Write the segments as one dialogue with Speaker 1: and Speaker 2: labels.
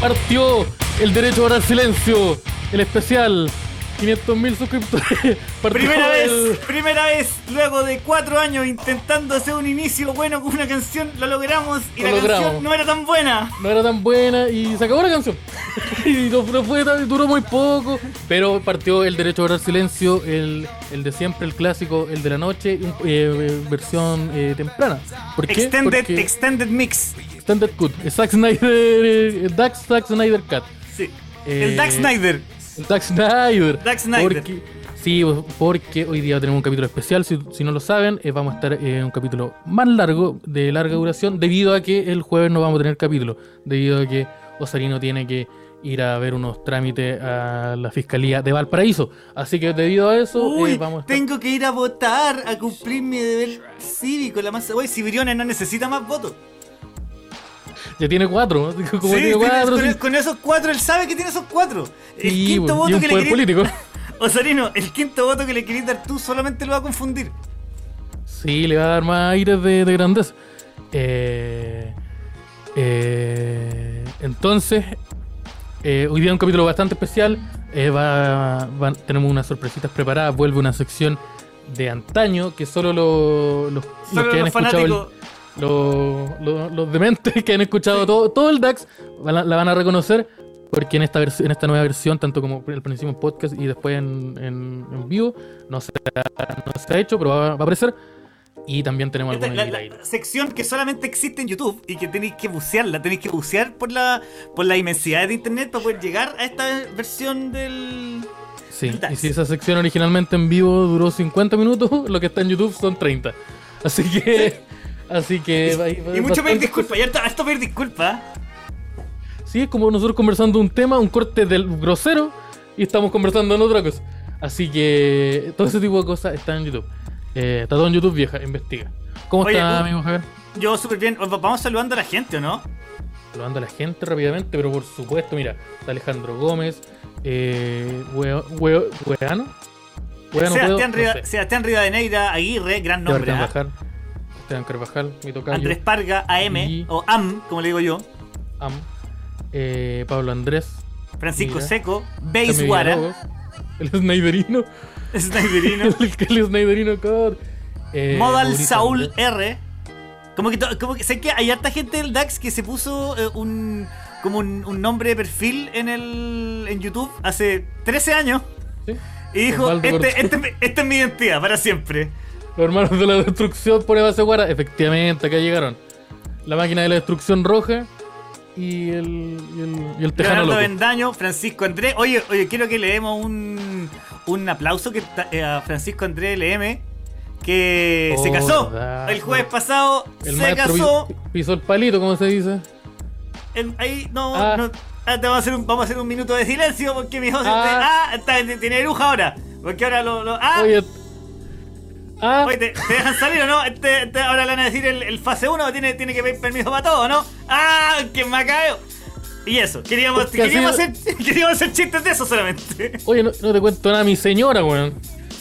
Speaker 1: partió el derecho ahora al silencio, el especial. 500.000 suscriptores. Partió
Speaker 2: Primera
Speaker 1: el-
Speaker 2: vez, primera vez, luego de cuatro años intentando hacer un inicio bueno con una canción, lo logramos y
Speaker 1: Lo
Speaker 2: la
Speaker 1: logramos.
Speaker 2: canción no era tan buena.
Speaker 1: No era tan buena y se acabó la canción. y no, no fue tan- duró muy poco. Pero partió el derecho ahora al silencio, el, el de siempre, el clásico, el de la noche, un- eh, versión eh, temprana. ¿Por qué?
Speaker 2: Extended,
Speaker 1: Porque-
Speaker 2: extended mix.
Speaker 1: Standard Cut, eh, Zack Snyder, eh, Zack, Zack Snyder Cut.
Speaker 2: Sí.
Speaker 1: Eh,
Speaker 2: El Zack Snyder.
Speaker 1: Zack Snyder.
Speaker 2: Zack Snyder.
Speaker 1: Porque, sí, porque hoy día tenemos un capítulo especial. Si, si no lo saben, eh, vamos a estar en un capítulo más largo, de larga duración, debido a que el jueves no vamos a tener capítulo. Debido a que Osarino tiene que ir a ver unos trámites a la fiscalía de Valparaíso. Así que debido a eso, eh,
Speaker 2: Uy,
Speaker 1: vamos a estar-
Speaker 2: tengo que ir a votar a cumplir mi deber cívico. La masa, uy, si Briona no necesita más votos.
Speaker 1: Ya tiene cuatro. ¿no? Como
Speaker 2: Sí,
Speaker 1: tiene
Speaker 2: tiene-
Speaker 1: cuatro.
Speaker 2: con,
Speaker 1: sí.
Speaker 2: con esos cuatro, él sabe que tiene esos cuatro.
Speaker 1: Sí,
Speaker 2: El
Speaker 1: pues,
Speaker 2: quinto
Speaker 1: y
Speaker 2: voto
Speaker 1: un
Speaker 2: que le
Speaker 1: poder
Speaker 2: querís,
Speaker 1: político.
Speaker 2: Osarino, el quinto voto que le querís dar tú solamente lo va a confundir.
Speaker 1: Sí, le va a dar más aires de, de grandeza. Eh, eh, entonces, eh, hoy día un capítulo bastante especial. Eh, va- van- tenemos unas sorpresitas preparadas. Vuelve una sección de antaño que solo lo- los,
Speaker 2: Solo
Speaker 1: los que han
Speaker 2: los
Speaker 1: escuchado. el-
Speaker 2: fanáticos.
Speaker 1: los, los- los dementes que han escuchado todo, todo el DAX van a- la, van a reconocer porque en esta, vers- en esta nueva versión, tanto como al principio en podcast y después en, en- en vivo, no se, ha, no se ha hecho, pero va, va a aparecer. Y también tenemos
Speaker 2: Esta es
Speaker 1: algunos
Speaker 2: Este, la,
Speaker 1: highlights.
Speaker 2: la sección que solamente existe en YouTube y que tenéis que bucearla, tenéis que bucear por la por la inmensidad de internet para poder llegar a esta versión del.
Speaker 1: Sí,
Speaker 2: del DAX.
Speaker 1: y si esa sección originalmente en vivo duró 50 minutos, lo que está en YouTube son 30. Así que... Así que... Eh, va- va-
Speaker 2: Y mucho pedir
Speaker 1: bastante-
Speaker 2: disculpas, ya harto, harto pedir disculpas.
Speaker 1: Sí, es como nosotros conversando un tema, un corte del grosero, y estamos conversando en otra cosa. Así que todo ese tipo de cosas está en YouTube. Eh, está todo en YouTube, vieja, investiga. ¿Cómo
Speaker 2: Oye, uh.
Speaker 1: está,
Speaker 2: un-
Speaker 1: amigo Javier?
Speaker 2: Yo súper bien. Os va- Vamos saludando a la gente, ¿o no?
Speaker 1: Saludando a la gente rápidamente, pero por supuesto, mira, está Alejandro Gómez, eh, Hue- Hue- Hueano. Hueano Puedo,
Speaker 2: Sebastián,
Speaker 1: no
Speaker 2: Riva,
Speaker 1: sé.
Speaker 2: Sebastián Rivadeneira Aguirre, gran nombre.
Speaker 1: Sebastián
Speaker 2: ¿ah?
Speaker 1: Carvajal, Sebastián Carvajal, mi tocayo.
Speaker 2: Andrés Parga, AM,
Speaker 1: Y-
Speaker 2: o AM, como le digo yo.
Speaker 1: Am, eh, Pablo Andrés.
Speaker 2: Francisco
Speaker 1: Mira.
Speaker 2: Seco,
Speaker 1: Jaime
Speaker 2: Beis Guara,
Speaker 1: Villalobos, El Snyderino.
Speaker 2: Sniperino,
Speaker 1: el, el Snyderino Core. Eh,
Speaker 2: Modal
Speaker 1: Mauricio
Speaker 2: Saúl
Speaker 1: Andrés.
Speaker 2: R. Como que, to- como que sé que hay harta gente del DAX que se puso eh, un como un, un nombre de perfil en el en YouTube hace 13 años
Speaker 1: Sí.
Speaker 2: y dijo,
Speaker 1: Osvaldo
Speaker 2: este,
Speaker 1: Cortés.
Speaker 2: este, es mi- esta es mi identidad para siempre.
Speaker 1: Los hermanos de la destrucción por Eva Seguara. Efectivamente, acá llegaron. La máquina de la destrucción roja y el, y el, y el tejano
Speaker 2: Leonardo
Speaker 1: loco.
Speaker 2: Bendaño, Francisco Andrés. Oye, oye, quiero que le demos un, un aplauso que ta- eh, a Francisco Andrés LM, que se
Speaker 1: Oh,
Speaker 2: casó
Speaker 1: verdad.
Speaker 2: el jueves pasado.
Speaker 1: El
Speaker 2: se
Speaker 1: maestro
Speaker 2: casó.
Speaker 1: pi- pisó el palito, como se dice.
Speaker 2: En- ahí no,
Speaker 1: Ah.
Speaker 2: no- ah, te vamos, a hacer un, vamos a hacer un minuto de silencio porque mi hijo
Speaker 1: Ah.
Speaker 2: está, tiene bruja ahora. Porque ahora lo. lo- ah,
Speaker 1: Oye. Ah,
Speaker 2: oye, te, te dejan salir o no? Te- te- ahora le van a decir el, el fase 1 tiene, tiene que pedir permiso para todo, ¿no? ¡Ah! ¡Qué macabro! Y eso, queríamos,
Speaker 1: Porque ha
Speaker 2: queríamos,
Speaker 1: sido-
Speaker 2: hacer, queríamos hacer chistes de eso solamente.
Speaker 1: oye, no, no te cuento nada, mi señora, weón.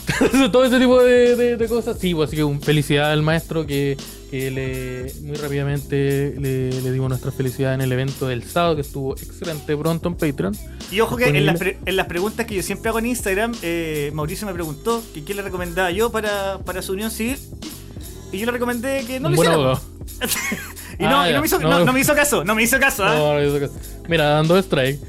Speaker 1: Todo ese tipo de, de- de cosas. Sí, pues, así que un felicidad al maestro que, que le, muy rápidamente le, le dimos nuestra felicidad en el evento del sábado, que estuvo excelente pronto en Patreon.
Speaker 2: Y ojo que en
Speaker 1: Disponible.
Speaker 2: las, pre- en las preguntas que yo siempre hago en Instagram, eh, Mauricio me preguntó que qué le recomendaba yo para, para su unión civil. Y yo le recomendé que no
Speaker 1: Un
Speaker 2: lo
Speaker 1: buen
Speaker 2: hiciera.
Speaker 1: abogado.
Speaker 2: y no,
Speaker 1: Ah,
Speaker 2: y no
Speaker 1: ya.
Speaker 2: me hizo,
Speaker 1: No.
Speaker 2: no- no me hizo caso, no me hizo caso. ¿ah?
Speaker 1: No, no hizo caso. Mira, dando strike.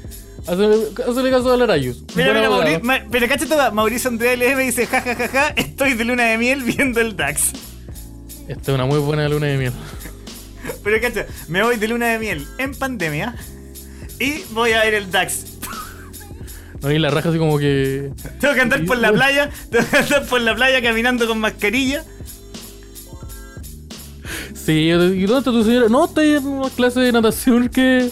Speaker 1: Hazle, hazle caso a Larayus.
Speaker 2: Mira,
Speaker 1: Buen
Speaker 2: mira,
Speaker 1: abogado.
Speaker 2: Mauri- Ma- pero cacha toda, Mauricio Andrea LM dice, ja, ja, ja, ja, estoy de luna de miel viendo el DAX.
Speaker 1: Esta es una muy buena luna de miel.
Speaker 2: Pero cacha, me voy de luna de miel en pandemia y voy a ver el DAX.
Speaker 1: No, y la raja así como que.
Speaker 2: Tengo que andar por la playa, tengo que andar por la playa caminando con mascarilla.
Speaker 1: Sí, yo te- ¿y dónde está tu señora? No, estoy en una clase de natación que.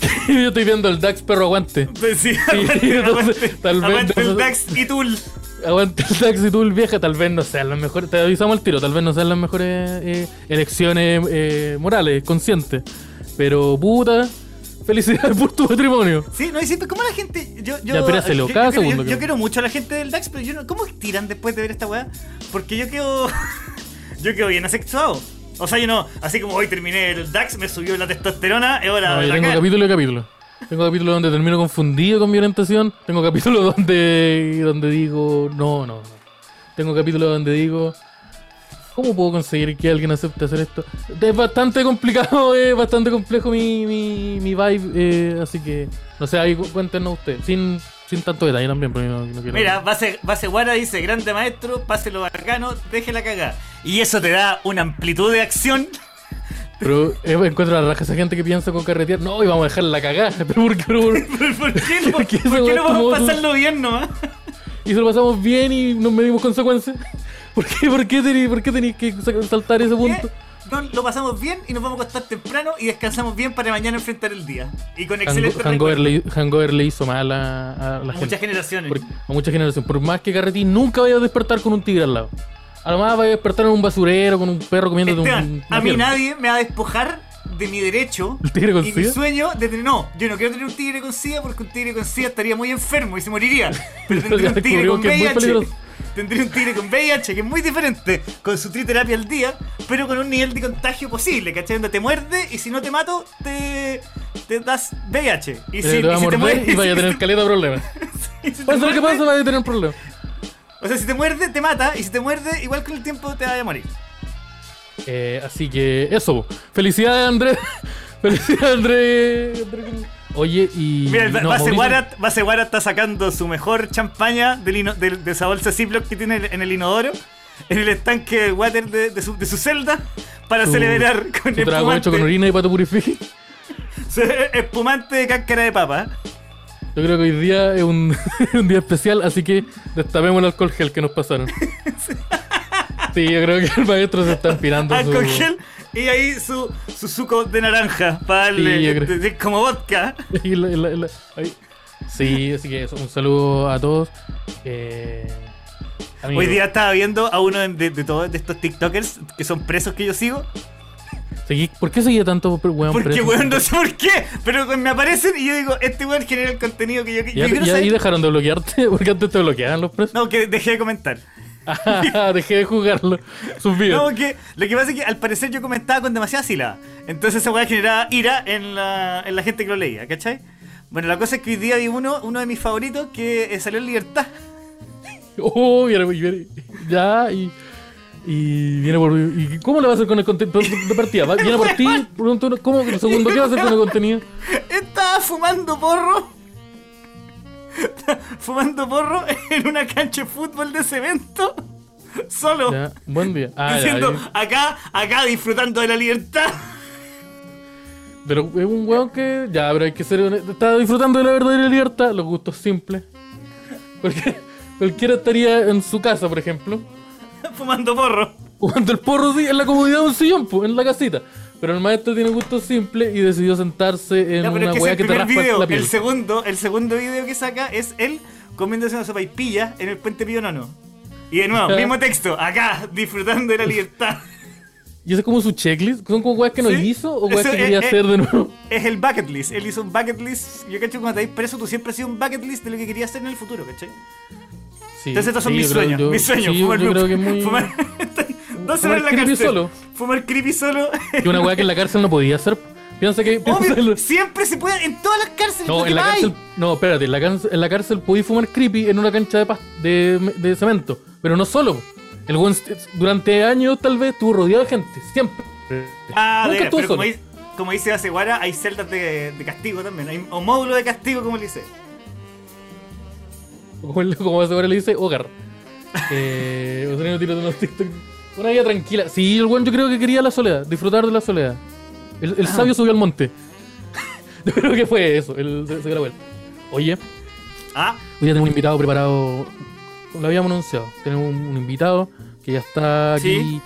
Speaker 1: que yo estoy viendo el DAX, perro, aguante.
Speaker 2: Pues sí,
Speaker 1: Sí, entonces, tal vez,
Speaker 2: aguante el
Speaker 1: entonces-
Speaker 2: DAX y Tool.
Speaker 1: Aguante el DAX y tú el vieja. Tal vez no sean las mejores. Te avisamos al tiro, tal vez no sean las mejores eh, elecciones eh, morales, conscientes. Pero puta, felicidades por tu matrimonio.
Speaker 2: Sí, no, y siempre, ¿cómo la gente? Yo, yo,
Speaker 1: Ya, espéraselo,
Speaker 2: yo-
Speaker 1: cada
Speaker 2: yo quiero-
Speaker 1: segundo
Speaker 2: yo-
Speaker 1: que-
Speaker 2: yo quiero mucho a la gente del DAX, pero yo no, ¿cómo tiran después de ver esta weá? Porque yo quedo. yo quedo bien asexuado. O sea, yo no, así como hoy terminé el DAX, me subió la testosterona, es
Speaker 1: No,
Speaker 2: hora de
Speaker 1: yo tengo
Speaker 2: atacar.
Speaker 1: capítulo y capítulo. Tengo capítulos donde termino confundido con mi orientación. Tengo capítulos donde, donde digo, no, no, no. Tengo capítulos donde digo, ¿cómo puedo conseguir que alguien acepte hacer esto? Es bastante complicado, es bastante complejo mi, mi, mi vibe. eh, así que, no sé, ahí cu- cuéntenos ustedes. Sin, sin tanto detalle también, porque no, no quiero.
Speaker 2: Mira, base, base Guara dice, grande maestro, páselo bacano, deje la cagada. Y eso te da una amplitud de acción.
Speaker 1: Pero eh, encuentro a la raja esa gente que piensa con carretear. No, y vamos a dejar la cagada. Pero porque,
Speaker 2: ¿Por por qué no,
Speaker 1: ¿Por
Speaker 2: ¿Por
Speaker 1: qué ese
Speaker 2: qué no
Speaker 1: weón tomó
Speaker 2: vamos a
Speaker 1: tu-
Speaker 2: pasarlo bien nomás?
Speaker 1: y se lo pasamos bien y nos medimos consecuencias. ¿Por qué, por qué, tení- por qué tenéis que sa- saltar ese punto?
Speaker 2: ¿Qué? No, lo pasamos bien y nos vamos a acostar temprano y descansamos bien para mañana enfrentar el día. Y con
Speaker 1: Hango-
Speaker 2: excelente
Speaker 1: hangover,
Speaker 2: recuerdo.
Speaker 1: le, hangover le hizo mal a, a la
Speaker 2: a
Speaker 1: gente.
Speaker 2: muchas generaciones.
Speaker 1: Por- a mucha generación. Por más que carretís, nunca vayas a despertar con un tigre al lado. Además, vayas a despertar en un basurero, con un perro comiéndote un.
Speaker 2: Esteban,
Speaker 1: una
Speaker 2: a mí
Speaker 1: pierna.
Speaker 2: nadie me va a despojar de mi derecho
Speaker 1: ¿El tigre con
Speaker 2: y mi
Speaker 1: sida?
Speaker 2: sueño de tener. No, yo no quiero tener un tigre con sida porque un tigre con sida estaría muy enfermo y se moriría. Pero tendría
Speaker 1: Ya
Speaker 2: un tigre
Speaker 1: descubrimos
Speaker 2: con
Speaker 1: que es muy
Speaker 2: VIH.
Speaker 1: peligroso.
Speaker 2: Tendría un tigre con VIH que es muy diferente, con su triterapia al día, pero con un nivel de contagio posible, ¿cachai? Donde te muerde y si no te mato, te, te das VIH.
Speaker 1: Te-
Speaker 2: Y si,
Speaker 1: te Eh, va
Speaker 2: y
Speaker 1: a
Speaker 2: si te
Speaker 1: morder
Speaker 2: muerde,
Speaker 1: y vaya a tener caleta de problemas.
Speaker 2: y si te
Speaker 1: Pasa lo que
Speaker 2: muerde-
Speaker 1: pasa, vaya a tener problemas.
Speaker 2: O sea, si te muerde, te mata, y si te muerde, igual con el tiempo te vaya a morir.
Speaker 1: Eh, así que eso. po. Felicidades, Andrés. Felicidades, Andrés. Andrés. Oye, y.
Speaker 2: Mira, el Ba-
Speaker 1: no,
Speaker 2: Base
Speaker 1: Mauricio-
Speaker 2: Guarat- Base Guarat está sacando su mejor champaña del ino- del- de esa bolsa Ziploc que tiene en el inodoro, en el estanque de water de, de su, de su celda, para
Speaker 1: Su-
Speaker 2: celebrar con
Speaker 1: su trago hecho con
Speaker 2: espumante,
Speaker 1: orina y pato purifique.
Speaker 2: su- espumante de cáscara de papa.
Speaker 1: Yo creo que hoy día es un, un día especial, así que destapemos el alcohol gel que nos pasaron. Sí, yo creo que el maestro se está empinando su...
Speaker 2: Alcohol gel y ahí su, su suco de naranja para darle
Speaker 1: Sí, yo creo.
Speaker 2: de- de- como vodka.
Speaker 1: Y la- la- la- ahí. Sí, así que eso, un saludo a todos. Eh, amigo,
Speaker 2: Hoy día estaba viendo a uno de, de- de todos estos TikTokers que son presos que yo sigo.
Speaker 1: seguí- ¿Por qué seguía tanto pre- weón
Speaker 2: Porque,
Speaker 1: preso?
Speaker 2: weón, no sé por qué, pero me aparecen y yo digo, este weón genera el contenido que yo, que-
Speaker 1: ¿Ya,
Speaker 2: yo quiero
Speaker 1: ya
Speaker 2: saber.
Speaker 1: ahí dejaron de bloquearte? Porque antes te bloqueaban los presos.
Speaker 2: No, que dejé de comentar.
Speaker 1: Ah, dejé de jugarlo. Sus videos.
Speaker 2: No, que lo que pasa es que al parecer yo comentaba con demasiada sílaba. Entonces esa weá generaba ira en la, en la gente que lo leía, ¿cachai? Bueno, la cosa es que hoy día vi uno, uno de mis favoritos que eh, salió en libertad.
Speaker 1: Oh, viene, viene- ya, y, y viene por... Y, ¿Cómo le va a hacer con el contenido? De partida, ¿va? viene por ti, pregunto, uno, ¿cómo? El segundo, ¿qué va a hacer con el contenido?
Speaker 2: Estaba fumando porro. fumando porro en una cancha de fútbol de cemento. Solo.
Speaker 1: Ya, buen día. Ah, ya,
Speaker 2: diciendo,
Speaker 1: ya.
Speaker 2: acá, acá disfrutando de la libertad.
Speaker 1: pero es un weón que... Ya, pero hay que ser honesto. Está disfrutando de la verdadera libertad, los gustos simples. Porque cualquiera estaría en su casa, por ejemplo,
Speaker 2: fumando porro.
Speaker 1: jugando el porro sí, en la comodidad de un sillón, pues, en la casita. Pero el maestro tiene gustos simples y decidió sentarse en
Speaker 2: Ya, pero
Speaker 1: una
Speaker 2: es que
Speaker 1: weá
Speaker 2: es
Speaker 1: que
Speaker 2: el
Speaker 1: te
Speaker 2: primer
Speaker 1: raspa
Speaker 2: video,
Speaker 1: la piel.
Speaker 2: el segundo, el segundo video que saca es él comiéndose una sopaipilla en el puente Pío Nono. Y de nuevo, mismo texto, acá, disfrutando de la libertad.
Speaker 1: ¿Y ese es como su checklist? ¿Son como weas que no
Speaker 2: ¿Sí?
Speaker 1: hizo o weas
Speaker 2: Eso
Speaker 1: que
Speaker 2: es-
Speaker 1: quería
Speaker 2: es- eh,
Speaker 1: hacer de nuevo?
Speaker 2: Es el bucket list, él hizo un bucket list. Yo cacho que cuando estáis preso, tú siempre has sido un bucket list de lo que querías hacer en el futuro, ¿cachai?
Speaker 1: Sí,
Speaker 2: Entonces estos son
Speaker 1: sí,
Speaker 2: mis
Speaker 1: yo creo-
Speaker 2: sueños,
Speaker 1: yo-
Speaker 2: mis sueños.
Speaker 1: sí, yo- yo creo que es muy...
Speaker 2: fumar- dos
Speaker 1: fumar
Speaker 2: semanas en la
Speaker 1: creepy
Speaker 2: cárcel.
Speaker 1: solo.
Speaker 2: Fumar creepy solo.
Speaker 1: Que una weá que en la cárcel no podía hacer. Piensa que... piensa en lo-
Speaker 2: Obvio, siempre se puede, en todas las cárceles.
Speaker 1: No,
Speaker 2: lo
Speaker 1: en la
Speaker 2: que hay.
Speaker 1: cárcel... No, espérate. En la, can- en la cárcel podí fumar creepy en una cancha de, pas- de, de cemento. Pero no solo. El weón st- durante años tal vez estuvo rodeado de gente. Siempre.
Speaker 2: Ah,
Speaker 1: Nunca
Speaker 2: de,
Speaker 1: estuvo
Speaker 2: pero
Speaker 1: solo.
Speaker 2: como, dice- como dice Aseguara, hay celdas de, de castigo también. Hay, o módulo de castigo, como le dice.
Speaker 1: Como, el- como ahora le dice, hogar. Eh, o sea, no tiro de unos TikTok. Una vida tranquila. Sí, el weón yo creo que quería la soledad, disfrutar de la soledad. El, el sabio subió al monte. yo creo que fue eso, el, se, se grabó él. Oye, hoy
Speaker 2: Ah,
Speaker 1: día tenemos un invitado preparado. Lo habíamos anunciado. Tenemos un, un invitado que ya está aquí
Speaker 2: Sí.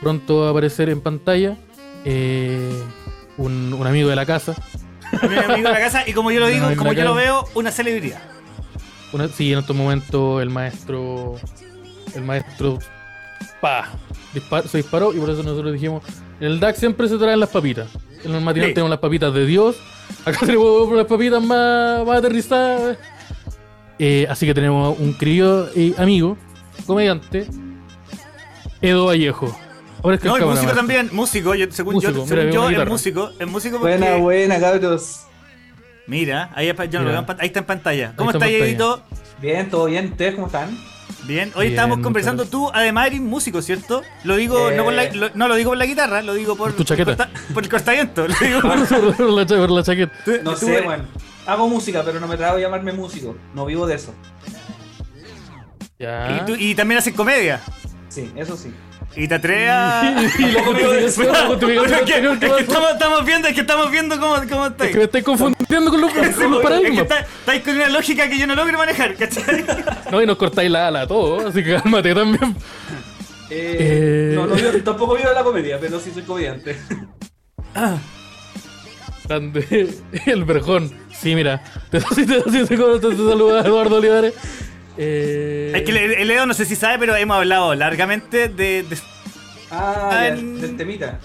Speaker 1: pronto a aparecer en pantalla. Eh, un, un amigo de la casa.
Speaker 2: mi amigo de la casa, y como yo lo
Speaker 1: Mi
Speaker 2: digo,
Speaker 1: amigo de
Speaker 2: como
Speaker 1: la
Speaker 2: yo lo
Speaker 1: casa.
Speaker 2: veo, una celebridad.
Speaker 1: Una- sí, en estos momentos el maestro. El maestro. Pa. dispar- se disparó y por eso nosotros dijimos. En el DAC siempre se traen las papitas. En el matinal
Speaker 2: Sí.
Speaker 1: tenemos las papitas de Dios. Acá tenemos las papitas más, más aterrizadas. Eh, así que tenemos un querido eh, amigo, comediante, Edo Vallejo. Ahora es que
Speaker 2: No,
Speaker 1: el
Speaker 2: y
Speaker 1: cámara,
Speaker 2: músico
Speaker 1: maestro.
Speaker 2: también, músico, yo, según
Speaker 1: Músico,
Speaker 2: yo,
Speaker 1: mira,
Speaker 2: según
Speaker 1: veo una
Speaker 2: yo es
Speaker 1: guitarra.
Speaker 2: músico, es músico porque
Speaker 3: Buena, buena, cabros.
Speaker 2: Mira, ahí, apa- yo no lo
Speaker 1: Mira.
Speaker 2: veo en pan- ahí está en pantalla. ¿Cómo
Speaker 1: está en
Speaker 2: está,
Speaker 1: pantalla.
Speaker 2: Edito?
Speaker 3: Bien, todo bien. ¿Ustedes cómo están?
Speaker 2: Bien, hoy
Speaker 1: Bien,
Speaker 2: estábamos
Speaker 1: muchas
Speaker 2: conversando tú, además eres músico, ¿cierto? Lo digo,
Speaker 3: Eh.
Speaker 2: no, por la, lo, no lo digo por la guitarra, lo digo por,
Speaker 1: Por tu chaqueta.
Speaker 2: Por, corta- por el cortaviento. Lo digo por-
Speaker 1: por, la, cha- por la chaqueta.
Speaker 2: tú-
Speaker 3: No
Speaker 2: tú
Speaker 3: sé,
Speaker 2: eres-
Speaker 3: weón. Hago música, pero no me trago de llamarme músico. No vivo de eso.
Speaker 1: Ya.
Speaker 2: y, tú- y también haces comedia.
Speaker 3: Sí, eso sí.
Speaker 2: Y te atreves a.
Speaker 1: Y la justificación, la justificación
Speaker 2: Pero es que,
Speaker 1: anterior que
Speaker 2: es que
Speaker 1: vas a-
Speaker 2: estamos, estamos viendo, es que estamos viendo cómo, cómo estáis.
Speaker 1: Es que me estoy confundiendo con los, con los
Speaker 2: Es que
Speaker 1: paradigmas.
Speaker 2: está- estáis con una lógica que yo no logro manejar, ¿cachai?
Speaker 1: No, y nos cortáis la ala a todos, así que cálmate también.
Speaker 3: Eh,
Speaker 1: Eh.
Speaker 3: No, no vivo- tampoco vivo de la comedia, pero sí soy comediante.
Speaker 1: Grande. El verjón. Sí, mira. Te, te, te, te, te- te saluda Eduardo Olivares. Eh,
Speaker 2: Es que el, el Edo no sé si sabe, pero hemos hablado largamente de. de
Speaker 3: Ah, ya,
Speaker 2: Ay.
Speaker 3: del temita.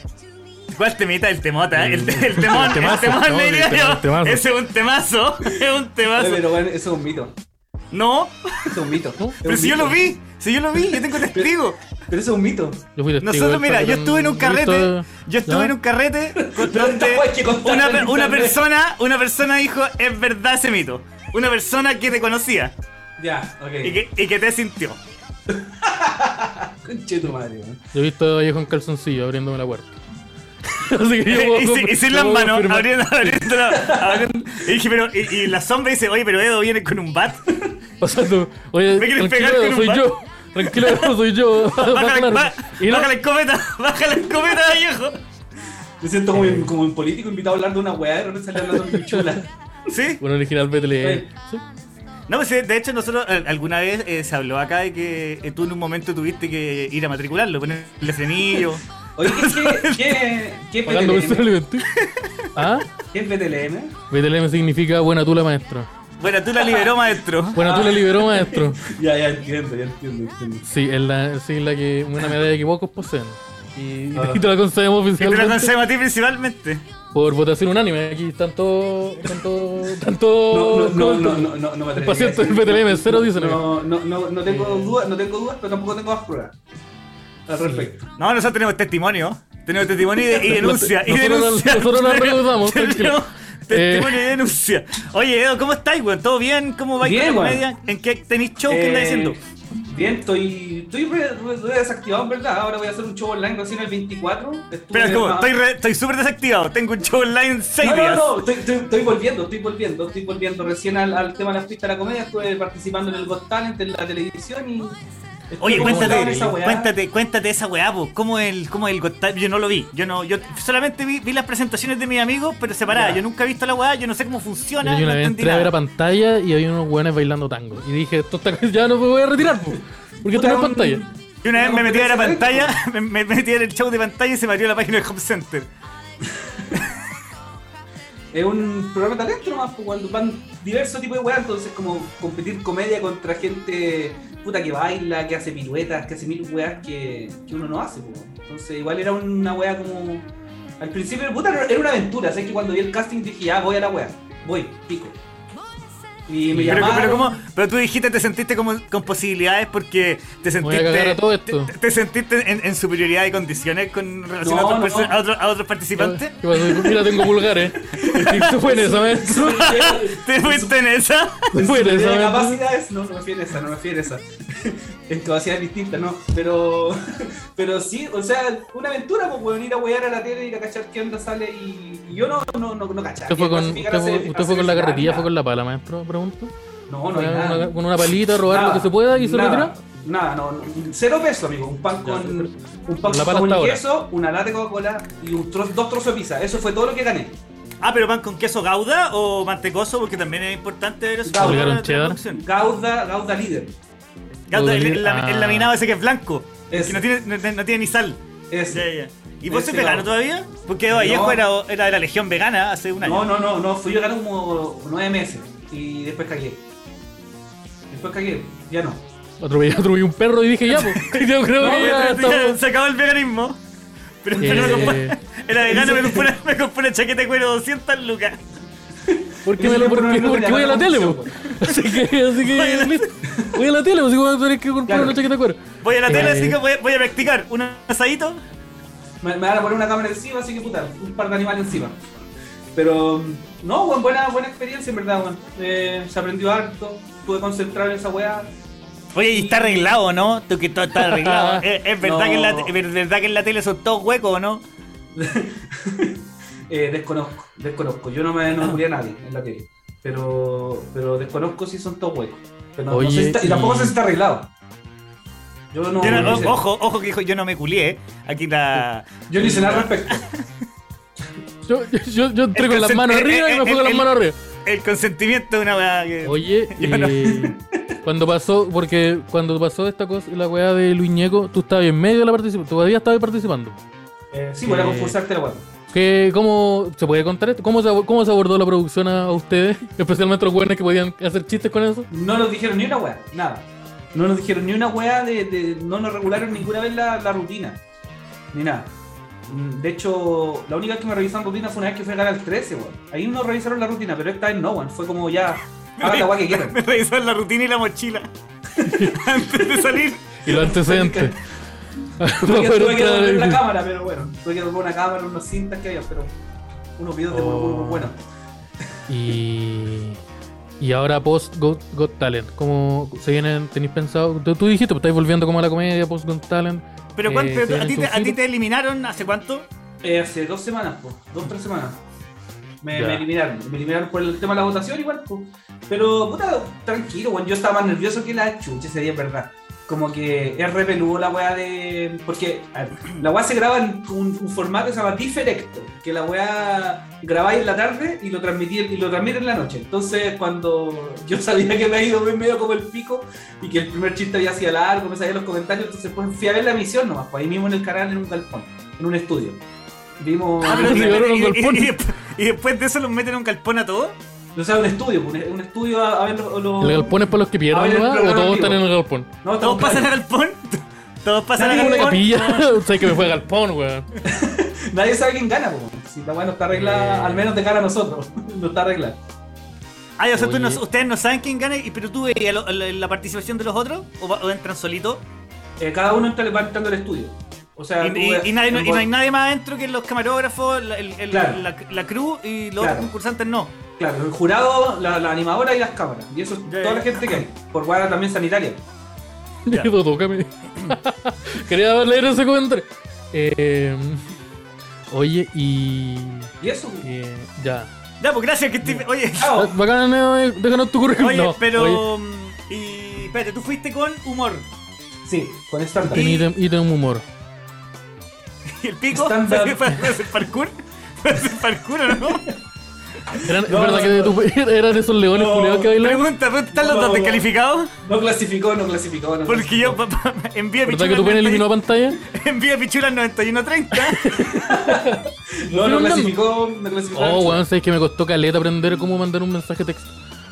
Speaker 2: ¿Cuál temita? El temota, ¿eh?
Speaker 1: El-
Speaker 2: el, el temón,
Speaker 1: el
Speaker 2: el
Speaker 1: temazo,
Speaker 2: temón,
Speaker 1: no,
Speaker 2: le
Speaker 1: el
Speaker 2: diría
Speaker 1: temazo,
Speaker 2: yo.
Speaker 1: el temazo.
Speaker 2: Ese es un temazo, es un
Speaker 3: Oye,
Speaker 2: temazo.
Speaker 3: pero bueno, eso es un mito.
Speaker 2: No,
Speaker 3: Eso es un mito.
Speaker 1: No,
Speaker 3: Es un
Speaker 2: pero si yo
Speaker 3: mito.
Speaker 2: lo vi, si yo lo vi, yo tengo testigo.
Speaker 3: Pero eso es un mito.
Speaker 1: yo fui testigo
Speaker 2: Nosotros,
Speaker 1: de esta
Speaker 2: mira, yo
Speaker 1: gran-
Speaker 2: estuve en un carrete,
Speaker 1: esto-
Speaker 2: yo estuve
Speaker 1: ¿Ya?
Speaker 2: en un carrete con donde
Speaker 3: Hay que contarlo
Speaker 2: una,
Speaker 3: en
Speaker 2: per- una
Speaker 3: internet.
Speaker 2: persona, una persona dijo, es verdad ese mito. Una persona que te conocía
Speaker 3: Ya, ok.
Speaker 2: y que, y que te sintió.
Speaker 3: Conche tu madre, weón.
Speaker 1: Yo he visto a viejo en calzoncillo abriéndome la puerta. Así que yo puedo
Speaker 2: y, si- y
Speaker 1: confirmar-
Speaker 2: sin las
Speaker 1: yo puedo
Speaker 2: manos,
Speaker 1: confirmar.
Speaker 2: abriendo, abriendo, la- abriendo- y dije, pero, y, y la sombra dice, oye, pero Edo viene con un bat.
Speaker 1: Pasando. Oye,
Speaker 2: ¿Me quieres pegar
Speaker 1: tranquilo,
Speaker 2: con un
Speaker 1: soy
Speaker 2: bat?
Speaker 1: yo. Tranquilo, soy yo.
Speaker 2: Baja
Speaker 1: Baja
Speaker 2: la,
Speaker 1: el arma.
Speaker 2: ba-
Speaker 1: Y no,
Speaker 2: baja la escopeta, baja la escopeta, viejo.
Speaker 3: Me siento como, un- como un político invitado a hablar de una weá, de repente sale hablando de mi chula.
Speaker 2: ¿Sí?
Speaker 1: Bueno, original BTL.
Speaker 3: Oye.
Speaker 1: Sí.
Speaker 2: No, pues eh, de hecho nosotros eh, alguna vez eh, se habló acá de que eh, tú en un momento tuviste que ir a matricularlo, ponerle frenillo.
Speaker 3: Oye, ¿qué, qué, qué, qué es
Speaker 1: Pagando pensión
Speaker 3: BTLM?
Speaker 1: alimenticia. ¿Ah?
Speaker 3: ¿Qué es BTLM?
Speaker 1: BTLM significa buena tula, maestro.
Speaker 2: Bueno, tú la liberó, maestro.
Speaker 1: Buena tula liberó, maestro.
Speaker 3: Ya, ya entiendo, ya entiendo, entiendo.
Speaker 1: Sí, es la, sí, la que una medalla que pocos poseen. Y,
Speaker 3: Ah.
Speaker 1: y te la concedemos
Speaker 2: Y te la
Speaker 1: oficialmente
Speaker 2: concedemos a ti principalmente.
Speaker 1: por votación unánime. Aquí están todos. Están todos. Están
Speaker 3: No,
Speaker 1: todos.
Speaker 3: no, no, no, no, no me atrevería
Speaker 1: paciente
Speaker 3: a
Speaker 1: del
Speaker 3: decir-
Speaker 1: BTLM, cero Eh. dicen.
Speaker 3: No, no, no, no tengo dudas, no tengo dudas, pero tampoco tengo más pruebas. Al respecto.
Speaker 2: No, nosotros tenemos testimonio. Tenemos testimonio y, de- y denuncia. y
Speaker 1: Nosotros no-
Speaker 2: denuncia.
Speaker 1: nosotros no reclutamos, tranquilo. Eh.
Speaker 2: Tenemos testimonio y denuncia. Oye, Edo, ¿cómo estáis, weón? ¿Todo bien? ¿Cómo vais
Speaker 3: Bien,
Speaker 2: con la
Speaker 3: weón.
Speaker 2: comedia? ¿En qué tenéis show?
Speaker 3: Eh,
Speaker 2: ¿Qué andáis haciendo?
Speaker 3: Bien, estoy, estoy re- re- re desactivado, en verdad. Ahora voy a hacer un show online recién el 24. Estuve-
Speaker 2: Espera, es como,
Speaker 3: Eh, no,
Speaker 2: estoy re- estoy súper desactivado. Tengo un show online en 6
Speaker 3: No, no,
Speaker 2: días.
Speaker 3: no, estoy, estoy- estoy volviendo, estoy volviendo, estoy volviendo recién al, al tema de la fiesta de la comedia. Estuve participando en el Got Talent, en la televisión y. estoy
Speaker 2: Oye,
Speaker 3: como botado en
Speaker 2: cuéntate,
Speaker 3: esa weá.
Speaker 2: cuéntate, cuéntate esa weá, po. ¿Cómo el, cómo el Got Talent? Yo no lo vi. Yo no, yo solamente vi, vi las presentaciones de mis amigos, pero separada.
Speaker 3: Ya.
Speaker 2: Yo nunca he visto la weá, yo no sé cómo
Speaker 1: Yo
Speaker 2: funciona.
Speaker 1: una
Speaker 2: no
Speaker 1: vez
Speaker 2: entendí
Speaker 1: entré a ver a
Speaker 2: nada.
Speaker 1: pantalla y había unos hueones bailando tango. Y dije, esto está, ya no me voy a retirar, po, porque esto no es
Speaker 3: Puta, un-
Speaker 1: pantalla.
Speaker 2: Yo una vez me metí a la
Speaker 3: Una competencia
Speaker 2: pantalla, me, me metí en el show de pantalla y se me abrió la página del Home Center.
Speaker 3: Es un programa de talento nomás, pues, cuando van diversos tipos de weas, entonces como competir comedia contra gente puta que baila, que hace piruetas, que hace mil weas que, que uno no hace, pues. Entonces igual era una wea como. Al principio puta, era una aventura, sé que cuando vi el casting dije, ya voy a la wea, voy, pico. Y me
Speaker 2: Pero,
Speaker 3: llamaron.
Speaker 2: pero, ¿cómo? pero tú dijiste, te sentiste como con posibilidades porque te
Speaker 1: Voy a
Speaker 2: sentiste.
Speaker 1: cagar a todo esto.
Speaker 2: Te, te sentiste en, en superioridad de condiciones con relación
Speaker 3: No,
Speaker 2: a, otros
Speaker 3: no.
Speaker 2: perso- a otros- a otros
Speaker 1: ¿Qué
Speaker 2: participantes.
Speaker 1: pasó? Mira, tengo pulgares. Se fue en esa, maestro.
Speaker 2: ¿Te fuiste en esa?
Speaker 1: Se fue en
Speaker 3: Tiene
Speaker 1: esa, maestro.
Speaker 3: capacidades, no, no me refiero a esa, no me refiero a esa. en capacidades distintas, no. Pero, pero sí, o sea, una aventura, pues, weón, ir a wear a la tele, ir a cachar qué onda sale y, y yo no, no, no, no cachaba.
Speaker 1: ¿Usted fue
Speaker 3: que
Speaker 1: con, usted
Speaker 3: clasificar a
Speaker 1: fue-
Speaker 3: ser-
Speaker 1: usted
Speaker 3: a
Speaker 1: fue con la
Speaker 3: ser
Speaker 1: carretilla,
Speaker 3: nada.
Speaker 1: fue con la pala, maestro? Pregunto.
Speaker 3: No, no
Speaker 1: Con
Speaker 3: hay nada.
Speaker 1: una, con una palita, robar
Speaker 3: Nada,
Speaker 1: lo que se pueda y se
Speaker 3: nada,
Speaker 1: retiró.
Speaker 3: Nada, no, no, cero peso, amigo. Un pan
Speaker 1: Ya,
Speaker 3: con, un pan
Speaker 1: Con la
Speaker 3: con
Speaker 1: pala
Speaker 3: jamón
Speaker 1: hasta
Speaker 3: y
Speaker 1: ahora.
Speaker 3: queso, una lata de Coca-Cola y un trozo- dos trozos de pizza. Eso fue todo lo que gané.
Speaker 2: Ah, pero van con queso gouda o mantecoso porque también es importante ver eso.
Speaker 3: Gouda.
Speaker 2: en
Speaker 1: Obligaron cheddar.
Speaker 3: Gauda, Gauda líder.
Speaker 2: Gouda, el,
Speaker 1: Ah.
Speaker 2: la- el laminado ese que es blanco.
Speaker 3: Ese.
Speaker 2: Que no tiene, no- no tiene ni sal.
Speaker 3: Ese.
Speaker 2: Ya, ya. ¿Y vos
Speaker 3: Ese
Speaker 2: sos vegano
Speaker 3: lado.
Speaker 2: todavía? Porque Vallejo
Speaker 3: No.
Speaker 2: era, era de la legión vegana hace un año.
Speaker 3: No, no, no, no, fui yo gané como nueve meses y después cagué. Después cagué, ya no.
Speaker 1: Atropellé, atropellé un perro y dije, ya, pues. Yo creo
Speaker 2: No,
Speaker 1: que ya
Speaker 2: pero-
Speaker 1: estamos-
Speaker 2: se acabó el veganismo. Pero, pero me
Speaker 1: Eh.
Speaker 2: compré- era vegano, me compré, me compré una chaqueta de cuero 200 lucas.
Speaker 1: ¿Por qué, me lo, por qué- por qué voy a la tele, po? Así que, así que, listo. Voy a la tele, pues, así que voy a tener que comprar
Speaker 3: Claro.
Speaker 1: una chaqueta de cuero.
Speaker 2: Voy a la tele,
Speaker 1: Eh.
Speaker 2: así que voy, voy a practicar un asadito.
Speaker 3: Me, me van a poner una cámara encima, así que puta, un par de animales encima. Pero mm, no, weón, buena, buena experiencia en verdad, weón. Eh, se aprendió harto, pude concentrar en esa weá.
Speaker 2: Oye, y está arreglado, ¿no? Tú que todo está arreglado. ¿Es, es verdad,
Speaker 3: No.
Speaker 2: que en la, te- es verdad que en la tele son todos huecos, ¿no?
Speaker 3: Eh, desconozco, desconozco. Yo no me no morí a nadie en la tele. Pero, pero desconozco si son todos huecos. Pero no- no
Speaker 1: Oye,
Speaker 3: sé si está- y tampoco
Speaker 1: y-
Speaker 3: sé si está arreglado. Yo no,
Speaker 2: Yo no-
Speaker 3: no hice-
Speaker 2: ojo, ojo que dijo, yo no me culié. ¿eh? Aquí la.
Speaker 3: yo no hice nada al respecto.
Speaker 1: Yo, yo, yo, yo entré con las
Speaker 2: Entonces,
Speaker 1: manos
Speaker 2: eh,
Speaker 1: arriba y
Speaker 2: eh,
Speaker 1: me fui con
Speaker 2: eh,
Speaker 1: las
Speaker 2: el-
Speaker 1: manos arriba.
Speaker 2: El consentimiento de una weá que-
Speaker 1: Oye,
Speaker 2: Yo no.
Speaker 1: eh, cuando pasó, porque cuando pasó esta cosa, la weá de Luis Ñeco, tú estabas en medio de la participación, todavía estabas participando.
Speaker 3: Eh, sí, voy a
Speaker 1: Eh,
Speaker 3: concursarte la weá.
Speaker 1: ¿Qué, ¿Cómo se puede contar esto? ¿Cómo se, abo- cómo se abordó la producción a, a ustedes? Especialmente los jóvenes que podían hacer chistes con eso.
Speaker 3: No nos dijeron ni una weá, nada. No nos dijeron ni una weá de, de- no nos regularon ninguna vez la, la rutina. Ni nada. Mm, De hecho, la única vez que me revisaron rutina fue una vez que fue a Canal 13, weón. Ahí nos revisaron la rutina, pero esta vez no, weón. Fue como ya, hagan la weá que quieran.
Speaker 2: me revisaron la rutina y la mochila. Antes de salir.
Speaker 1: Y los antecedentes.
Speaker 3: Tuve que,
Speaker 1: Para poder
Speaker 3: tuve que
Speaker 1: entrar
Speaker 3: devolver la
Speaker 1: al-
Speaker 3: cámara, pero bueno. Tuve que devolver una cámara, unas cintas que había, pero unos videos de
Speaker 1: Oh.
Speaker 3: muy, muy buenos.
Speaker 1: Y, y ahora post Got, Got Talent, ¿cómo se vienen? ¿Tenéis pensado? Tú, tú dijiste, pues estáis volviendo como a la comedia post Got Talent.
Speaker 2: Pero,
Speaker 1: Eh,
Speaker 2: ¿cuánto-
Speaker 1: ¿se
Speaker 2: a,
Speaker 1: vienen
Speaker 2: ti te, a ti
Speaker 1: tus
Speaker 2: te eliminaron hace cuánto?
Speaker 3: Eh, hace dos semanas, pues, dos, tres semanas. Me,
Speaker 1: Ya.
Speaker 3: me eliminaron, me eliminaron por el tema de la votación igual, pues. Pero, puta, tranquilo, weón, yo estaba más nervioso que la chucha ese día, es verdad. Como que es re peludo la weá de... Porque a ver, la weá se graba en un, un formato que se llama diferecto, que la weá grabáis en la tarde y lo transmití y lo transmite en la noche. Entonces, cuando yo sabía que me había ido medio como el pico y que el primer chiste había sido largo, me sabía los comentarios, entonces pues fui a ver la emisión nomás, pues ahí mismo en el canal, en un galpón, en un estudio. Vimos...
Speaker 1: Ah, pero
Speaker 2: y,
Speaker 1: se llevaron un
Speaker 2: y-
Speaker 1: galpón.
Speaker 2: y desp- y después de eso los meten en un galpón a todos.
Speaker 3: No sea, un estudio, un, un estudio a, a ver los. los-
Speaker 1: ¿El galpón es para los que
Speaker 3: A
Speaker 1: pierden
Speaker 3: ver, Ah, el
Speaker 1: nomás, o
Speaker 3: programa
Speaker 1: todos
Speaker 3: en vivo.
Speaker 1: están en el galpón?
Speaker 3: No, estamos
Speaker 2: Todos pasan
Speaker 3: claros.
Speaker 2: a galpón. Todos pasan a
Speaker 3: Nadie
Speaker 1: Una
Speaker 2: galpón.
Speaker 1: capilla, o sea que me fue galpón, weón.
Speaker 3: Nadie sabe quién gana, po. Si la weá no está arreglada,
Speaker 1: Eh.
Speaker 3: al menos de cara a nosotros. no está arreglada.
Speaker 2: Ay, o sea, tú
Speaker 1: Oye.
Speaker 2: no- ustedes no saben quién gana, y- pero tú veías lo- la, la participación de los otros o, va- o entran solitos.
Speaker 3: Eh, cada uno entra, va entrando al estudio. O sea,
Speaker 2: Y,
Speaker 3: Ah, tú
Speaker 2: y-
Speaker 3: ves-
Speaker 2: y nadie, no,
Speaker 3: el
Speaker 2: y no hay
Speaker 3: gol-
Speaker 2: nadie más adentro que los camarógrafos, la, el- el-
Speaker 3: Claro.
Speaker 2: la- la crew y los
Speaker 3: Claro.
Speaker 2: otros concursantes no.
Speaker 3: Claro, el jurado, la, la animadora y las cámaras. Y eso es
Speaker 2: Ya,
Speaker 3: toda
Speaker 2: ya.
Speaker 3: la gente que hay. Por guarda también sanitaria.
Speaker 2: Ya.
Speaker 1: Digo, tócame. Quería leer ese comentario. Eh, oye, y.
Speaker 3: Y eso. ah, oh,
Speaker 1: eh, ya.
Speaker 2: Ya, pues gracias que estoy. Oye,
Speaker 3: Chao.
Speaker 1: Bacán, eh, déjanos tu currículum.
Speaker 2: oye,
Speaker 1: No, oye,
Speaker 2: pero. mm, Y. Espérate, tú fuiste con humor.
Speaker 3: Sí, con stand
Speaker 1: ten ítem- ítem humor.
Speaker 2: ¿Y el pico?
Speaker 3: Stand
Speaker 2: ¿Fue
Speaker 3: up.
Speaker 2: fue- fue hacer parkour? ¿Fue hacer parkour o no?
Speaker 1: Eran,
Speaker 3: No,
Speaker 1: es verdad
Speaker 3: no,
Speaker 1: que de tu- eran esos leones
Speaker 3: No,
Speaker 1: culiados que bailaban.
Speaker 2: Pregunta, ¿están los
Speaker 3: No.
Speaker 2: dos descalificados?
Speaker 3: No clasificó, no clasificó. No
Speaker 2: Porque yo
Speaker 3: clasificó.
Speaker 2: papá, envié
Speaker 1: ¿Verdad que tu pene eliminó
Speaker 2: pichula
Speaker 1: pantalla?
Speaker 2: envié pichula 9130.
Speaker 3: No,
Speaker 1: Pero
Speaker 3: no
Speaker 1: no-
Speaker 3: clasificó, no clasificó.
Speaker 1: Oh, weón, sabes que me costó caleta aprender cómo mandar un mensaje texto.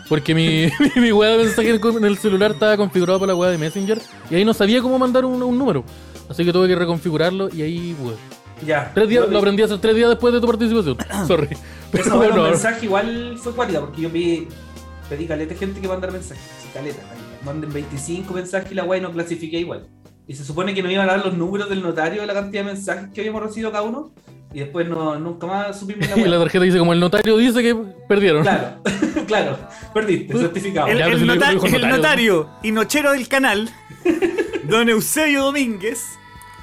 Speaker 1: Porque mi, mi, mi weá de mensaje en el celular estaba configurado para la weá de Messenger y ahí no sabía cómo mandar un, un número. Así que tuve que reconfigurarlo y ahí, weón.
Speaker 3: Ya.
Speaker 1: Tres días,
Speaker 3: No,
Speaker 1: lo aprendí hace tres días después de tu participación. Sorry.
Speaker 3: Esa
Speaker 1: Pero
Speaker 3: weá, los
Speaker 1: bueno,
Speaker 3: mensajes igual fue cualidad, porque yo pedí, pedí caleta de gente que mandara mensajes. así, caleta, caleta. Manden 25 mensajes y la guay no clasifiqué igual. Y se supone que nos iban a dar los números del notario de la cantidad de mensajes que habíamos recibido cada uno. Y después no, nunca más supimos la
Speaker 1: y la
Speaker 3: guay.
Speaker 1: tarjeta dice como el notario dice que perdieron.
Speaker 3: Claro, claro. Perdiste, certificado.
Speaker 2: El,
Speaker 1: Ya, pero
Speaker 2: el
Speaker 1: si lo
Speaker 2: nota-
Speaker 1: dijo Pues, el
Speaker 2: el
Speaker 1: notario.
Speaker 2: notario y nochero del canal, don Eusebio Domínguez,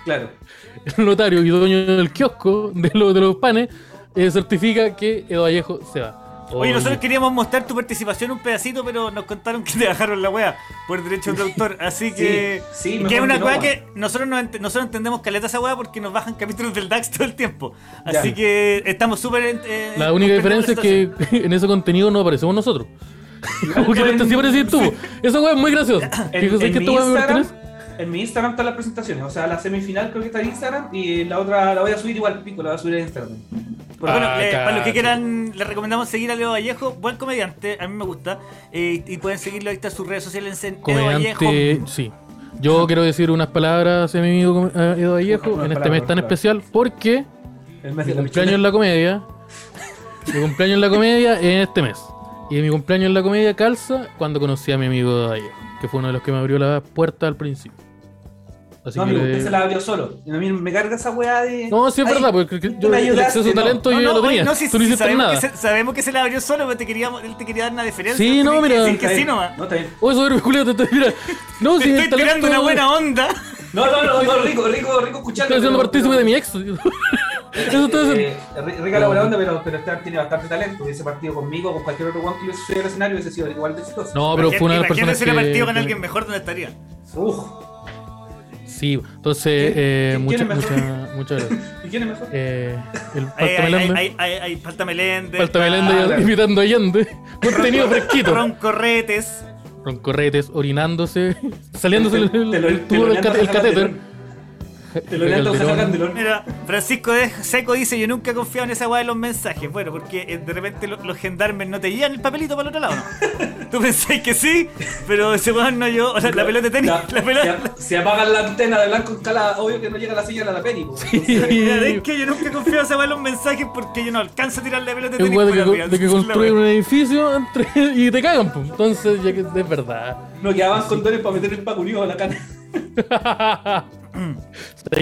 Speaker 3: Claro.
Speaker 1: El notario y dueño del kiosco de, los- de los panes eh, certifica que Edo Vallejo se va.
Speaker 2: Oye, nosotros queríamos mostrar tu participación un pedacito, pero nos contaron que te bajaron la wea por derechos de autor. Así que. que
Speaker 3: Sí, sí, mejor
Speaker 2: es una
Speaker 3: que no,
Speaker 2: wea
Speaker 3: wea.
Speaker 2: que nosotros, no ent- nosotros entendemos caleta esa wea porque nos bajan capítulos del DAX todo el tiempo. Así
Speaker 3: Ya.
Speaker 2: que estamos súper. eh,
Speaker 1: La única
Speaker 2: comprendemos
Speaker 1: diferencia es
Speaker 2: la
Speaker 1: que en ese contenido no aparecemos nosotros. Porque
Speaker 3: Igual
Speaker 1: este
Speaker 3: en-
Speaker 1: siempre decís tú. Esa weá es muy graciosa.
Speaker 3: En,
Speaker 1: Fíjate
Speaker 3: en
Speaker 1: que
Speaker 3: mi
Speaker 1: esta weá me
Speaker 3: Instagram,
Speaker 1: pertenece.
Speaker 3: en mi Instagram están las presentaciones. O sea, la semifinal creo que está en Instagram y la otra la voy a subir igual, pico, la voy a subir en Instagram.
Speaker 2: Pero bueno,
Speaker 1: Ah,
Speaker 2: eh, para los que
Speaker 1: cacho.
Speaker 2: quieran, les recomendamos seguir a Leo Vallejo, buen comediante, a mí me gusta. eh, y pueden seguirlo ahí está sus redes sociales
Speaker 3: Eh,
Speaker 2: en Leo Vallejo.
Speaker 1: Comediante, sí. Yo quiero decir unas palabras a mi amigo com- a Edo Vallejo
Speaker 3: Unas
Speaker 1: en este
Speaker 3: palabras,
Speaker 1: mes tan
Speaker 3: claro.
Speaker 1: especial porque
Speaker 3: El mes
Speaker 1: mi
Speaker 3: de la pichula.
Speaker 1: cumpleaños en la comedia. Mi cumpleaños en la comedia es en este mes. Y mi cumpleaños en la comedia calza cuando conocí a mi amigo Edo Vallejo, que fue uno de los que me abrió la puerta al principio. Así
Speaker 3: No,
Speaker 1: que-
Speaker 3: amigo, usted se la abrió solo. Y a mí me carga esa weá de.
Speaker 1: No, sí es
Speaker 3: Ay,
Speaker 1: verdad, porque creo que
Speaker 3: tú
Speaker 1: yo
Speaker 3: me
Speaker 1: el
Speaker 3: ayudaste,
Speaker 1: acceso a
Speaker 3: no.
Speaker 1: talento yo ya lo
Speaker 2: oye,
Speaker 1: tenía.
Speaker 2: si-
Speaker 1: Tú no
Speaker 2: si
Speaker 1: hiciste
Speaker 2: sabemos,
Speaker 1: nada.
Speaker 2: Que se- sabemos que se la abrió solo, pero te queríamos, él te quería dar una diferencia.
Speaker 1: Sí, no, mira.
Speaker 2: Sí,
Speaker 3: está
Speaker 2: que sí
Speaker 3: bien.
Speaker 2: nomás.
Speaker 3: No, está bien.
Speaker 1: Oye, Oh, soberbio culiao, te estoy mira, No,
Speaker 2: Te
Speaker 1: si el
Speaker 2: estoy tirando
Speaker 1: talento-
Speaker 2: una buena onda.
Speaker 3: No, no, no, no, rico, rico, rico escucharlo.
Speaker 1: Estoy haciendo
Speaker 3: pero-
Speaker 1: partícipe
Speaker 3: pero-
Speaker 1: de mi ex. Eso está haciendo.
Speaker 3: Eh, ri- rica la buena onda, pero, pero Star tiene bastante talento. Hubiese partido conmigo, con cualquier otro guan que hubiese subido al escenario, hubiese sido igual de exitoso.
Speaker 1: No, pero fue una de las personas
Speaker 2: hubiera partido
Speaker 1: que.
Speaker 2: con alguien mejor, ¿dónde estaría?
Speaker 3: Uf,
Speaker 1: Sí, entonces, eh,
Speaker 3: ¿Quién-
Speaker 1: muchas
Speaker 3: quién es mejor?
Speaker 1: muchas- muchas gracias.
Speaker 3: ¿y quién es mejor?
Speaker 1: Eh, el
Speaker 2: Ahí,
Speaker 1: Falta
Speaker 2: ahí, ahí,
Speaker 1: Melende.
Speaker 2: ahí, ahí, ahí, falta Melende.
Speaker 1: Falta
Speaker 2: está
Speaker 1: Melende
Speaker 3: claro.
Speaker 1: invitando a Allende. Contenido fresquito.
Speaker 2: Ron Corretes.
Speaker 1: Con corretes, orinándose, saliéndose el, el,
Speaker 3: Te lo-
Speaker 1: el
Speaker 3: te
Speaker 1: tubo
Speaker 3: lo
Speaker 1: del
Speaker 3: leanto
Speaker 1: cate- el
Speaker 3: José
Speaker 1: catéter.
Speaker 3: Calderón. Te lo leanto José
Speaker 1: Calderón.
Speaker 3: Calderón.
Speaker 2: Mira, Francisco de Seco dice: Yo nunca he confiado en esa weá de los mensajes. Bueno, porque eh, de repente lo- los gendarmes no te llevan el papelito para el otro lado, ¿no? Tú pensáis que sí, pero ese weón no yo. O sea, la pelota de tenis.
Speaker 3: Ya,
Speaker 2: La pelota.
Speaker 3: ya, Se apaga la antena de blanco en cala, obvio que no llega la señal a la peli. po. Entonces,
Speaker 2: Mira, es que yo nunca confío en esa weá de los mensajes porque yo no alcanzo a tirar la pelota de
Speaker 1: Es
Speaker 2: tenis.
Speaker 1: weá de
Speaker 2: por
Speaker 1: que,
Speaker 2: arriba.
Speaker 1: de que
Speaker 2: La
Speaker 1: construyen
Speaker 2: weá.
Speaker 1: un edificio entre- y te cagan, pues. Entonces, ya que es verdad.
Speaker 3: no quedaban condones para meter el paco unido a la cana.
Speaker 1: ¿Sabes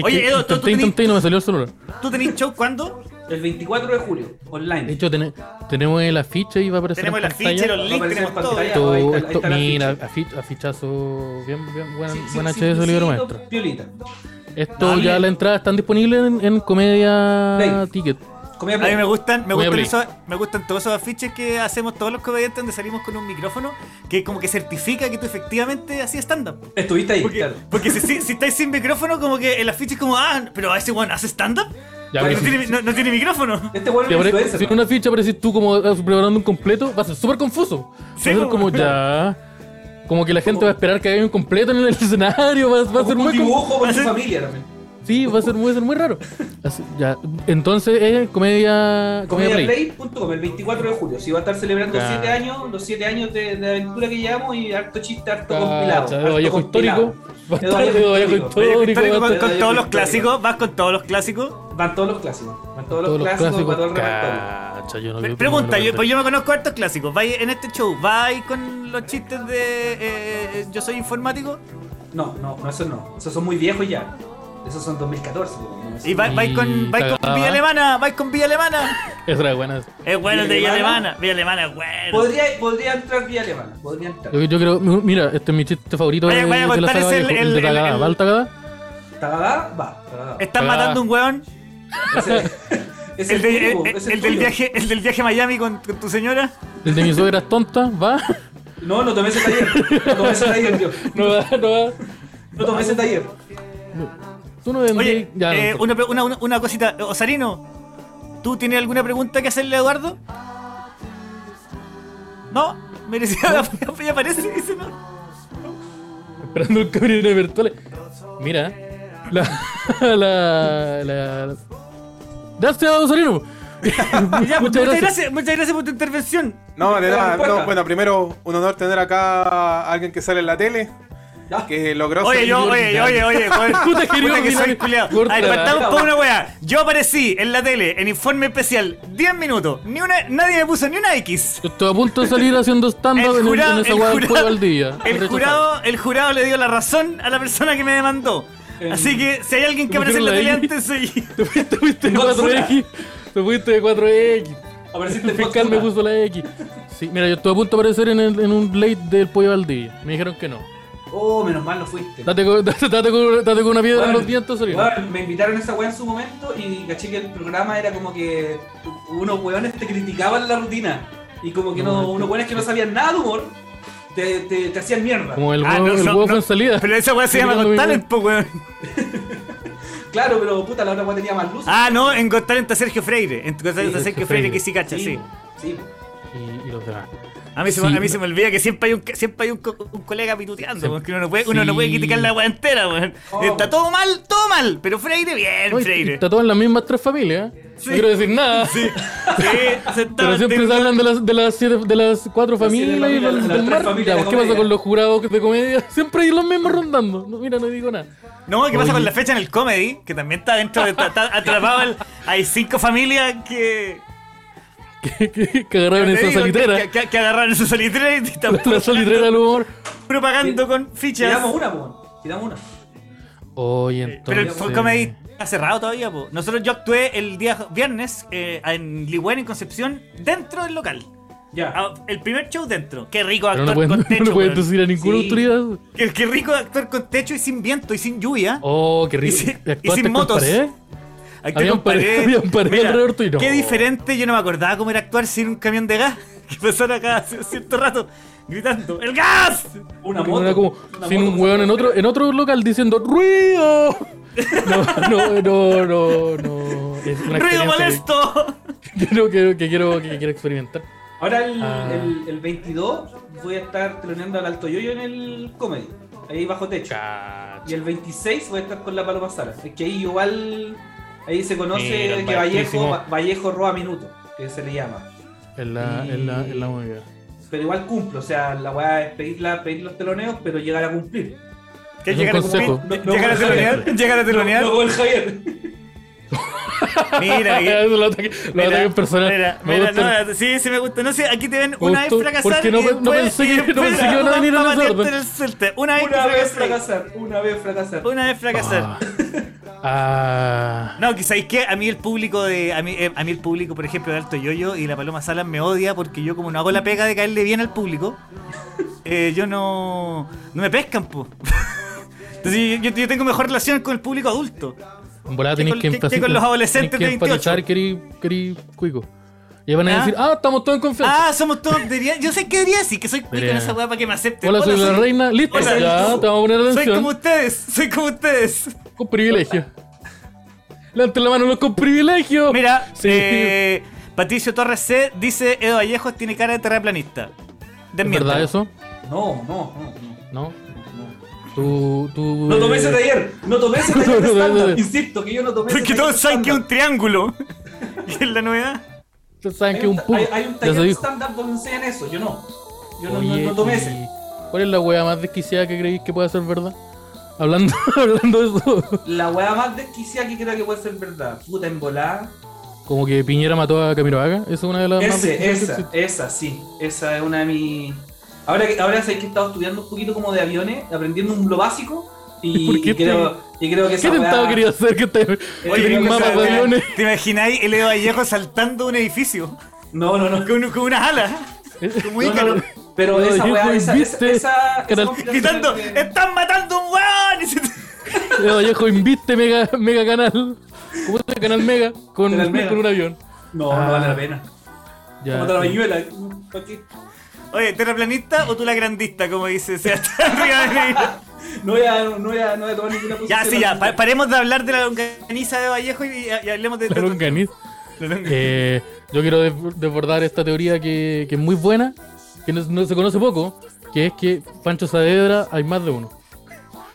Speaker 2: Oye,
Speaker 1: qué?
Speaker 2: Edo, ¿tú- tú
Speaker 1: intenté,
Speaker 2: tenés-
Speaker 1: intenté y no me salió el celular.
Speaker 2: ¿Tú tenés show cuándo?
Speaker 3: El 24 de julio, online.
Speaker 1: De hecho, tene- tenemos el afiche y va a aparecer
Speaker 2: Tenemos
Speaker 1: en
Speaker 2: el afiche,
Speaker 1: pantalla.
Speaker 2: los
Speaker 3: Va a
Speaker 2: links,
Speaker 3: aparecer
Speaker 2: tenemos
Speaker 3: en
Speaker 2: todo.
Speaker 3: pantalla.
Speaker 1: Esto-
Speaker 3: Ahí está- ahí
Speaker 1: esto-
Speaker 3: está el
Speaker 1: mira, afi- afichazo bien, bien, buen,
Speaker 3: Sí, sí,
Speaker 1: buen
Speaker 3: sí,
Speaker 1: HD de
Speaker 3: sí,
Speaker 1: Olivero
Speaker 3: sí,
Speaker 1: Maestro.
Speaker 3: Violita.
Speaker 1: Esto
Speaker 2: Dale.
Speaker 1: ya las entradas están disponibles en, en Comedia
Speaker 3: Play.
Speaker 1: Ticket.
Speaker 3: Comida
Speaker 2: A mí
Speaker 3: play.
Speaker 2: me gustan, me
Speaker 1: Voy a abrir.
Speaker 2: gustan, esos, me gustan todos esos afiches que hacemos todos los comediantes donde salimos con un micrófono que como que certifica que tú efectivamente hacías stand-up.
Speaker 3: Estuviste ahí,
Speaker 2: Porque,
Speaker 3: claro.
Speaker 2: porque si, si, si estáis sin micrófono, como que el afiche es como, ah, pero ese weón hace stand-up.
Speaker 1: Ya, pero
Speaker 2: Porque no,
Speaker 1: si-
Speaker 2: tiene, no- no tiene micrófono.
Speaker 3: Este bueno
Speaker 1: si
Speaker 3: es un
Speaker 1: apare-
Speaker 3: influencer.
Speaker 1: si en
Speaker 3: ¿no?
Speaker 1: una ficha apareces tú como eh, preparando un completo, va a ser súper confuso. Va a
Speaker 2: Sí,
Speaker 1: ser
Speaker 2: como-
Speaker 1: como ya. Como que la gente va a esperar que haga un completo en el escenario. Va, va a ser
Speaker 3: un
Speaker 1: muy. con-
Speaker 3: dibujo con
Speaker 2: Va a
Speaker 3: su
Speaker 2: ser-
Speaker 3: familia también.
Speaker 1: Sí, va a ser muy, va a ser muy raro. Así, ya. Entonces, eh, Comedia, comedia Play.
Speaker 3: Comediaplay.com el 24 de julio. Si va a estar celebrando
Speaker 1: Claro.
Speaker 3: 7 años, los 7 años de, de aventura que llevamos y harto chiste, harto compilado.
Speaker 1: Cacha, Edo
Speaker 3: harto
Speaker 1: Vallejo
Speaker 3: compilado.
Speaker 1: histórico. Va a
Speaker 3: Edo
Speaker 1: estar Edo Vallejo histórico.
Speaker 2: Histórico
Speaker 1: va a
Speaker 2: con,
Speaker 1: estar-
Speaker 2: con
Speaker 3: Yo
Speaker 2: todos los
Speaker 3: soy histórico.
Speaker 2: clásicos, vas con todos los clásicos.
Speaker 3: Van todos los clásicos. Van todos los
Speaker 1: Todos los
Speaker 3: clásicos,
Speaker 1: clásicos.
Speaker 3: va todo el repertorio.
Speaker 1: Cacha, yo no
Speaker 2: Pre-
Speaker 1: veo-
Speaker 2: Pregunta,
Speaker 1: no
Speaker 2: yo,
Speaker 1: veo-
Speaker 2: pues yo me conozco hartos clásicos. ¿Vais en este show? ¿Vais con los chistes de eh, eh, Yo soy informático?
Speaker 3: No, no, no, esos no. Esos son muy viejos ya. Esos son 2014. ¿no?
Speaker 2: ¿Y vais vais
Speaker 1: Y
Speaker 2: con, vais con
Speaker 1: cagaba.
Speaker 2: Villa Alemana? ¿Vais con Villa Alemana?
Speaker 1: Esa era buena.
Speaker 2: Es bueno el de Villa
Speaker 3: Villa Alemana.
Speaker 2: Alemana. Villa Alemana es bueno.
Speaker 3: Podría, podría entrar vía alemana. Podría entrar.
Speaker 1: Yo, yo creo, mira, este es mi chiste favorito
Speaker 2: Vaya,
Speaker 1: de,
Speaker 2: vaya a
Speaker 1: de la
Speaker 2: contar
Speaker 1: saga
Speaker 2: ese el-
Speaker 1: Vallejo, el,
Speaker 2: el-
Speaker 1: de
Speaker 2: el-
Speaker 1: Tagada.
Speaker 2: el-
Speaker 1: ¿Va el Tagada?
Speaker 3: Tagada, va. Tagada.
Speaker 2: Están
Speaker 1: Ah.
Speaker 2: matando un weón.
Speaker 3: Ese- Es
Speaker 2: Este- El, de-
Speaker 3: tuyo,
Speaker 2: el-
Speaker 3: es
Speaker 2: el del
Speaker 3: tuyo.
Speaker 2: viaje, el del viaje a Miami con, con tu señora.
Speaker 1: El de mi suegra es tonta, ¿va?
Speaker 3: No, no tomé ese taller. No tomé ese taller, yo.
Speaker 1: No va, no va.
Speaker 3: No tomé ese taller.
Speaker 1: Tú no vendí.
Speaker 2: Oye,
Speaker 1: ya, no
Speaker 2: eh,
Speaker 1: importa.
Speaker 2: una, pre- una, una- una cosita. Osarino, ¿tú tienes alguna pregunta que hacerle a Eduardo? No, merecía la ya aparece, dice no.
Speaker 1: Esperando el cabrón virtual. Mira, la. la. la. Gracias, Osarino.
Speaker 2: Ya,
Speaker 1: Muchas
Speaker 2: muchas
Speaker 1: gracias.
Speaker 2: gracias, muchas gracias por tu intervención.
Speaker 4: No, de
Speaker 3: Pero
Speaker 4: nada.
Speaker 3: respuesta.
Speaker 4: no, bueno, primero, un honor tener acá a alguien que sale en la tele,
Speaker 3: Ya.
Speaker 4: que logró
Speaker 2: Oye,
Speaker 4: ser-
Speaker 2: yo, oye, oye, oye, oye.
Speaker 1: Puta que no,
Speaker 2: que
Speaker 1: mira,
Speaker 2: soy
Speaker 1: mira,
Speaker 2: culiado.
Speaker 1: corta
Speaker 2: A ver,
Speaker 1: la-
Speaker 2: partamos por una weá. Yo aparecí en la tele, en informe especial, 10 minutos. Ni una, nadie me puso ni una X.
Speaker 1: Yo estoy a punto de salir haciendo stand-up
Speaker 2: El
Speaker 1: en, el-
Speaker 2: jurado,
Speaker 1: en esa
Speaker 2: el
Speaker 1: hueá del
Speaker 2: jurado-
Speaker 1: pueblo al día.
Speaker 2: El
Speaker 1: Rechazado.
Speaker 2: jurado, el jurado le dio la razón a la persona que me demandó.
Speaker 3: Em,
Speaker 2: Así que si hay alguien
Speaker 1: ¿te
Speaker 2: que aparece en la tele
Speaker 1: pusieron
Speaker 2: antes, soy-
Speaker 1: Te fuiste, te fuiste de
Speaker 3: No,
Speaker 1: 4X. Te fuiste de 4X.
Speaker 3: Apareciste
Speaker 1: El fiscal me puso la X. Sí, mira, yo estuve a punto de aparecer en, el- en un late del pollo Valdivia. Me dijeron que no.
Speaker 3: Oh, menos mal no fuiste.
Speaker 1: Date con, date, date con, date con una piedra en
Speaker 3: Bueno,
Speaker 1: los dientes, Sorino.
Speaker 3: bueno, me invitaron a esa weá en su momento y caché que el programa era como que unos weones te criticaban la rutina. Y como que no, unos weones que no sabían nada de humor te, te, te hacían mierda.
Speaker 1: Como el huevo,
Speaker 2: Ah, no,
Speaker 1: el
Speaker 2: son-
Speaker 1: huevo
Speaker 2: no.
Speaker 1: fue en salida.
Speaker 2: Pero esa weá se llama
Speaker 1: Mirando
Speaker 2: Got
Speaker 1: mi
Speaker 2: Talent, po, weón.
Speaker 3: Claro, pero puta, la otra weá tenía más luz.
Speaker 2: Ah, no, en Got Talent está Sergio Freire. En Got Talent está
Speaker 1: Sí,
Speaker 2: Sergio
Speaker 1: Sergio
Speaker 2: Freire,
Speaker 1: Freire.
Speaker 2: que sí cacha, sí.
Speaker 3: Sí.
Speaker 1: Y, y los demás.
Speaker 2: A mí, se, me-
Speaker 1: Sí.
Speaker 2: a mí se me olvida que siempre hay un, ca- siempre hay un, co- un colega
Speaker 1: Sí.
Speaker 2: pituteando, porque uno no puede, uno no
Speaker 1: Sí.
Speaker 2: puede criticar la weá entera, weón.
Speaker 3: Oh.
Speaker 2: Está todo mal, todo mal, pero Freire, bien,
Speaker 1: No, y- y
Speaker 2: Freire.
Speaker 1: está todo en las mismas tres familias. ¿eh?
Speaker 2: Sí.
Speaker 1: No quiero decir nada.
Speaker 2: Sí, se está-
Speaker 1: Pero siempre
Speaker 2: te-
Speaker 1: se hablan de las, de las, siete, de las cuatro familias y
Speaker 3: familias,
Speaker 1: los
Speaker 3: las
Speaker 1: del
Speaker 3: tres
Speaker 1: mar.
Speaker 3: familias
Speaker 1: Ya,
Speaker 3: de
Speaker 1: ¿Qué pasa
Speaker 3: comedia.
Speaker 1: con los jurados que- de comedia? Siempre hay los mismos rondando. No, mira, no digo nada.
Speaker 2: No, ¿qué pasa
Speaker 1: Oye.
Speaker 2: con la fecha en el comedy? Que también está dentro, de, está, está atrapado. el- hay cinco familias que.
Speaker 1: Que, que, que agarraron
Speaker 2: te
Speaker 1: esa
Speaker 2: digo,
Speaker 1: salitera.
Speaker 2: Que, que- que agarraron esa salitrera y te están
Speaker 1: La salitrera del humor.
Speaker 2: propagando con fichas.
Speaker 3: Tiramos una, weón. Tiramos una.
Speaker 1: Oye,
Speaker 2: Pero
Speaker 1: entonces.
Speaker 2: el Full Comedy está cerrado todavía, po. Nosotros yo actué el día viernes eh, en Ligüen, en Concepción, dentro del local.
Speaker 3: Ya.
Speaker 2: Ah, El primer show dentro. Qué rico
Speaker 1: Pero no
Speaker 2: actuar
Speaker 1: pueden,
Speaker 2: con techo.
Speaker 1: no pueden
Speaker 2: weón.
Speaker 1: decir a ninguna
Speaker 3: Sí.
Speaker 1: autoridad.
Speaker 2: Qué, qué rico actuar con techo y sin viento y sin lluvia.
Speaker 1: Oh, qué rico.
Speaker 2: Y sin-
Speaker 1: ¿Te
Speaker 2: y
Speaker 1: actuaste
Speaker 2: sin
Speaker 1: con
Speaker 2: motos.
Speaker 1: pared?
Speaker 2: Actué
Speaker 1: había
Speaker 2: con
Speaker 1: un pared-
Speaker 2: pared.
Speaker 1: había un pared
Speaker 2: Mira,
Speaker 1: alrededor tuyo.
Speaker 2: Qué
Speaker 1: No.
Speaker 2: diferente, yo no me acordaba cómo era actuar sin un camión de gas. Que pasara acá hace cierto rato gritando: ¡El gas!
Speaker 3: Una
Speaker 1: Como
Speaker 3: moto.
Speaker 1: era como
Speaker 3: una
Speaker 1: sin
Speaker 3: moto,
Speaker 1: un hueón en otro, en otro local diciendo ¡Ruido! No, no, no, no, no. Es una
Speaker 2: ¡Ruido
Speaker 1: experiencia
Speaker 2: molesto!
Speaker 1: que, creo que, que quiero, que quiero experimentar.
Speaker 3: Ahora el,
Speaker 1: Ah.
Speaker 3: el, el 22 voy a estar teloneando al Alto Yoyo en el comedy. Ahí bajo techo. Y el 26 voy a estar con la Paloma Sala. Es que ahí igual. Ahí se conoce
Speaker 1: Mira,
Speaker 3: que Vallejo,
Speaker 1: maestrísimo.
Speaker 3: Vallejo roba minutos, que se le llama.
Speaker 1: Es la, es la, es la movida.
Speaker 3: Pero igual cumplo, o sea, la voy a pedirla, pedir los teloneos, pero llegar a cumplir.
Speaker 2: Que
Speaker 1: Es un
Speaker 2: llegar a cumplir.
Speaker 1: consejo.
Speaker 3: No- no
Speaker 2: Llegar a
Speaker 3: con
Speaker 2: telonear. Llegar a telonear.
Speaker 3: Luego el Javier.
Speaker 2: Mira, que-
Speaker 1: Eso lo ataque, lo ataque en persona.
Speaker 2: Mira,
Speaker 1: Me
Speaker 2: mira,
Speaker 1: gusta-
Speaker 2: no, sí, sí me gusta. No sé, aquí te ven
Speaker 1: Me
Speaker 2: una vez
Speaker 1: gustó,
Speaker 2: fracasar.
Speaker 1: porque no
Speaker 2: y
Speaker 1: pe- no
Speaker 2: después-
Speaker 1: pensé que-
Speaker 2: y
Speaker 1: no
Speaker 2: después
Speaker 1: pensé que iban a
Speaker 2: vas
Speaker 1: venir en
Speaker 2: pa'
Speaker 1: ese
Speaker 2: patearte
Speaker 1: orden.
Speaker 2: en el suelte. Una vez que
Speaker 3: Una vez
Speaker 2: fracasé.
Speaker 3: fracasar, una vez fracasar.
Speaker 2: Una vez fracasar.
Speaker 1: Ah,
Speaker 2: No, que sabéis que a mí el público de a mí, eh, a mí el público, por ejemplo, de Alto Yoyo y la Paloma Salas me odia porque yo como no hago la pega de caerle bien al público, eh, yo no no me pescan, pues. Entonces yo, yo- yo tengo mejor relación con el público adulto.
Speaker 1: en volada
Speaker 2: ¿Qué
Speaker 1: tenés
Speaker 2: con-
Speaker 1: que
Speaker 2: qué- qué
Speaker 1: empezar.
Speaker 2: con los adolescentes
Speaker 1: tenés que
Speaker 2: de 28?
Speaker 1: empatizar, querí, querí cuico. Y van a
Speaker 2: ¿Ah?
Speaker 1: decir, ah, estamos todos en confianza.
Speaker 2: Ah, somos todos debería- yo sé que debería decir que soy cuico en
Speaker 1: Debería.
Speaker 2: esa weá para que me acepten.
Speaker 1: Hola, soy la
Speaker 2: soy-
Speaker 1: reina. Listo,
Speaker 2: Hola,
Speaker 1: ya,
Speaker 2: soy-
Speaker 1: te vamos a poner
Speaker 2: Soy
Speaker 1: atención.
Speaker 2: como ustedes, soy como ustedes.
Speaker 1: Con privilegio. Levanten la mano los con privilegio.
Speaker 2: Mira,
Speaker 1: Sí.
Speaker 2: eh, Patricio Torres C dice Edo Vallejos tiene cara de terraplanista.
Speaker 1: ¿Es
Speaker 2: Desmiéntalo.
Speaker 1: verdad eso?
Speaker 3: No, no, no, no.
Speaker 1: ¿No? Tú, tú...
Speaker 3: No tomé
Speaker 1: eh,
Speaker 3: ese taller, no tomé ese
Speaker 1: No,
Speaker 3: taller
Speaker 1: no,
Speaker 3: de
Speaker 1: no,
Speaker 3: estándar.
Speaker 1: no.
Speaker 3: Insisto, que yo no tomé ese
Speaker 2: Porque
Speaker 3: taller
Speaker 2: todos
Speaker 3: de
Speaker 2: saben que es un
Speaker 3: estándar.
Speaker 2: triángulo. ¿Qué es la novedad?
Speaker 1: Ustedes saben que
Speaker 3: Hay
Speaker 1: es
Speaker 3: un,
Speaker 1: un pub.
Speaker 3: hay, hay un
Speaker 1: ya
Speaker 3: taller
Speaker 1: se
Speaker 3: de
Speaker 1: dijo.
Speaker 3: estándar donde enseñan eso, yo no. Yo no, no,
Speaker 1: Oye,
Speaker 3: no tomé
Speaker 1: y-
Speaker 3: ese.
Speaker 1: ¿Cuál es la wea más desquiciada que creéis que puede ser verdad? Hablando, hablando de eso.
Speaker 3: La weá más desquiciada que creo que puede ser verdad. Puta embolada.
Speaker 1: Como que Piñera mató a Camilo Haga. Esa es una de las más
Speaker 3: Ese,
Speaker 1: desquiciadas que
Speaker 3: esa,
Speaker 1: existe.
Speaker 3: esa, sí. Esa es una de mis. Ahora que ahora sé que he estado estudiando un poquito como de aviones, aprendiendo un- lo básico. Y,
Speaker 1: ¿Y por qué este?
Speaker 3: y creo, y creo que
Speaker 1: ¿Qué
Speaker 3: esa
Speaker 1: tentado
Speaker 3: weá-
Speaker 1: quería hacer que te que
Speaker 3: Oye,
Speaker 1: tenés
Speaker 3: creo que
Speaker 1: mapas
Speaker 3: esa
Speaker 1: de
Speaker 3: wea-
Speaker 1: aviones?
Speaker 2: ¿Te imagináis el Edo Vallejo saltando de un edificio?
Speaker 3: No, no, no.
Speaker 2: Con, con unas alas. Como
Speaker 3: No, no,
Speaker 2: Ícaro.
Speaker 3: no. Pero
Speaker 1: No,
Speaker 3: esa
Speaker 1: yo
Speaker 3: weá, esa, esa,
Speaker 1: viste,
Speaker 3: esa, esa
Speaker 1: Canal-
Speaker 3: compilación
Speaker 2: Gritando,
Speaker 3: de-
Speaker 2: ¡están matando a un weón!
Speaker 1: Leo Vallejo inviste mega, mega canal. ¿Cómo se llama? Canal Mega con,
Speaker 3: Canal Mega.
Speaker 1: con un avión.
Speaker 3: No,
Speaker 1: Ah.
Speaker 3: no vale la pena.
Speaker 1: Ya,
Speaker 3: Como la
Speaker 1: sí.
Speaker 3: bañuela. ¿pa' qué?
Speaker 2: Oye, ¿terraplanista o tú la grandista? Como dice Sebastián Rivadeneira.
Speaker 3: No voy a, no voy a, no voy a tomar ninguna posición.
Speaker 2: Ya, sí, ya. pa- paremos de hablar de la longaniza de Vallejo y, y hablemos de...
Speaker 1: La longaniza. Eh, yo quiero des- desbordar esta teoría que, que es muy buena, que no, no se conoce poco, que es que Pancho Saavedra hay más de uno.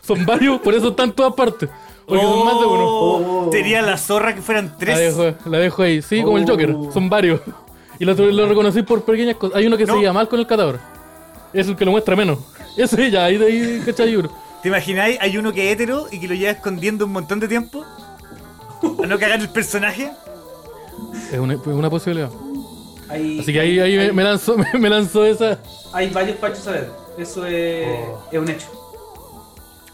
Speaker 1: Son varios, por eso están en todas partes. Porque son más de uno.
Speaker 2: Oh, Sería la zorra que fueran
Speaker 1: La
Speaker 2: tres.
Speaker 1: dejo, la dejo ahí, sí, como el
Speaker 3: Oh.
Speaker 1: Joker, son varios. Y lo, lo reconocí por pequeñas cosas. Hay uno que
Speaker 2: No.
Speaker 1: se llama mal con el catador. Es el que lo muestra menos. Eso es ella, ahí de ahí, ¿cachai? uno.
Speaker 2: ¿Te imagináis? Hay uno que es hétero y que lo lleva escondiendo un montón de tiempo. A no cagar el personaje.
Speaker 1: Es una, es una posibilidad.
Speaker 3: Hay-
Speaker 1: Así que ahí, ahí me,
Speaker 3: hay,
Speaker 1: me lanzo, me, me lanzo esa.
Speaker 3: hay varios Pancho Saavedra. Eso es,
Speaker 2: Oh.
Speaker 3: es un hecho.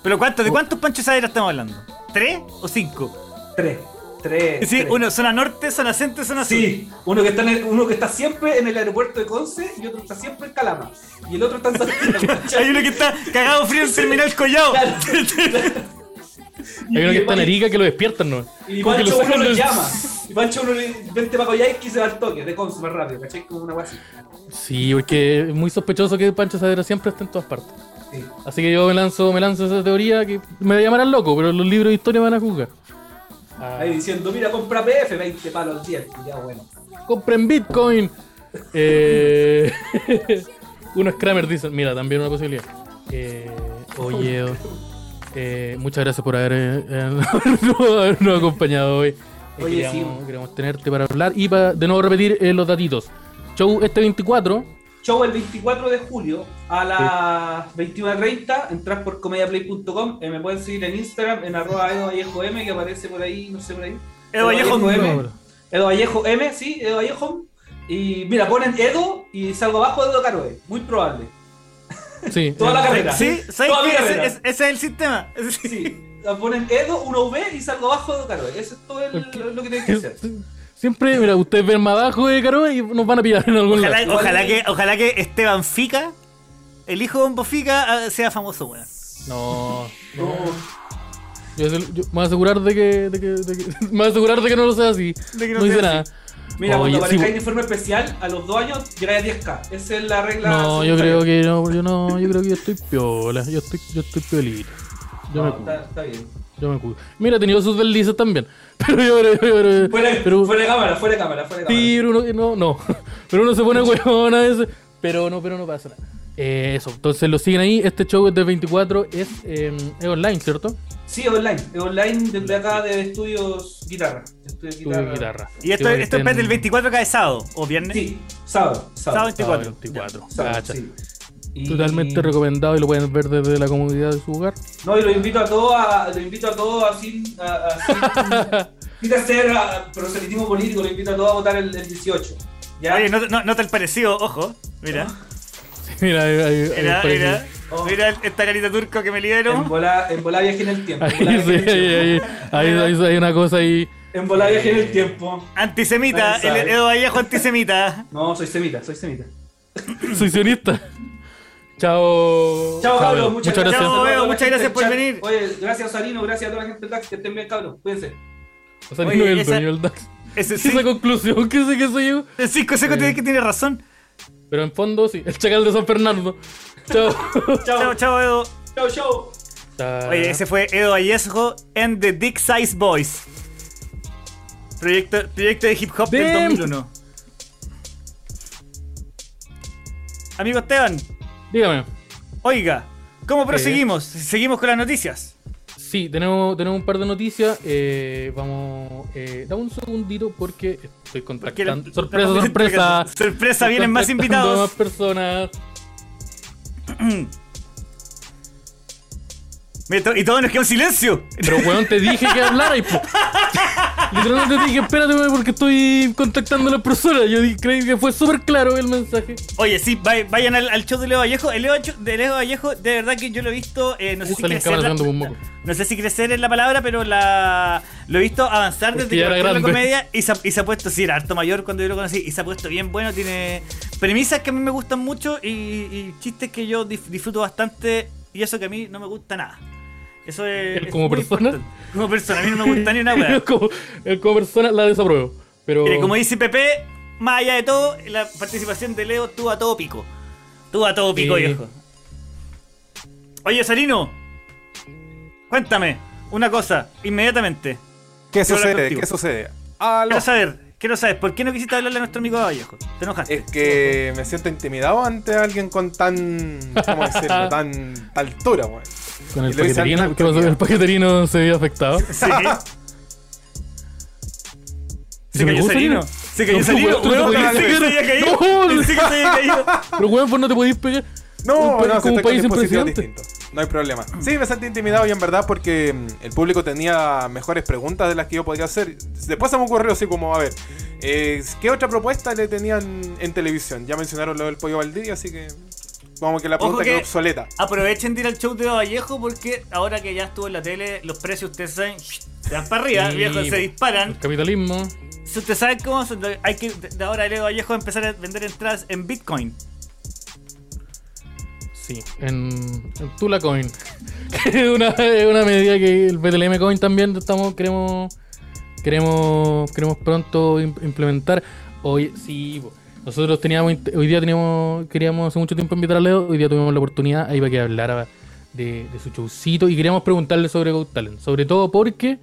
Speaker 2: ¿Pero cuánto, de cuántos Pancho Saavedra estamos hablando? ¿Tres o cinco?
Speaker 3: Tres. Tres.
Speaker 2: Sí,
Speaker 3: tres.
Speaker 2: uno, zona norte, zona centro, zona sur.
Speaker 3: Sí, uno que, está en el- uno que está siempre en el aeropuerto de Conce y otro que está siempre en Calama. Y el otro está en
Speaker 2: Hay
Speaker 3: Santiago.
Speaker 2: uno que está cagado frío en terminal collado.
Speaker 3: Claro.
Speaker 1: Hay uno que está en Arica que lo despiertan, ¿no?
Speaker 3: Y
Speaker 1: Como que
Speaker 3: Pancho
Speaker 1: lo
Speaker 3: uno
Speaker 1: sacan
Speaker 3: lo
Speaker 1: del-
Speaker 3: llama. Y Pancho uno le vente para Coyhaique y se va al toque de Conce más rápido, ¿cachai? Como una wea así.
Speaker 1: Sí, porque es muy sospechoso que Pancho Saavedra siempre esté en todas partes.
Speaker 3: Sí.
Speaker 1: Así que yo me lanzo, me lanzo esa teoría que me llamarán loco, pero los libros de historia me van a juzgar. Ah.
Speaker 3: Ahí diciendo, mira, compra PF, 20 palos al día. Y Ya bueno.
Speaker 1: Compren Bitcoin. Eh, unos Kramer dicen, mira, también una posibilidad. Eh, oye, eh, muchas gracias por haber, eh, eh, habernos acompañado hoy. Eh,
Speaker 3: Oye,
Speaker 1: queríamos,
Speaker 3: sí.
Speaker 1: queríamos tenerte para hablar y para de nuevo repetir eh, los datitos. Show este 24,
Speaker 3: Show el 24 de julio a las 21.30. Entras por comediaplay.com. eh, me pueden seguir en Instagram, en arroba Edo Vallejo M, que aparece por ahí, no sé por ahí.
Speaker 2: Edo Vallejo
Speaker 3: M.
Speaker 1: no.
Speaker 3: Edo Vallejo M, sí, Edo Vallejo. Y mira, ponen Edo y salgo abajo de Edo Caroe. Muy probable.
Speaker 1: sí,
Speaker 3: Toda la
Speaker 1: eh,
Speaker 3: carrera.
Speaker 2: Sí, ¿sabes
Speaker 3: Toda mi
Speaker 2: qué? Ese,
Speaker 3: carrera.
Speaker 2: ese- ese es el sistema.
Speaker 3: Sí. ponen Edo, uno V y salgo abajo de Caro. Eso es todo el-
Speaker 1: Ok.
Speaker 3: lo que tienen que hacer.
Speaker 1: Siempre, mira, ustedes ven más abajo de Caro y nos van a pillar en algún lado.
Speaker 2: Ojalá,
Speaker 3: Igual-
Speaker 2: ojalá que, ojalá que Esteban Fica, el hijo de Bombo Fica, ah, sea famoso, weón.
Speaker 1: No.
Speaker 3: No,
Speaker 1: Yo, se- yo me voy a asegurar de que, de que, de que- me voy a asegurar de que no lo sea así.
Speaker 2: De que no
Speaker 1: no hice
Speaker 2: sea
Speaker 1: nada.
Speaker 3: Mira,
Speaker 1: Oye,
Speaker 3: cuando
Speaker 1: sí,
Speaker 3: aparezca en uniforme especial, a los dos años llegáis a 10k. Esa es la regla.
Speaker 1: No, yo creo que no, yo no, yo creo que yo estoy piola, yo estoy, yo estoy piolito. Yo me
Speaker 3: No,
Speaker 1: cuido,
Speaker 3: Ah, está, está bien.
Speaker 1: yo me cuido. Mira, he tenido sus deslices también. Pero yo, yo- yo- yo-
Speaker 3: Fuera,
Speaker 1: pero
Speaker 3: fuera de cámara, fuera de cámara, fuera de cámara.
Speaker 1: sí, pero uno, no, no. Pero uno se pone huevón a veces. Pero no, pero no pasa nada. Eh, eso, entonces lo siguen ahí. Este show es del 24, es, eh, es online, ¿cierto?
Speaker 3: Sí, online. Es online desde acá de estudios guitarra. Estudios
Speaker 1: Tú
Speaker 3: guitarra.
Speaker 1: guitarra.
Speaker 2: Y esto,
Speaker 1: Digo que
Speaker 2: esto es
Speaker 1: estén-
Speaker 2: del 24 cada sábado, o viernes.
Speaker 3: Sí, sábado.
Speaker 2: Sábado
Speaker 3: Sábado.
Speaker 2: 24.
Speaker 1: sábado 24.
Speaker 3: sábado,
Speaker 1: Cacha.
Speaker 3: sí. Y-
Speaker 1: Totalmente recomendado y lo pueden ver desde la comodidad de su hogar.
Speaker 3: No, y lo invito a todos a, lo invito a todos a sin, a, a sin- invito a hacer a, proselitismo político, lo invito a todos a votar el, el 18. ¿Ya?
Speaker 2: Oye, no, no, nota el parecido, ojo.
Speaker 3: Ah.
Speaker 2: Mira,
Speaker 1: Mira, ahí, ahí- ahí
Speaker 2: mira,
Speaker 1: aparece.
Speaker 2: mira.
Speaker 3: Oh.
Speaker 2: Mira esta carita turco que me
Speaker 3: En
Speaker 2: libero.
Speaker 3: volá, en volá viaje en el tiempo.
Speaker 1: Ahí
Speaker 3: en volá
Speaker 1: sí,
Speaker 3: viaje en el
Speaker 1: ahí,
Speaker 3: tiempo.
Speaker 1: ahí, ahí- ahí- ahí hay una cosa ahí.
Speaker 3: En volá viaje en el tiempo.
Speaker 2: Antisemita,
Speaker 3: Nadie sabe.
Speaker 2: el Edo Vallejo antisemita.
Speaker 3: No, soy semita, soy semita.
Speaker 1: Soy sionista. Chao.
Speaker 3: Chao, cabros.
Speaker 1: Edo.
Speaker 3: Muchas, gracias.
Speaker 2: Chao,
Speaker 3: a toda
Speaker 2: Edo,
Speaker 3: la
Speaker 2: muchas
Speaker 3: gente
Speaker 2: gracias
Speaker 3: del
Speaker 2: por
Speaker 3: chat.
Speaker 2: venir.
Speaker 3: Oye, gracias, Sarino. Gracias a toda la gente del DAX. Que estén bien, cabros. Cuídense.
Speaker 1: O sea,
Speaker 2: Oye,
Speaker 1: nivel
Speaker 2: esa-
Speaker 1: dueño del DAX.
Speaker 2: Ese
Speaker 1: Esa
Speaker 2: sí,
Speaker 1: conclusión que sé que soy yo.
Speaker 2: el Cisco Seco tiene que tiene razón.
Speaker 1: Pero en fondo sí, el chacal de San Fernando. Chao.
Speaker 2: Chao,
Speaker 3: Chao,
Speaker 2: chao, Edo.
Speaker 3: chao, chao.
Speaker 2: Oye, ese fue Edo Vallejo and the Dick Size Boys. Proyecto, proyecto de hip hop
Speaker 1: Damn.
Speaker 2: del 2001. Amigo Esteban,
Speaker 1: Dígame.
Speaker 2: oiga, ¿cómo proseguimos? Seguimos con las noticias.
Speaker 1: Sí, tenemos, tenemos un par de noticias. Eh, vamos. Eh, dame un segundito porque estoy contactando.
Speaker 2: Porque-
Speaker 1: sorpresa, sorpresa.
Speaker 2: Sorpresa, vienen más
Speaker 1: Contactando a
Speaker 2: invitados.
Speaker 1: Más personas.
Speaker 2: Mira, to- Y todos nos quedamos en silencio.
Speaker 1: Pero weón, te dije que hablara y po. Literalmente te dije, espérate, weón, porque estoy contactando a las personas. Yo di- creí que fue súper claro el mensaje.
Speaker 2: Oye, sí, vay- vayan al, al show de Leo Vallejo. El Leo, de Leo Vallejo, de verdad que yo lo he visto. eh, no, sé
Speaker 1: Uh,
Speaker 2: si
Speaker 1: sale en
Speaker 2: crecer
Speaker 1: cámara
Speaker 2: la-
Speaker 1: sacando un moco.
Speaker 2: no sé si crecer es la palabra, pero la, lo he visto avanzar
Speaker 1: Porque
Speaker 2: desde que
Speaker 1: ya Pues era
Speaker 2: partió la
Speaker 1: grande.
Speaker 2: comedia y se, ha- y se ha puesto, sí, era harto mayor cuando yo lo conocí, y se ha puesto bien bueno. Tiene premisas que a mí me gustan mucho y, y chistes que yo dif- disfruto bastante y eso que a mí no me gusta nada. Eso es.
Speaker 1: ¿Él
Speaker 2: es
Speaker 1: como
Speaker 2: muy
Speaker 1: persona?
Speaker 2: importante. Como persona, a mí no me gusta ni una wea.
Speaker 1: Yo como, eh, como persona la desapruebo. Pero.
Speaker 2: Mire, como dice Pepe, más allá de todo, la participación de Leo estuvo a todo pico. Estuvo a todo pico,
Speaker 1: Sí.
Speaker 2: viejo. Oye, Sarino, cuéntame una cosa, inmediatamente.
Speaker 4: ¿Qué
Speaker 2: Quiero hablar
Speaker 4: sucede?
Speaker 2: contigo.
Speaker 4: ¿Qué sucede? Aló.
Speaker 2: Quiero saber, quiero saber, ¿por qué no quisiste hablarle a nuestro amigo Vallejo? ¿Te enojaste?
Speaker 4: Es que me siento intimidado ante alguien con tan. ¿Cómo decirlo? tan. tal altura, weón.
Speaker 1: Con el
Speaker 4: y lo hice
Speaker 1: paqueterino.
Speaker 4: antes,
Speaker 1: ¿Qué pasó?
Speaker 4: mira.
Speaker 1: El paqueterino se vio afectado.
Speaker 2: Sí.
Speaker 1: ¿Se
Speaker 2: ¿Eh? Se cayó
Speaker 1: pegó,
Speaker 2: Sarino.
Speaker 1: Sarino?
Speaker 2: Se cayó
Speaker 1: No,
Speaker 2: Sarino.
Speaker 1: weón, tú no
Speaker 2: weón,
Speaker 4: te
Speaker 2: Pensé que
Speaker 1: podías
Speaker 2: se había
Speaker 1: pegar.
Speaker 2: caído.
Speaker 1: No.
Speaker 2: Pensé que se había caído.
Speaker 1: Pero weón, vos no te podéis pegar.
Speaker 4: No,
Speaker 1: Un pa-
Speaker 4: no,
Speaker 1: como
Speaker 4: si estoy
Speaker 1: un
Speaker 4: con
Speaker 1: país
Speaker 4: dispositivos
Speaker 1: impresionante.
Speaker 4: distintos. No hay problema. Sí, me sentí intimidado y en verdad porque mm, el público tenía mejores preguntas de las que yo podría hacer. Después se me ocurrió así como, a ver, eh, ¿qué otra propuesta le tenían en televisión? Ya mencionaron lo del Pollo Valdivia, así que como que la
Speaker 2: Ojo
Speaker 4: pregunta
Speaker 2: que-
Speaker 4: quedó obsoleta.
Speaker 2: Aprovechen de ir al show de Vallejo porque ahora que ya estuvo en la tele, los precios ustedes saben, se van para arriba,
Speaker 1: Sí,
Speaker 2: viejo, se
Speaker 1: po.
Speaker 2: disparan.
Speaker 1: El capitalismo.
Speaker 2: Si ustedes saben cómo son, hay que de ahora Leo Vallejo va a empezar a vender entradas en Bitcoin.
Speaker 1: Sí. En, en Tula Coin. Que es una, es una medida que el BTLM Coin también estamos, queremos. Queremos. Queremos pronto im- implementar. Hoy sí, po. nosotros teníamos int- hoy día teníamos queríamos hace mucho tiempo invitar a Leo, hoy día tuvimos la oportunidad ahí para que hablara de, de su showcito y queríamos preguntarle sobre Go Talent, sobre todo porque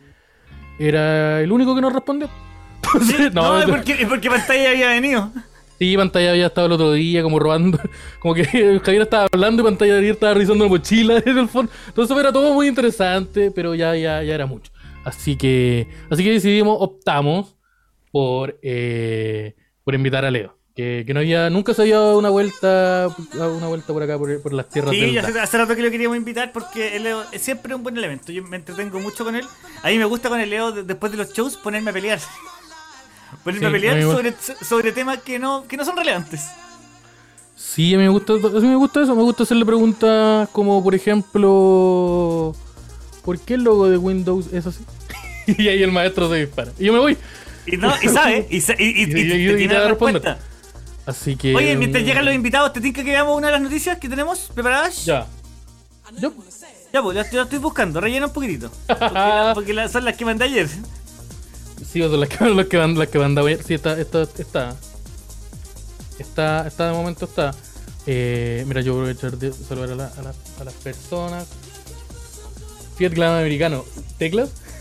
Speaker 1: era el único que nos respondió. Entonces,
Speaker 2: No, es,
Speaker 1: no-
Speaker 2: porque, es porque pantalla había venido.
Speaker 1: Sí, pantalla había estado el otro día como robando, como que Javier estaba hablando y pantalla había estaba revisando la mochila en el fondo. Entonces era todo muy interesante, pero ya, ya, ya era mucho. Así que, así que decidimos, optamos por, eh, por invitar a Leo. Que, que no había, nunca se había dado una vuelta, dado una vuelta por acá, por, por las tierras
Speaker 2: Sí,
Speaker 1: del
Speaker 2: ya
Speaker 1: DAC.
Speaker 2: hace, hace rato que lo queríamos invitar porque el Leo es siempre un buen elemento. Yo me entretengo mucho con él. A mí me gusta con el Leo, de- después de los shows, ponerme a pelear. Ponerme
Speaker 1: Sí,
Speaker 2: a pelear
Speaker 1: a mí
Speaker 2: sobre, sobre temas que no, que no son relevantes.
Speaker 1: Sí, a mí me gusta, a mí me gusta eso, me gusta hacerle preguntas como por ejemplo ¿por qué el logo de Windows es así? y ahí el maestro se dispara. Y yo me voy.
Speaker 2: Y, no, y sabe, y, sa- y, y-
Speaker 1: Y-
Speaker 2: y-
Speaker 1: y-
Speaker 2: te
Speaker 1: y- y
Speaker 2: tiene
Speaker 1: te va
Speaker 2: la
Speaker 1: a responder.
Speaker 2: respuesta.
Speaker 1: Así que.
Speaker 2: Oye, mientras
Speaker 1: mm,
Speaker 2: llegan los invitados, ¿te tinca que veamos una de las noticias que tenemos preparadas?
Speaker 1: Ya. Yo-
Speaker 2: Ya, pues, la, la estoy buscando, rellena un poquitito. Porque,
Speaker 1: Ah.
Speaker 2: la- porque la- son las que mandé ayer.
Speaker 1: Sí, o sea, las que, las que van, las que van de Sí, está, está, está. Está, está de momento está. Eh, mira, yo voy a aprovechar de saludar a, la- a la- a las personas. Fiat Glam americano. ¿Teclas?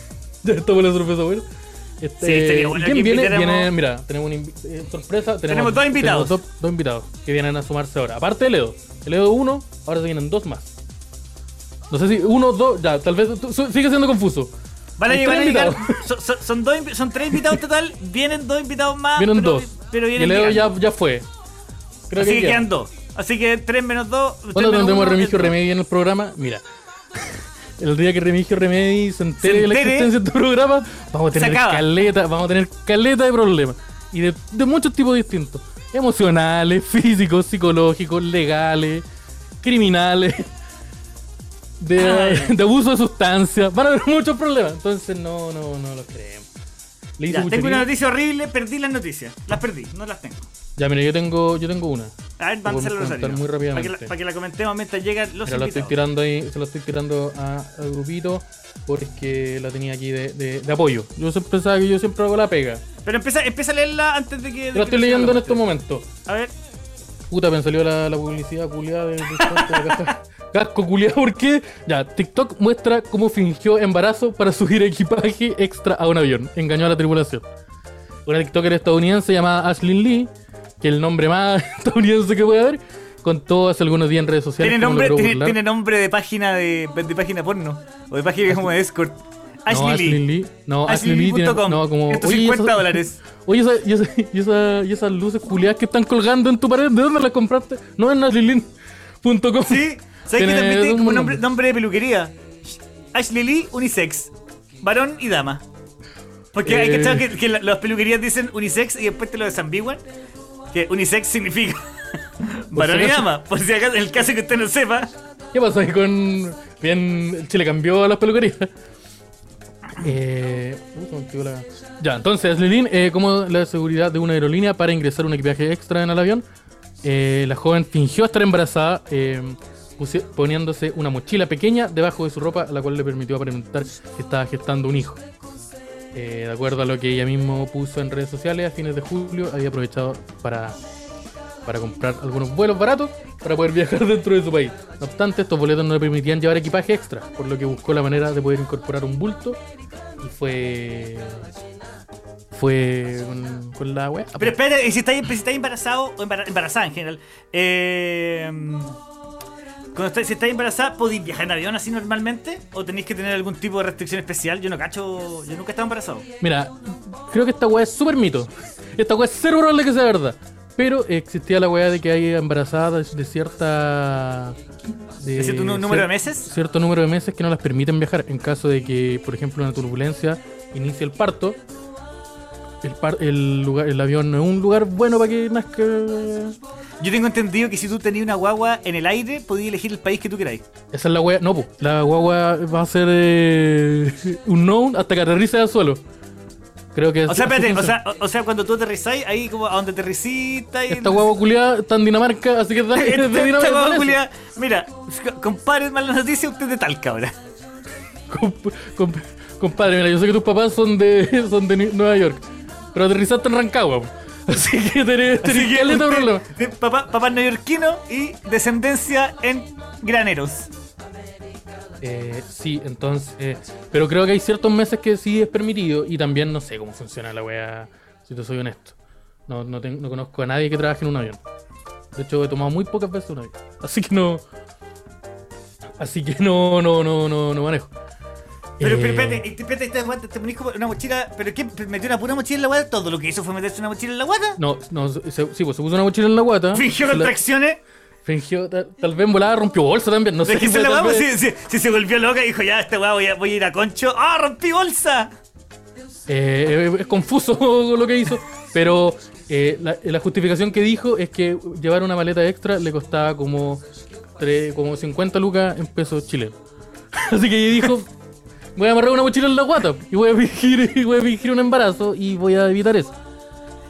Speaker 1: Ya esto fue la sorpresa, bueno. Este,
Speaker 2: Sí, estaría bueno
Speaker 1: ¿y ¿Quién
Speaker 2: que
Speaker 1: viene?
Speaker 2: invitáramos-
Speaker 1: Viene, mira, tenemos una invi- eh, sorpresa. Tenemos,
Speaker 2: Tenemos dos invitados.
Speaker 1: tenemos dos, dos invitados que vienen a sumarse ahora. Aparte de Leo. El Leo 1, ahora se vienen dos más. No sé si uno, dos, ya, tal vez tú- sigue siendo confuso.
Speaker 2: Van a
Speaker 1: Hay
Speaker 2: llegar,
Speaker 1: tres
Speaker 2: van a llegar-
Speaker 1: invitados.
Speaker 2: Son, son- son dos invi- son tres invitados total, vienen dos invitados más.
Speaker 1: Vienen
Speaker 2: Ah, pero-
Speaker 1: dos.
Speaker 2: Pero
Speaker 1: y el
Speaker 2: vienen
Speaker 1: Leo
Speaker 2: llegando.
Speaker 1: ya, ya fue. Creo
Speaker 2: Así que
Speaker 1: ya.
Speaker 2: quedan dos. Así que tres menos dos. tres
Speaker 1: ¿Cuándo
Speaker 2: menos
Speaker 1: tendremos a
Speaker 2: uno,
Speaker 1: Remigio
Speaker 2: es-
Speaker 1: Remedi en el programa? Mira. El día que Remigio Remedi se entere,
Speaker 2: Se
Speaker 1: de la
Speaker 2: entere.
Speaker 1: existencia de tu programa, vamos a
Speaker 2: Se
Speaker 1: tener
Speaker 2: acaba.
Speaker 1: caleta, vamos a tener caleta de problemas. Y de, de muchos tipos distintos. Emocionales, físicos, psicológicos, legales, criminales, de,
Speaker 2: Ah.
Speaker 1: de abuso de sustancias. Van a haber muchos problemas. Entonces no, no, no lo creemos. Le hice
Speaker 2: Ya, tengo
Speaker 1: buchería.
Speaker 2: una noticia horrible, perdí las noticias. Las perdí, no las tengo.
Speaker 1: Ya, mira, yo tengo, yo tengo una.
Speaker 2: A ver,
Speaker 1: Lo
Speaker 2: vamos a
Speaker 1: podemos
Speaker 2: Rosario.
Speaker 1: comentar muy
Speaker 2: Para que, la,
Speaker 1: rápidamente.
Speaker 2: para que la comentemos mientras llegan los
Speaker 1: Mira, la estoy
Speaker 2: invitados.
Speaker 1: tirando ahí, se la estoy tirando a, a grupito porque la tenía aquí de, de- de apoyo. Yo siempre pensaba que yo siempre hago la pega.
Speaker 2: Pero empieza, empieza a leerla antes de que. de
Speaker 1: Yo la
Speaker 2: que
Speaker 1: estoy
Speaker 2: nos
Speaker 1: leyendo en
Speaker 2: salgamos.
Speaker 1: estos momentos.
Speaker 2: A ver,
Speaker 1: Puta, me salió la, la publicidad culiada de, de- de- Casco culiado, ¿por qué? Ya, TikTok muestra cómo fingió embarazo para subir equipaje extra a un avión. Engañó a la tripulación. Una TikToker estadounidense llamada Ashley Lee, que el nombre más estadounidense que puede haber, contó hace algunos días en redes sociales.
Speaker 2: tiene
Speaker 1: cómo
Speaker 2: nombre,
Speaker 1: logró
Speaker 2: tiene,
Speaker 1: burlar-
Speaker 2: tiene nombre de página de, de página porno. O de página como de escort. Ashley,
Speaker 1: no, Ashley
Speaker 2: Lee.
Speaker 1: Lee. No, Ashley Lee tiene
Speaker 2: Ashley.com.
Speaker 1: no, como, oye, ¿y
Speaker 2: 150
Speaker 1: esa-
Speaker 2: dólares.
Speaker 1: Oye, esa- y, esa- y esa- y esas luces culiadas que están colgando en tu pared, ¿de dónde las compraste? No en ashleylee.com.
Speaker 2: Sí, ¿sabes que
Speaker 1: Tiene
Speaker 2: también tiene
Speaker 1: un
Speaker 2: como
Speaker 1: buen
Speaker 2: nombre,
Speaker 1: nombre.
Speaker 2: nombre de peluquería? Ashley Lee Unisex. Varón y dama. Porque hay
Speaker 1: Eh.
Speaker 2: cachado que, que la- las peluquerías dicen unisex y después te lo desambiguan. Que unisex significa varón
Speaker 1: si
Speaker 2: y
Speaker 1: acaso.
Speaker 2: dama. Por si acaso, en el caso que usted no sepa.
Speaker 1: ¿Qué pasa ahí con. Bien, Chile cambió las peluquerías. Eh, uh, se me olvidó la- Ya, entonces, Lilin, eh, como la seguridad de una aerolínea para ingresar un equipaje extra en el avión, eh, la joven fingió estar embarazada eh, pusi- poniéndose una mochila pequeña debajo de su ropa, la cual le permitió aparentar que estaba gestando un hijo. Eh, de acuerdo a lo que ella mismo puso en redes sociales, a fines de julio había aprovechado para para comprar algunos vuelos baratos para poder viajar dentro de su país. No obstante, estos boletos no le permitían llevar equipaje extra, por lo que buscó la manera de poder incorporar un bulto y fue. fue con, con la wea.
Speaker 2: Pero espera, y si está, si está embarazado o embara- embarazada en general. eh, cuando está- si estás embarazada, ¿podéis viajar en avión así normalmente? ¿O tenéis que tener algún tipo de restricción especial? Yo no cacho, yo nunca he estado embarazado.
Speaker 1: Mira, creo que esta weá es súper mito. Esta weá es cero probable que sea verdad. Pero existía la weá de que hay embarazadas de cierta.
Speaker 2: ¿De cierto nu- número de
Speaker 1: cier-
Speaker 2: meses?
Speaker 1: Cierto número de meses que no las permiten viajar. En caso de que, por ejemplo, una turbulencia inicie el parto, el, par- el, lugar, el avión no es un lugar bueno para que nazca.
Speaker 2: Yo tengo entendido que si tú tenías una guagua en el aire, podías elegir el país que tú queráis.
Speaker 1: Esa es la weá. No, po. La guagua va a ser eh, un known hasta que aterrice al suelo. Creo que
Speaker 2: O
Speaker 1: es-
Speaker 2: sea,
Speaker 1: así
Speaker 2: espérate, o
Speaker 1: funciona.
Speaker 2: sea, o, o sea, cuando tú aterrizáis, ahí como a donde aterrizita y.
Speaker 1: Esta guagua culiada está en Dinamarca, así que es de- es de
Speaker 2: Esta- esta
Speaker 1: Dinamarca.
Speaker 2: guagua
Speaker 1: parece.
Speaker 2: culiada- Mira, c- compadre, mala noticia, usted es de Talca ahora.
Speaker 1: Comp- comp- compadre, mira, yo sé que tus papás son de, son de Ni- Nueva York, pero aterrizaste en Rancagua. po. Así que tenés, tenés
Speaker 2: Así que
Speaker 1: caleta de
Speaker 2: usted-
Speaker 1: problema.
Speaker 2: de papá, papá neoyorquino y descendencia en graneros.
Speaker 1: Eh, sí, entonces. eh, pero creo que hay ciertos meses que sí es permitido y también no sé cómo funciona la wea, si te soy honesto. No, no, ten- no conozco a nadie que trabaje en un avión. De hecho, he tomado muy pocas veces un avión. Así que no. Así que no, no, no, no, no manejo.
Speaker 2: Pero, pero
Speaker 1: Eh,
Speaker 2: espérate, y te- espérate, este te, aguanta, te ponís como una mochila. ¿Pero qué? ¿Metió una pura mochila en la guata? ¿Todo lo que hizo fue meterse una mochila en la guata?
Speaker 1: No, no, se- se- sí, pues se puso una mochila en la guata. se
Speaker 2: ¿Fingió
Speaker 1: la-
Speaker 2: contracciones?
Speaker 1: Fingió, ta- tal, vez en volada rompió bolsa también, no sé.
Speaker 2: Es que se
Speaker 1: fue
Speaker 2: la
Speaker 1: tal
Speaker 2: guagua,
Speaker 1: vez-
Speaker 2: si, si- si se volvió loca, dijo, ya, esta weá voy a, voy a ir a concho. ¡Ah, rompí bolsa!
Speaker 1: Eh, es confuso lo que hizo, pero eh, la, la justificación que dijo es que llevar una maleta extra le costaba como, tre- como 50 lucas en pesos chilenos. Así que ella dijo, Voy a amarrar una mochila en la guata y voy a fingir, y voy a fingir un embarazo y voy a evitar eso.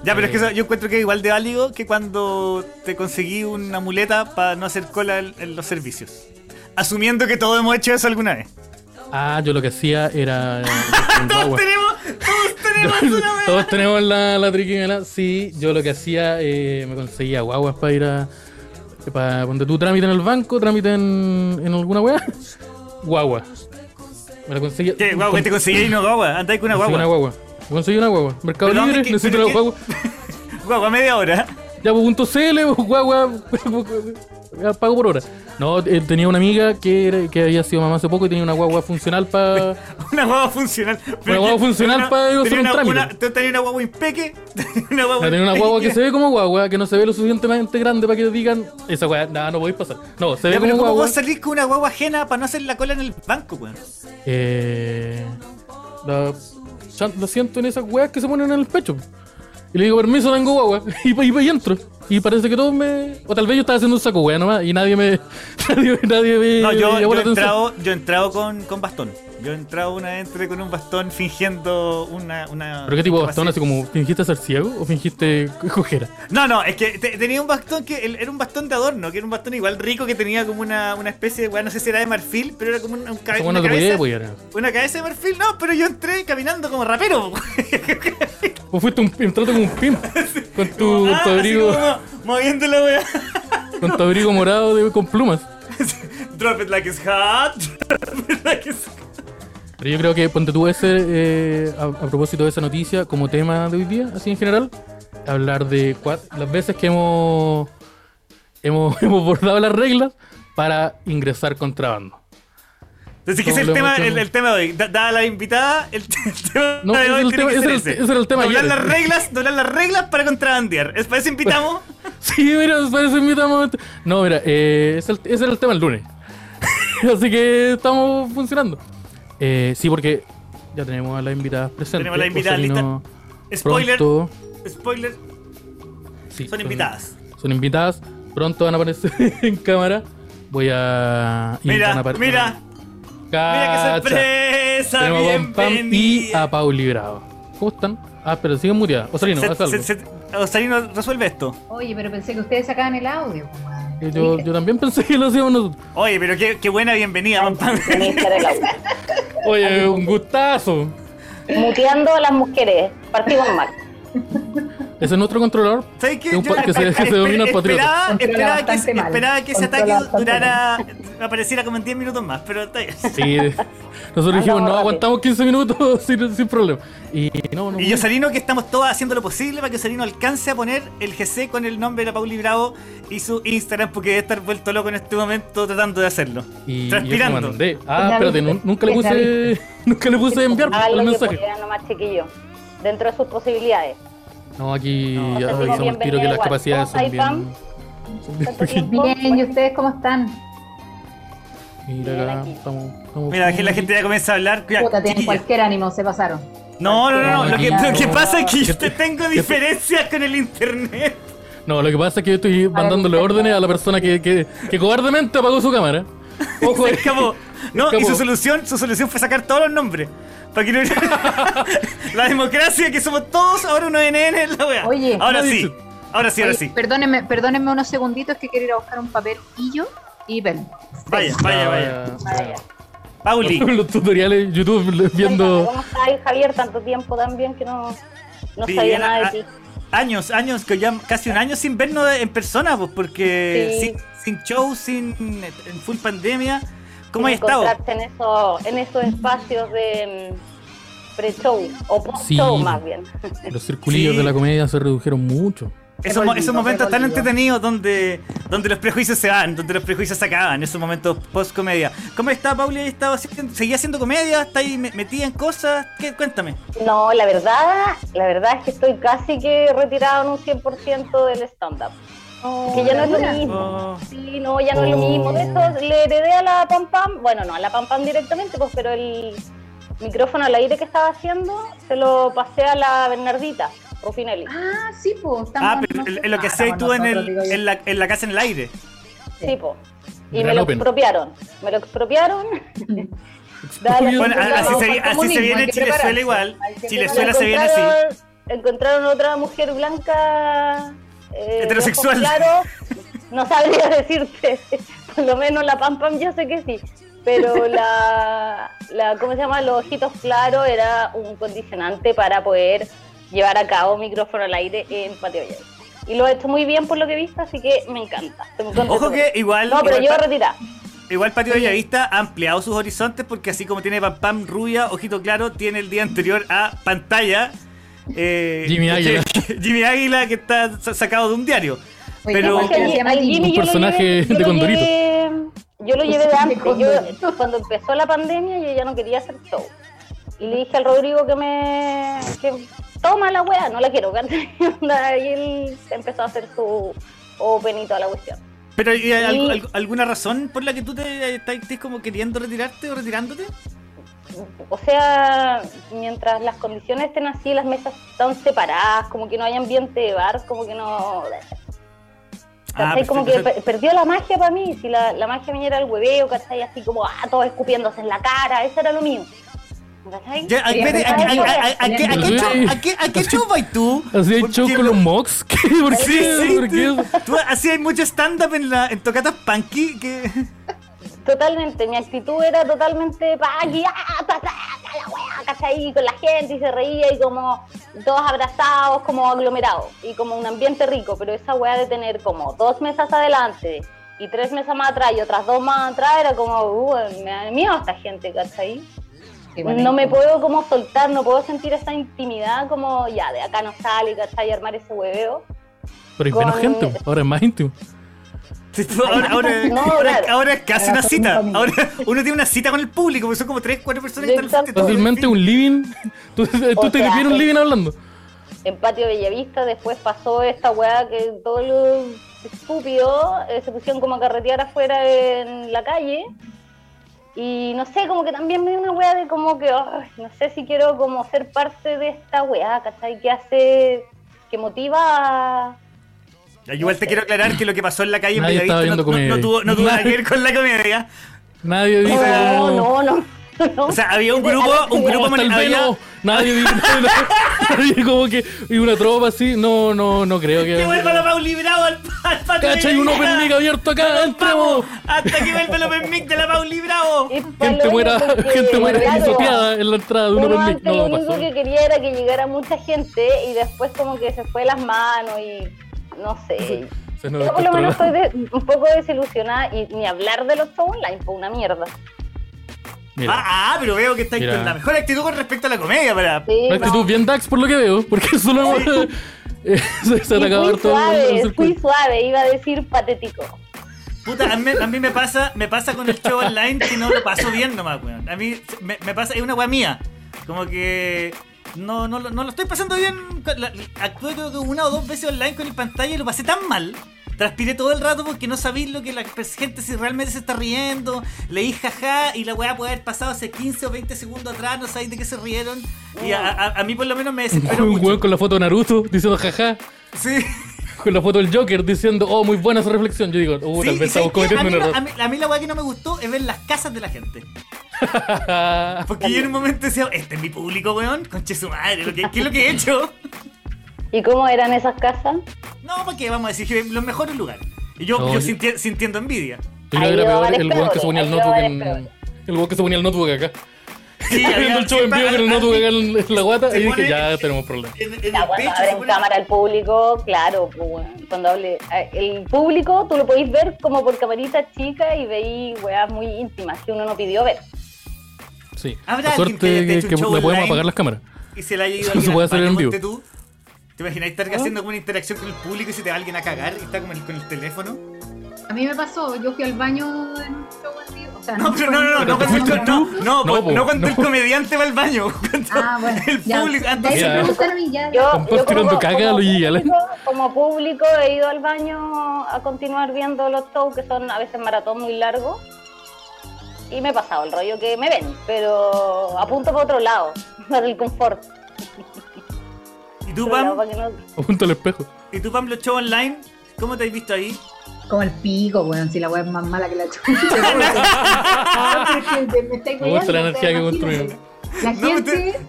Speaker 2: Ya, pero es que eso- yo encuentro que es igual de válido que cuando te conseguí una muleta para no hacer cola en, en los servicios. Asumiendo que todos hemos hecho eso alguna vez.
Speaker 1: Ah, yo lo que hacía era. Ah,
Speaker 2: Todos tenemos, todos tenemos una vez.
Speaker 1: Todos tenemos la, la triquiñuela. Sí, yo lo que hacía, eh, me conseguía guaguas para ir a. Para ponte tu trámite en el banco, trámite en, en alguna weá. Guagua. Me la conseguía.
Speaker 2: ¿Qué, guau, que te
Speaker 1: Con-
Speaker 2: conseguí una guagua? Andáis con una
Speaker 1: conseguí una
Speaker 2: guagua.
Speaker 1: guagua. Me Conseguí una guagua. Mercado
Speaker 2: Pero dame
Speaker 1: Libre,
Speaker 2: que-
Speaker 1: necesito
Speaker 2: pero
Speaker 1: la
Speaker 2: que-
Speaker 1: guagua.
Speaker 2: Guagua, media hora.
Speaker 1: Ya, pues, punto CL, pues, guagua, ya, pago por hora. No, eh, tenía una amiga que, era- que había sido mamá hace poco y tenía una guagua funcional para...
Speaker 2: Una guagua funcional. Pero
Speaker 1: guagua
Speaker 2: que-
Speaker 1: funcional
Speaker 2: tenía
Speaker 1: para ir a hacer
Speaker 2: tenía
Speaker 1: un
Speaker 2: una-
Speaker 1: trámite.
Speaker 2: una- Tú tenías una guagua impeque. Tenías una guagua
Speaker 1: Tenía una guagua que
Speaker 2: impeque.
Speaker 1: se ve como guagua, que no se ve lo suficientemente grande para que te digan, esa guagua, nada, no podéis pasar. No, se ve
Speaker 2: Ya, pero
Speaker 1: como
Speaker 2: ¿cómo
Speaker 1: guagua.
Speaker 2: vos salís con una guagua ajena para no hacer la cola en el banco, weón?
Speaker 1: Eh, la- ya lo siento en esas weas que se ponen en el pecho. Y le digo, permiso, tengo guagua. Y, pa- y, pa- y entro. Y parece que todos me... O tal vez yo estaba haciendo un saco wea nomás y nadie me... Nadie, nadie me...
Speaker 2: No, yo,
Speaker 1: me
Speaker 2: yo
Speaker 1: llamó
Speaker 2: he
Speaker 1: la atención.
Speaker 2: entrado, yo he entrado con, con bastón. Yo he entrado una vez, entré con un bastón fingiendo una. una
Speaker 1: ¿Pero qué tipo de bastón?
Speaker 2: discapacidad.
Speaker 1: ¿Así como fingiste ser ciego o fingiste cojera?
Speaker 2: No, no, es que te- tenía un bastón que el- era un bastón de adorno, que era un bastón igual rico que tenía como una, una especie de, weón, no sé si era de marfil, pero era como un, un cabe-
Speaker 1: Eso bueno,
Speaker 2: una
Speaker 1: te
Speaker 2: cabeza.
Speaker 1: podía apoyar.
Speaker 2: Una cabeza de marfil, no, pero yo entré caminando como rapero.
Speaker 1: O fuiste un, entraste como un pimp con tu,
Speaker 2: Como,
Speaker 1: con tu
Speaker 2: Ah, así
Speaker 1: abrigo,
Speaker 2: como moviendo la weá.
Speaker 1: con tu abrigo morado de- con plumas.
Speaker 2: Drop it like it's hot. Drop it like it's hot.
Speaker 1: Pero yo creo que ponte tú ese, eh, a, a propósito de esa noticia, como tema de hoy día, así en general, hablar de cua- las veces que hemos, hemos, hemos bordado las reglas para ingresar contrabando.
Speaker 2: Así que
Speaker 1: No,
Speaker 2: es el
Speaker 1: lo
Speaker 2: tema,
Speaker 1: hemos hecho-
Speaker 2: el, el tema de hoy. Da- Dada la invitada, el, te- el tema
Speaker 1: No,
Speaker 2: de
Speaker 1: ese
Speaker 2: hoy
Speaker 1: era el
Speaker 2: tiene
Speaker 1: tema-
Speaker 2: que
Speaker 1: ese
Speaker 2: ser
Speaker 1: era el-
Speaker 2: ese.
Speaker 1: ese era el tema
Speaker 2: Doblar
Speaker 1: ayer.
Speaker 2: las reglas, doblar las reglas para contrabandear. Es para eso invitamos.
Speaker 1: Sí, mira, parece invitamos. este- No, mira, eh, ese, ese era el tema el lunes. Así que estamos funcionando. Eh, sí, porque ya tenemos a las invitadas presentes.
Speaker 2: Tenemos a las invitadas
Speaker 1: Osorino
Speaker 2: Spoiler,
Speaker 1: Pronto,
Speaker 2: spoiler,
Speaker 1: sí,
Speaker 2: son invitadas.
Speaker 1: Son invitadas. Pronto van a aparecer en cámara. Voy a. y van a
Speaker 2: Mira,
Speaker 1: apare-
Speaker 2: mira, mira
Speaker 1: Cacha.
Speaker 2: qué sorpresa.
Speaker 1: Tenemos a Juan Pam y
Speaker 2: bienvenida.
Speaker 1: a Pauli Bravo. ¿Cómo están? Ah, pero siguen muriadas. Osorino, haz
Speaker 2: Se-
Speaker 1: algo.
Speaker 2: se- se- Osarino, resuelve esto.
Speaker 5: Oye, pero pensé que ustedes sacaban el audio. po, weón.
Speaker 1: Yo- Eh, Yo, yo también pensé que lo hacíamos nosotros.
Speaker 2: Oye, pero qué, qué buena bienvenida, Juan Pam.
Speaker 6: Tenía que estar el audio.
Speaker 1: Oye, un gustazo.
Speaker 6: Muteando a las mujeres. Partimos mal.
Speaker 1: Ese es nuestro controlador.
Speaker 2: ¿Sabes qué?
Speaker 1: Es un
Speaker 2: Yo
Speaker 1: podcast que se- que se
Speaker 2: esper-
Speaker 1: domina el patriota.
Speaker 2: Esperaba,
Speaker 5: Controla
Speaker 2: esperaba, que,
Speaker 5: bastante mal.
Speaker 2: esperaba que ese
Speaker 5: Controla
Speaker 2: ataque
Speaker 5: bastante
Speaker 2: durara, apareciera como en 10 minutos más, pero está bien.
Speaker 1: Sí, nosotros dijimos, no,
Speaker 6: rápido.
Speaker 1: aguantamos 15 minutos sin, sin problema. Y no, no.
Speaker 2: Y yo, Salino, que estamos todos haciendo lo posible para que Salino alcance a poner el GC con el nombre de la Pauli Bravo y su Instagram, porque debe estar vuelto loco en este momento tratando de hacerlo.
Speaker 1: y, y yo
Speaker 2: transpirando.
Speaker 1: te mandé. Ah,
Speaker 5: Ya
Speaker 1: espérate,
Speaker 5: viste.
Speaker 1: nu- nunca le
Speaker 5: Ya Ah,
Speaker 1: puse, nunca le puse enviar
Speaker 6: Hagan
Speaker 1: por el
Speaker 6: lo que
Speaker 1: mensaje.
Speaker 6: pudieran nomás, chiquillos. Dentro de sus posibilidades.
Speaker 1: No, aquí
Speaker 2: No,
Speaker 1: ya
Speaker 6: sentimos
Speaker 1: avisamos el tiro que
Speaker 6: bienvenida
Speaker 1: las
Speaker 6: igual.
Speaker 1: capacidades
Speaker 6: Ahí,
Speaker 1: son bien.
Speaker 6: Pam.
Speaker 1: son bien
Speaker 6: Tanto
Speaker 1: pequeñas.
Speaker 6: tiempo,
Speaker 5: Bien, ¿y
Speaker 6: bueno,
Speaker 5: ustedes cómo están?
Speaker 1: Mira
Speaker 6: Bien,
Speaker 1: acá,
Speaker 6: aquí.
Speaker 1: estamos, estamos-
Speaker 2: Mira, que la gente ya comienza a hablar. Cuidado,
Speaker 5: Puta, tienen
Speaker 2: chiquillos.
Speaker 5: cualquier ánimo, se pasaron.
Speaker 2: No, no, no, no. Lo que,
Speaker 1: No,
Speaker 2: lo que
Speaker 1: no.
Speaker 2: pasa es que yo
Speaker 1: te-
Speaker 2: tengo diferencias con el internet.
Speaker 1: No, lo que pasa es que yo estoy mandándole órdenes a la persona que, que, que cobardemente apagó su cámara. Ojo,
Speaker 2: Se escapó. No, y
Speaker 1: Escapó.
Speaker 2: su solución, su solución fue sacar todos los nombres. Para que no... la democracia, que somos todos ahora uno NN en la wea.
Speaker 5: Oye.
Speaker 2: ahora
Speaker 1: Nadie
Speaker 2: sí.
Speaker 1: se-
Speaker 2: Ahora sí, ahora
Speaker 5: Oye,
Speaker 2: sí.
Speaker 5: Perdónenme, perdónenme unos segunditos que quiero ir a buscar un papel y yo y pen.
Speaker 2: Vaya, vaya, vaya.
Speaker 6: vaya.
Speaker 2: Pauli.
Speaker 1: Los tutoriales de YouTube
Speaker 6: Cuéntame,
Speaker 1: viendo.
Speaker 6: ¿Cómo estás, Javier? Tanto tiempo también que no, no
Speaker 2: Sí, ah,
Speaker 6: sabía
Speaker 2: a-
Speaker 6: nada
Speaker 2: a-
Speaker 6: de ti.
Speaker 2: Años, años, que ya casi un año sin vernos en persona, pues, porque
Speaker 6: Sí.
Speaker 2: sin, sin show, sin en full pandemia. ¿Cómo has
Speaker 6: Sin
Speaker 2: estado?
Speaker 6: encontrarte En, eso, en esos espacios de mm, pre-show o post-show
Speaker 1: Sí.
Speaker 6: más bien.
Speaker 1: Los circulillos
Speaker 2: Sí.
Speaker 1: de la comedia se redujeron mucho.
Speaker 2: Esos, mo-
Speaker 5: volvió,
Speaker 2: esos
Speaker 5: se
Speaker 2: momentos tan
Speaker 5: volvió.
Speaker 2: entretenidos donde, donde los prejuicios se van, donde los prejuicios se acaban, esos momentos post-comedia. ¿Cómo está, Pauli? ¿Has estado haciendo- ¿Seguía haciendo comedia? ¿Está ahí me- metida en cosas? ¿Qué? Cuéntame.
Speaker 6: No, la verdad, la verdad es que estoy casi que retirado en un 100% del stand-up. que ya no es lo
Speaker 5: mira.
Speaker 6: mismo.
Speaker 2: Oh,
Speaker 6: Sí, no, ya no es lo mismo. De
Speaker 1: Oh.
Speaker 6: eso le heredé a la Pam Pam, bueno, no a la Pam Pam directamente, pues, pero el micrófono al aire que estaba haciendo se lo pasé a la Bernardita Rufinelli.
Speaker 5: Ah, sí, pues. estamos
Speaker 2: ah, pero
Speaker 5: nosotros-
Speaker 2: en lo que
Speaker 5: Ah,
Speaker 2: hacías
Speaker 5: estamos
Speaker 2: tú en,
Speaker 5: nosotros,
Speaker 2: el,
Speaker 5: digo yo.
Speaker 2: en, la, en la casa en el aire.
Speaker 6: Sí, po. Y
Speaker 1: Gran
Speaker 6: me lo
Speaker 1: Open.
Speaker 6: expropiaron. Me lo expropiaron Dale,
Speaker 1: Bueno,
Speaker 6: encontraron-
Speaker 2: así se-
Speaker 7: falta
Speaker 2: así se
Speaker 7: comunismo,
Speaker 2: viene
Speaker 7: hay que
Speaker 2: Chilezuela
Speaker 7: prepararse.
Speaker 2: igual.
Speaker 6: hay que
Speaker 2: Chilezuela
Speaker 6: encontrar-
Speaker 2: se viene así.
Speaker 6: encontraron- Encontraron otra mujer blanca. eh,
Speaker 2: Heterosexual.
Speaker 6: de ojos claros. no sabría decirte. Por lo menos la Pam Pam yo sé que sí. Pero la, la. ¿Cómo se llama? Los ojitos claros era un condicionante para poder llevar a cabo micrófono al aire en Patio Yay. Y lo he hecho muy bien por lo que he visto, así que me encanta. Estoy muy contenta
Speaker 2: Ojo
Speaker 6: con
Speaker 2: que
Speaker 6: eso.
Speaker 2: igual.
Speaker 6: No, pero
Speaker 2: igual
Speaker 6: yo
Speaker 2: pa-
Speaker 6: retirada.
Speaker 2: Igual Patio Bellavista ha ampliado sus horizontes porque así como tiene Pam Pam rubia, ojito claro, tiene el día anterior a pantalla. eh,
Speaker 1: Jimmy
Speaker 2: que-
Speaker 1: Águila.
Speaker 2: Jimmy Águila que está sa- sacado de un diario.
Speaker 7: Oye,
Speaker 2: Pero-
Speaker 7: ¿cómo es que se llama
Speaker 6: Al
Speaker 7: Jimmy?
Speaker 6: Jimmy
Speaker 1: Un
Speaker 6: yo lo
Speaker 1: personaje
Speaker 6: llevé- yo
Speaker 1: de
Speaker 6: lo
Speaker 1: Condorito.
Speaker 6: llevé- Yo lo llevé de
Speaker 7: Personaje
Speaker 6: antes.
Speaker 7: Condorito.
Speaker 6: Yo, cuando empezó la pandemia, yo ya no quería hacer show. Y le dije al Rodrigo que me. que toma la wea, no la quiero. ¿cachai? y él empezó a hacer su open y toda la cuestión.
Speaker 2: Pero ¿y hay algo-
Speaker 6: Y-
Speaker 2: algo- alguna razón por la que tú te estás estés como queriendo retirarte o retirándote?
Speaker 6: O sea, mientras las condiciones estén así, las mesas están separadas, como que no hay ambiente de bar, como que no. ¿Cachai? Ah, como que
Speaker 2: Ah, perfecto.
Speaker 6: per- perdió la magia para mí. Si la, la magia mía era el hueveo, ¿cachai? Así como, ah, todos escupiéndose en la cara, eso era lo mío. ¿Cachai?
Speaker 2: Ya, ay,
Speaker 7: Quería
Speaker 2: vete, ¿A
Speaker 7: preparar
Speaker 2: a-
Speaker 7: algo
Speaker 2: a- a- a
Speaker 7: para-
Speaker 2: qué- a qué
Speaker 1: Sí.
Speaker 2: show- a qué- a qué show vas tú?
Speaker 1: Así hay
Speaker 2: Porque
Speaker 1: show con
Speaker 2: lo-
Speaker 1: los mocks. ¿Qué? ¿Por qué?
Speaker 2: Sí, sí,
Speaker 1: ¿Por qué?
Speaker 2: Tú hacías mucho stand-up en, la- en Tocatas Punky que...
Speaker 6: Totalmente, mi actitud era totalmente pa' aquí, ah, ta, ta, ta, la wea, ¿cachai? Y con la gente y se reía y como todos abrazados, como aglomerados y como un ambiente rico, pero esa wea de tener como dos mesas adelante y tres mesas más atrás y otras dos más atrás era como, uh, me da miedo esta gente, ¿cachai?
Speaker 7: Qué bueno,
Speaker 6: no me
Speaker 7: incómodo.
Speaker 6: puedo como soltar, no puedo sentir esa intimidad como ya, de acá no sale, ¿cachai? Armar ese hueveo.
Speaker 1: Pero hay menos
Speaker 6: Con-
Speaker 1: gente, ahora es más íntimo.
Speaker 2: Sí, tú, ahora, ahora-
Speaker 6: No,
Speaker 2: ahora-
Speaker 6: claro. Ah,
Speaker 2: ahora es casi
Speaker 7: Ahora
Speaker 2: una
Speaker 7: son
Speaker 2: cita.
Speaker 7: familia.
Speaker 2: Ahora uno tiene una cita con el público, porque son como tres, cuatro personas que están
Speaker 6: Exacto.
Speaker 1: Fácilmente un living. Tú, tú te
Speaker 6: sea, pues.
Speaker 1: refieres un
Speaker 6: el-
Speaker 1: living hablando.
Speaker 6: en Patio Bellavista, después pasó esta weá que todos los estúpidos eh, se pusieron como a carretear afuera en la calle. Y no sé, como que también me dio una weá de como que, "Ay, no sé si quiero como ser parte de esta weá, ¿cachai? Que hace, que motiva a...
Speaker 2: Ya, Igual te quiero aclarar que lo que pasó en la calle en
Speaker 1: Nadie
Speaker 2: Bellavista
Speaker 1: estaba
Speaker 2: no,
Speaker 1: viendo
Speaker 2: no- no
Speaker 1: comedia.
Speaker 2: tuvo, no tuvo nada que ver con la comedia.
Speaker 1: Nadie dijo.
Speaker 6: No, Oh, no, no. no.
Speaker 2: O sea, había un grupo, un grupo
Speaker 1: Hasta el
Speaker 2: había-
Speaker 1: velo. Nadie dijo. Nadie como que. Y una tropa así. No, no, no creo
Speaker 2: Que
Speaker 1: que.
Speaker 2: vuelva la Pauli Bravo al, al patio
Speaker 1: Cacha, hay un
Speaker 2: de
Speaker 1: open
Speaker 2: Bellavista.
Speaker 1: mic abierto acá.
Speaker 2: ¡Vamos!
Speaker 1: Entremos.
Speaker 2: Hasta que vuelva el Open Mic de la Pauli Bravo.
Speaker 6: Es pa'
Speaker 1: Gente
Speaker 6: lo
Speaker 1: muera,
Speaker 6: único que-
Speaker 1: gente muera
Speaker 6: claro.
Speaker 1: pisoteada en la entrada de un
Speaker 6: Uno
Speaker 1: open mic.
Speaker 6: antes
Speaker 1: No
Speaker 6: lo
Speaker 1: va a
Speaker 6: único
Speaker 1: pasar.
Speaker 6: que quería era que llegara mucha gente y después como que se fue las manos y no sé.
Speaker 1: Se nos
Speaker 6: Yo por
Speaker 1: descontrola.
Speaker 6: lo menos estoy de- un poco desilusionada y ni hablar de los shows online fue una mierda.
Speaker 1: Mira.
Speaker 2: Ah, ah, pero veo que estáis
Speaker 1: Mira.
Speaker 2: con la mejor actitud con respecto a la comedia, para.
Speaker 6: Sí,
Speaker 1: Una
Speaker 6: no.
Speaker 1: actitud bien Dax por lo que veo, porque solo eh, se, se
Speaker 6: Y
Speaker 1: atacaba
Speaker 6: fui
Speaker 1: harto el- el
Speaker 6: suave,
Speaker 1: círculo.
Speaker 6: fui suave, iba a decir patético.
Speaker 2: Puta, a mí, a mí me pasa, me pasa con el show online que no lo paso bien nomás, weón. A mí me, me pasa, es una weá mía. Como que no, no, lo- no lo estoy pasando bien. con la- Actué creo que una o dos veces online con mi pantalla y lo pasé tan mal. Transpiré todo el rato porque no sabéis lo que la gente si realmente se está riendo. Leí jaja y la weá puede haber pasado hace 15 o 20 segundos atrás, no sabéis de qué se rieron. Y a, a- a mí por lo menos me desespero
Speaker 1: un weón
Speaker 2: mucho.
Speaker 1: con la foto de Naruto diciendo jaja.
Speaker 2: Sí.
Speaker 1: Con la foto del Joker diciendo, oh, muy buena esa reflexión. Yo digo, oh,
Speaker 2: Sí,
Speaker 1: tal
Speaker 2: y
Speaker 1: vez estamos
Speaker 2: ¿sabes qué? a,
Speaker 1: cometiendo
Speaker 2: mí
Speaker 1: un
Speaker 2: no-
Speaker 1: error.
Speaker 2: a mí- a mí la weá que no me gustó es ver las casas de la gente. Porque yo en un momento decía, este es mi público, weón, conche su madre, lo que- ¿qué es lo que he hecho?
Speaker 6: ¿Y cómo eran esas casas?
Speaker 2: No, porque vamos a decir que los mejores lugares. Y yo,
Speaker 1: No,
Speaker 2: yo
Speaker 1: yo-
Speaker 2: sinti- sintiendo envidia.
Speaker 1: Yo creo que
Speaker 6: Hay
Speaker 1: era peor
Speaker 6: lugares
Speaker 1: el weón que se ponía el
Speaker 6: peores,
Speaker 1: notebook
Speaker 6: hay
Speaker 1: en.
Speaker 6: lugares
Speaker 1: El weón que se ponía el notebook acá.
Speaker 2: Sí, había-
Speaker 1: Viendo el show en
Speaker 2: siempre-
Speaker 1: vivo con el
Speaker 2: al-
Speaker 1: notebook acá
Speaker 2: al-
Speaker 1: en, en la guata.
Speaker 2: se
Speaker 1: Y dije,
Speaker 2: pone-
Speaker 1: ya tenemos problemas.
Speaker 2: En, en el
Speaker 6: Ya, cuando
Speaker 2: pecho se
Speaker 6: abren
Speaker 2: pone-
Speaker 6: cámara al público, claro, pues, bueno, cuando hable eh, el público, tú lo podéis ver como por camarita chica y veí weas muy íntimas que uno no pidió ver.
Speaker 1: Sí.
Speaker 2: ¿Habrá
Speaker 1: La
Speaker 2: alguien
Speaker 1: suerte
Speaker 2: que haya
Speaker 1: que,
Speaker 2: hecho un
Speaker 1: que le
Speaker 2: show
Speaker 1: podemos
Speaker 2: online?
Speaker 1: apagar las cámaras.
Speaker 2: Y se la ha ido
Speaker 1: Eso
Speaker 2: alguien
Speaker 1: se puede
Speaker 2: al
Speaker 1: hacer
Speaker 2: baño,
Speaker 1: en vivo. Ah.
Speaker 2: ponte tú. ¿Te imaginas estar haciendo como una interacción con el público y se te va alguien a cagar y está como el- con el teléfono?
Speaker 7: A mí me pasó, yo fui al baño en un show así, o sea,
Speaker 2: No, pero no, no, no,
Speaker 1: ¿Pero
Speaker 2: no, cuando, el-
Speaker 1: fuiste
Speaker 2: no, no, no,
Speaker 1: No, po,
Speaker 2: cuando el
Speaker 1: no.
Speaker 2: comediante va al baño. cuando-
Speaker 7: Ah, bueno,
Speaker 2: El
Speaker 7: ya.
Speaker 2: público,
Speaker 7: De
Speaker 2: antes-
Speaker 7: ahí se
Speaker 1: Ya.
Speaker 7: preguntaron y ya.
Speaker 6: Yo,
Speaker 1: Están todos
Speaker 6: yo
Speaker 1: tirando caca a los Gigalán.
Speaker 6: público, como público he ido al baño a continuar viendo los shows que son a veces maratón muy largo y me he pasado el rollo que me ven, pero apunto para otro lado, para el confort.
Speaker 2: ¿Y tú,
Speaker 6: Otro
Speaker 2: Pam?
Speaker 6: lado para que no-
Speaker 1: Junto al espejo.
Speaker 2: ¿Y tú, Pam, los shows online? ¿Cómo te has visto ahí?
Speaker 7: Como el pico, weón, si la weá es más mala que la chucha. No, pero es que te- me estáis
Speaker 1: Me gusta la
Speaker 7: weando,
Speaker 1: energía que
Speaker 7: imagínate.
Speaker 1: construimos.
Speaker 7: La
Speaker 2: No,
Speaker 7: gente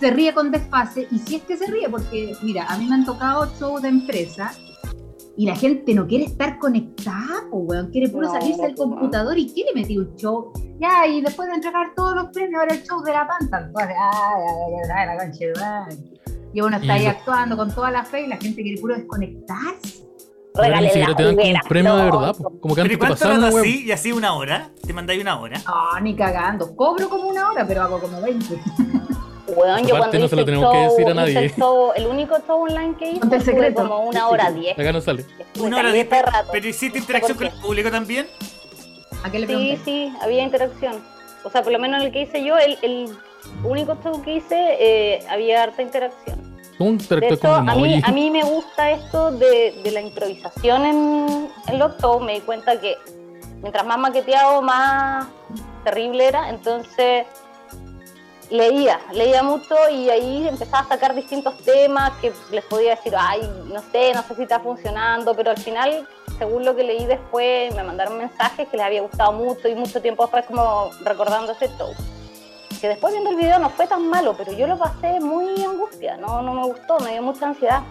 Speaker 7: se ríe con desfase, y si es que se ríe, porque mira, a mí me han tocado shows de empresa y la gente no quiere estar conectada, po, weón, quiere puro
Speaker 6: No,
Speaker 7: salirse del
Speaker 6: po, weón.
Speaker 7: computador y quiere meter un show. Ya, y después de entregar todos los premios, ahora el show de la panta. Entonces, ay, ay, ay, ay, la concha de tu madre. Y uno está ahí
Speaker 1: Y-
Speaker 7: actuando con toda la fe y la gente quiere puro desconectarse.
Speaker 1: Pero ni
Speaker 6: Regalen
Speaker 1: siquiera
Speaker 6: la
Speaker 1: te dan como
Speaker 6: juguera,
Speaker 1: un premio de
Speaker 6: no.
Speaker 1: verdad, po. como que
Speaker 2: ¿Pero
Speaker 1: antes
Speaker 2: y
Speaker 1: te
Speaker 2: cuánto
Speaker 1: pasaron
Speaker 2: horas
Speaker 1: una
Speaker 2: así? ¿Y así una hora? ¿Te mandáis una hora?
Speaker 7: Ah, ni cagando. Cobro como una hora, pero hago como 20.
Speaker 6: Weón, yo
Speaker 1: Aparte, no
Speaker 6: cuando hice
Speaker 1: se lo
Speaker 6: el
Speaker 1: tenemos que
Speaker 6: show-
Speaker 1: decir a
Speaker 6: hice
Speaker 1: nadie.
Speaker 6: el show- el único show online que hice
Speaker 7: Ponte el
Speaker 6: fue
Speaker 7: secreto.
Speaker 6: como una hora diez.
Speaker 1: Acá no sale.
Speaker 2: Una hora
Speaker 6: diez
Speaker 2: diez, pero-
Speaker 6: rato.
Speaker 2: ¿Pero hiciste
Speaker 6: No sé
Speaker 2: interacción
Speaker 6: por
Speaker 2: con
Speaker 6: qué.
Speaker 2: el público también?
Speaker 7: ¿A qué le
Speaker 6: Sí,
Speaker 7: pregunté?
Speaker 6: sí, había interacción. O sea, por lo menos el que hice yo, el, el único show que hice, eh, había harta interacción.
Speaker 1: ¿Cómo
Speaker 6: De
Speaker 1: interactúas
Speaker 6: hecho,
Speaker 1: con
Speaker 6: a
Speaker 1: un
Speaker 6: mí,
Speaker 1: emoji?
Speaker 6: a mí me gusta esto de, de la improvisación en, en los shows. Me di cuenta que mientras más maqueteado, más terrible era. Entonces leía, leía mucho y ahí empezaba a sacar distintos temas que les podía decir, ay, no sé, no sé si está funcionando, pero al final, según lo que leí después, me mandaron mensajes que les había gustado mucho y mucho tiempo después como recordando ese show. Que después viendo el video no fue tan malo, pero yo lo pasé muy angustia, no, no me gustó, me dio mucha ansiedad.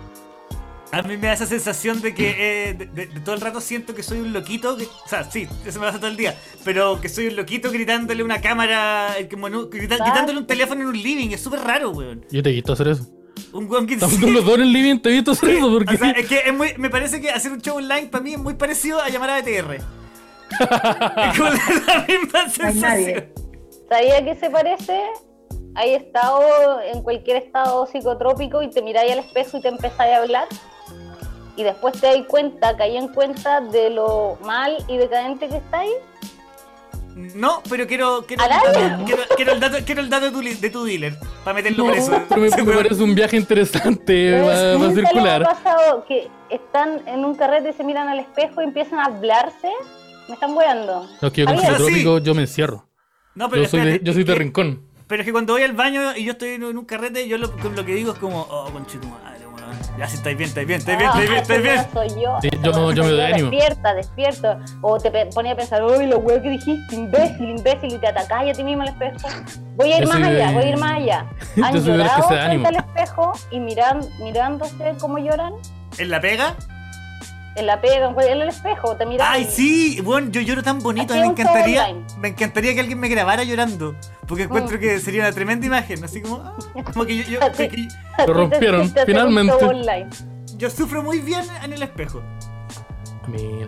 Speaker 2: A mí me da esa sensación de que eh, de- de- de todo el rato siento que soy un loquito. que- o sea, sí, eso me pasa todo el día. Pero que soy un loquito gritándole a una cámara, eh, como en un-
Speaker 6: ¿Ah?
Speaker 2: grita- gritándole un teléfono en un living. Es súper raro, weón.
Speaker 1: Yo te he visto hacer eso.
Speaker 2: Un weón que
Speaker 1: Estamos con los dos en el living, te he visto hacer eso. Porque
Speaker 2: O sea, es que es muy- me parece que hacer un show online para mí es muy parecido a llamar a BTR. es como la misma
Speaker 7: No hay
Speaker 2: sensación.
Speaker 7: nadie.
Speaker 6: ¿Sabía que se parece? Hay estado en cualquier estado psicotrópico y te miráis al espejo y te empezáis a hablar. Y después te dais cuenta, caí en cuenta de lo mal y decadente que estáis.
Speaker 2: No, pero quiero, quiero, el,
Speaker 6: Araña.
Speaker 2: dato, quiero, quiero el dato, quiero el dato de tu, li- de tu dealer para meterlo preso.
Speaker 1: Pero me, me parece un viaje interesante, va, va a
Speaker 6: ¿Nunca les ha
Speaker 1: circular.
Speaker 6: pasado que están en un carrete y se miran al espejo y empiezan a hablarse? Me están weando.
Speaker 1: No, es que yo con
Speaker 6: Javier.
Speaker 1: psicotrópico yo me encierro.
Speaker 2: No,
Speaker 1: Yo soy de,
Speaker 2: Ah, espérate,
Speaker 1: yo soy de
Speaker 2: que-
Speaker 1: rincón.
Speaker 2: Pero es que cuando voy al baño y yo estoy en un carrete, yo lo, con lo que digo es como, oh, conchetumadre, weón. Ya, sí, estáis bien, estáis bien, estáis bien, estáis bien, estáis bien.
Speaker 6: Ah, esa soy yo.
Speaker 1: Sí,
Speaker 6: esa
Speaker 1: yo-
Speaker 6: soy
Speaker 1: yo me doy ánimo.
Speaker 6: Despierta, despierta. O te pe- ponía a pensar, uy, lo weón que dijiste, imbécil, imbécil, y te atacás y a ti mismo al espejo. Voy a ir
Speaker 1: Yo soy
Speaker 6: más
Speaker 1: de-
Speaker 6: allá, voy a ir más allá.
Speaker 1: Yo soy de
Speaker 6: Han
Speaker 1: los que
Speaker 6: llorado
Speaker 1: se da ánimo.
Speaker 6: frente al espejo y miran, mirándose cómo lloran
Speaker 2: ¿En la pega?
Speaker 6: en la pega, en cual- en el espejo, te miran.
Speaker 2: Ay, sí, bueno, yo lloro tan bonito,
Speaker 6: Aquí
Speaker 2: me
Speaker 6: un show
Speaker 2: encantaría,
Speaker 6: online. Mm.
Speaker 2: me encantaría que alguien me grabara llorando, porque encuentro que sería una tremenda imagen, así como, ah, como que yo, yo-
Speaker 6: Así.
Speaker 2: que
Speaker 1: Lo rompieron,
Speaker 6: Te- te- te- te-
Speaker 1: finalmente.
Speaker 6: te- online.
Speaker 2: yo sufro muy bien en el espejo.
Speaker 1: Mira.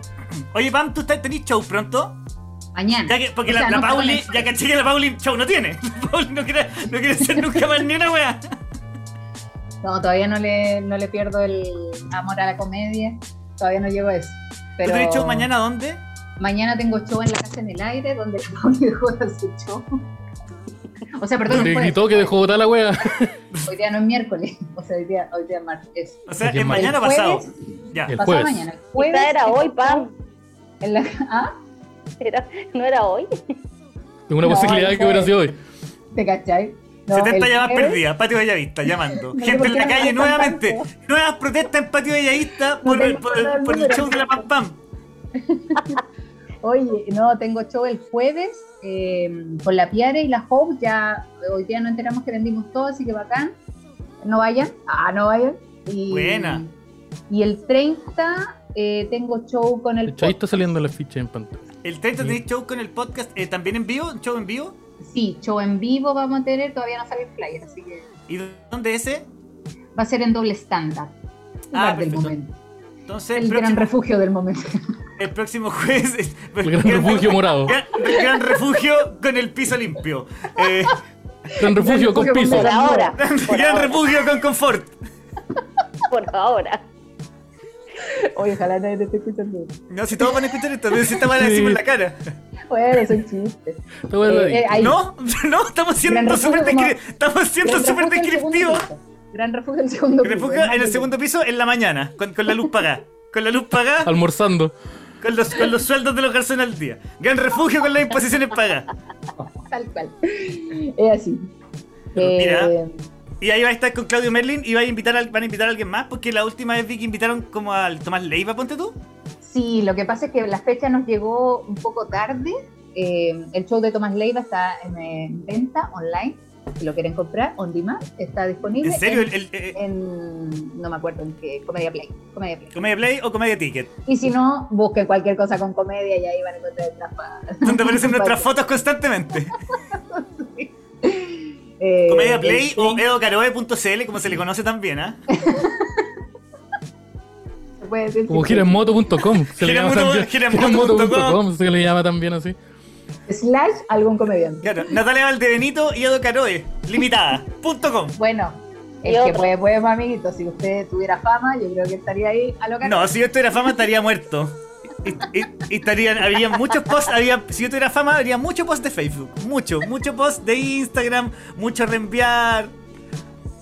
Speaker 2: Oye, Pam, ¿tú estás- tenés show pronto?
Speaker 7: Mañana.
Speaker 2: Ya que, porque
Speaker 7: O sea,
Speaker 2: la, la
Speaker 7: no está
Speaker 2: Pauli,
Speaker 7: conectada.
Speaker 2: ya caché que la Pauli show no tiene. La Pauli no quiere, no quiere ser nunca más ni una wea.
Speaker 7: No, todavía no le, no le pierdo el amor a la comedia. Todavía no llego a eso. Pero
Speaker 2: ¿Tú tenés show mañana dónde?
Speaker 7: Mañana tengo show en la casa en el aire donde la Pauli dejó de hacer show. O sea, perdón,
Speaker 1: Le
Speaker 7: el jueves.
Speaker 1: gritó que dejó botar la wea.
Speaker 7: hoy día no es miércoles. O sea, hoy día, hoy día es martes.
Speaker 2: O sea,
Speaker 1: Aquí
Speaker 2: es
Speaker 1: en
Speaker 2: mañana
Speaker 7: Madrid.
Speaker 2: pasado.
Speaker 7: ¿Jueves?
Speaker 2: Ya.
Speaker 1: El
Speaker 7: Pasado
Speaker 1: jueves.
Speaker 7: mañana. El jueves
Speaker 6: Quizá Pues era
Speaker 7: tengo
Speaker 6: hoy,
Speaker 7: show
Speaker 6: Pam.
Speaker 7: En la, ah,
Speaker 6: Era- no era hoy.
Speaker 1: Es una
Speaker 7: No,
Speaker 1: posibilidad
Speaker 7: el
Speaker 1: que hubiera sido hoy.
Speaker 7: ¿te cachai? No,
Speaker 2: 70
Speaker 7: el
Speaker 2: llamadas
Speaker 7: jueves-
Speaker 2: perdidas, Patio Bellavista, llamando.
Speaker 7: No
Speaker 2: Gente en la
Speaker 7: tengo
Speaker 2: calle
Speaker 7: tanto.
Speaker 2: nuevamente. Nuevas protestas en Patio Bellavista por,
Speaker 7: tengo
Speaker 2: por- por el
Speaker 7: número.
Speaker 2: show de la Pam Pam.
Speaker 7: Oye, no, tengo show el jueves eh, con la Piare y la Hope. Ya hoy día no enteramos que vendimos todo, así que bacán. No vayan. Ah, no vayan. Y,
Speaker 2: Buena.
Speaker 7: Y el 30 eh, tengo show con el.
Speaker 1: De hecho, ahí está saliendo la ficha en pantalla.
Speaker 2: El 30 tenéis show con el podcast, eh, también en vivo, show en vivo.
Speaker 7: Sí, show en vivo vamos a tener. Todavía no sale el flyer, así que
Speaker 2: ¿Y dónde ese?
Speaker 7: va a ser en doble estándar.
Speaker 2: Ah,
Speaker 7: Lugar del
Speaker 2: perfecto.
Speaker 7: momento.
Speaker 2: Entonces,
Speaker 7: El
Speaker 2: el
Speaker 7: gran
Speaker 2: próximo,
Speaker 7: refugio del momento.
Speaker 2: el próximo jueves. es-
Speaker 1: El gran refugio morado.
Speaker 2: Gran, gran refugio con el piso limpio. Eh,
Speaker 1: Gran refugio con
Speaker 7: refugio
Speaker 1: piso.
Speaker 7: con
Speaker 6: Por ahora. Por
Speaker 2: gran
Speaker 6: ahora.
Speaker 2: refugio con confort.
Speaker 6: Por ahora.
Speaker 7: Oye, ojalá nadie te esté escuchando.
Speaker 2: No, si todos van a escuchar esto, pero si esta van a decimos en la cara.
Speaker 7: Bueno, son chistes.
Speaker 1: Esta wea la
Speaker 7: Eh, eh,
Speaker 1: di.
Speaker 7: ahí.
Speaker 2: No, no, estamos siendo
Speaker 7: Gran
Speaker 2: súper
Speaker 7: refugio como-
Speaker 2: descri- estamos siendo
Speaker 7: Gran
Speaker 2: súper
Speaker 7: refugio del segundo
Speaker 2: descriptivos.
Speaker 7: piso. Gran refugio del segundo piso.
Speaker 2: Refugio en el
Speaker 7: Maravilloso.
Speaker 2: segundo piso en la mañana, con, con la luz pagada. Con la luz pagada,
Speaker 1: Almorzando.
Speaker 2: con los, con los sueldos de los garzones al día. Gran refugio con las imposiciones pagadas.
Speaker 7: Tal cual. Es así.
Speaker 2: Mira.
Speaker 7: Eh,
Speaker 2: Y ahí va a estar con Claudio Merlin y va a invitar al- van a invitar a alguien más porque la última vez vi que invitaron como al Tomás Leiva, ponte tú.
Speaker 7: Sí, lo que pasa es que la fecha nos llegó un poco tarde. Eh, el show de Tomás Leiva está en, eh, venta online. Si lo quieren comprar, on demand, está disponible.
Speaker 2: ¿En serio?
Speaker 7: En,
Speaker 2: El, eh, el- el-
Speaker 7: en- no me acuerdo en qué, Comedia Play. Comedia Play.
Speaker 2: ¿Comedia Play o Comedia Ticket?
Speaker 7: Y si no, busquen cualquier cosa con comedia y ahí van a encontrar el tapa.
Speaker 2: Donde aparecen nuestras fotos constantemente.
Speaker 7: Eh,
Speaker 2: Comedia Play
Speaker 7: el-
Speaker 2: o edocaroe.cl, como se le conoce también, ¿ah?
Speaker 7: se puede decir
Speaker 1: Como
Speaker 7: que-
Speaker 1: giramoto.com. Se le llama
Speaker 2: Giramoto-
Speaker 1: también.
Speaker 2: giramoto.com.
Speaker 1: giramoto.com, Se le llama también así.
Speaker 7: Slash algún comediante.
Speaker 2: Claro, Natalia Valdebenito y Edocaroe, limitada, punto com.
Speaker 7: Bueno,
Speaker 6: Y
Speaker 7: el que
Speaker 6: otro.
Speaker 7: puede, puede, pues, amiguito. Si usted tuviera fama, yo creo que estaría ahí a lo que
Speaker 2: No, si yo tuviera fama estaría muerto. Y, y- y estarían, habría muchos posts, había, si yo tuviera fama habría muchos posts de Facebook, mucho, mucho post de Instagram, mucho reenviar.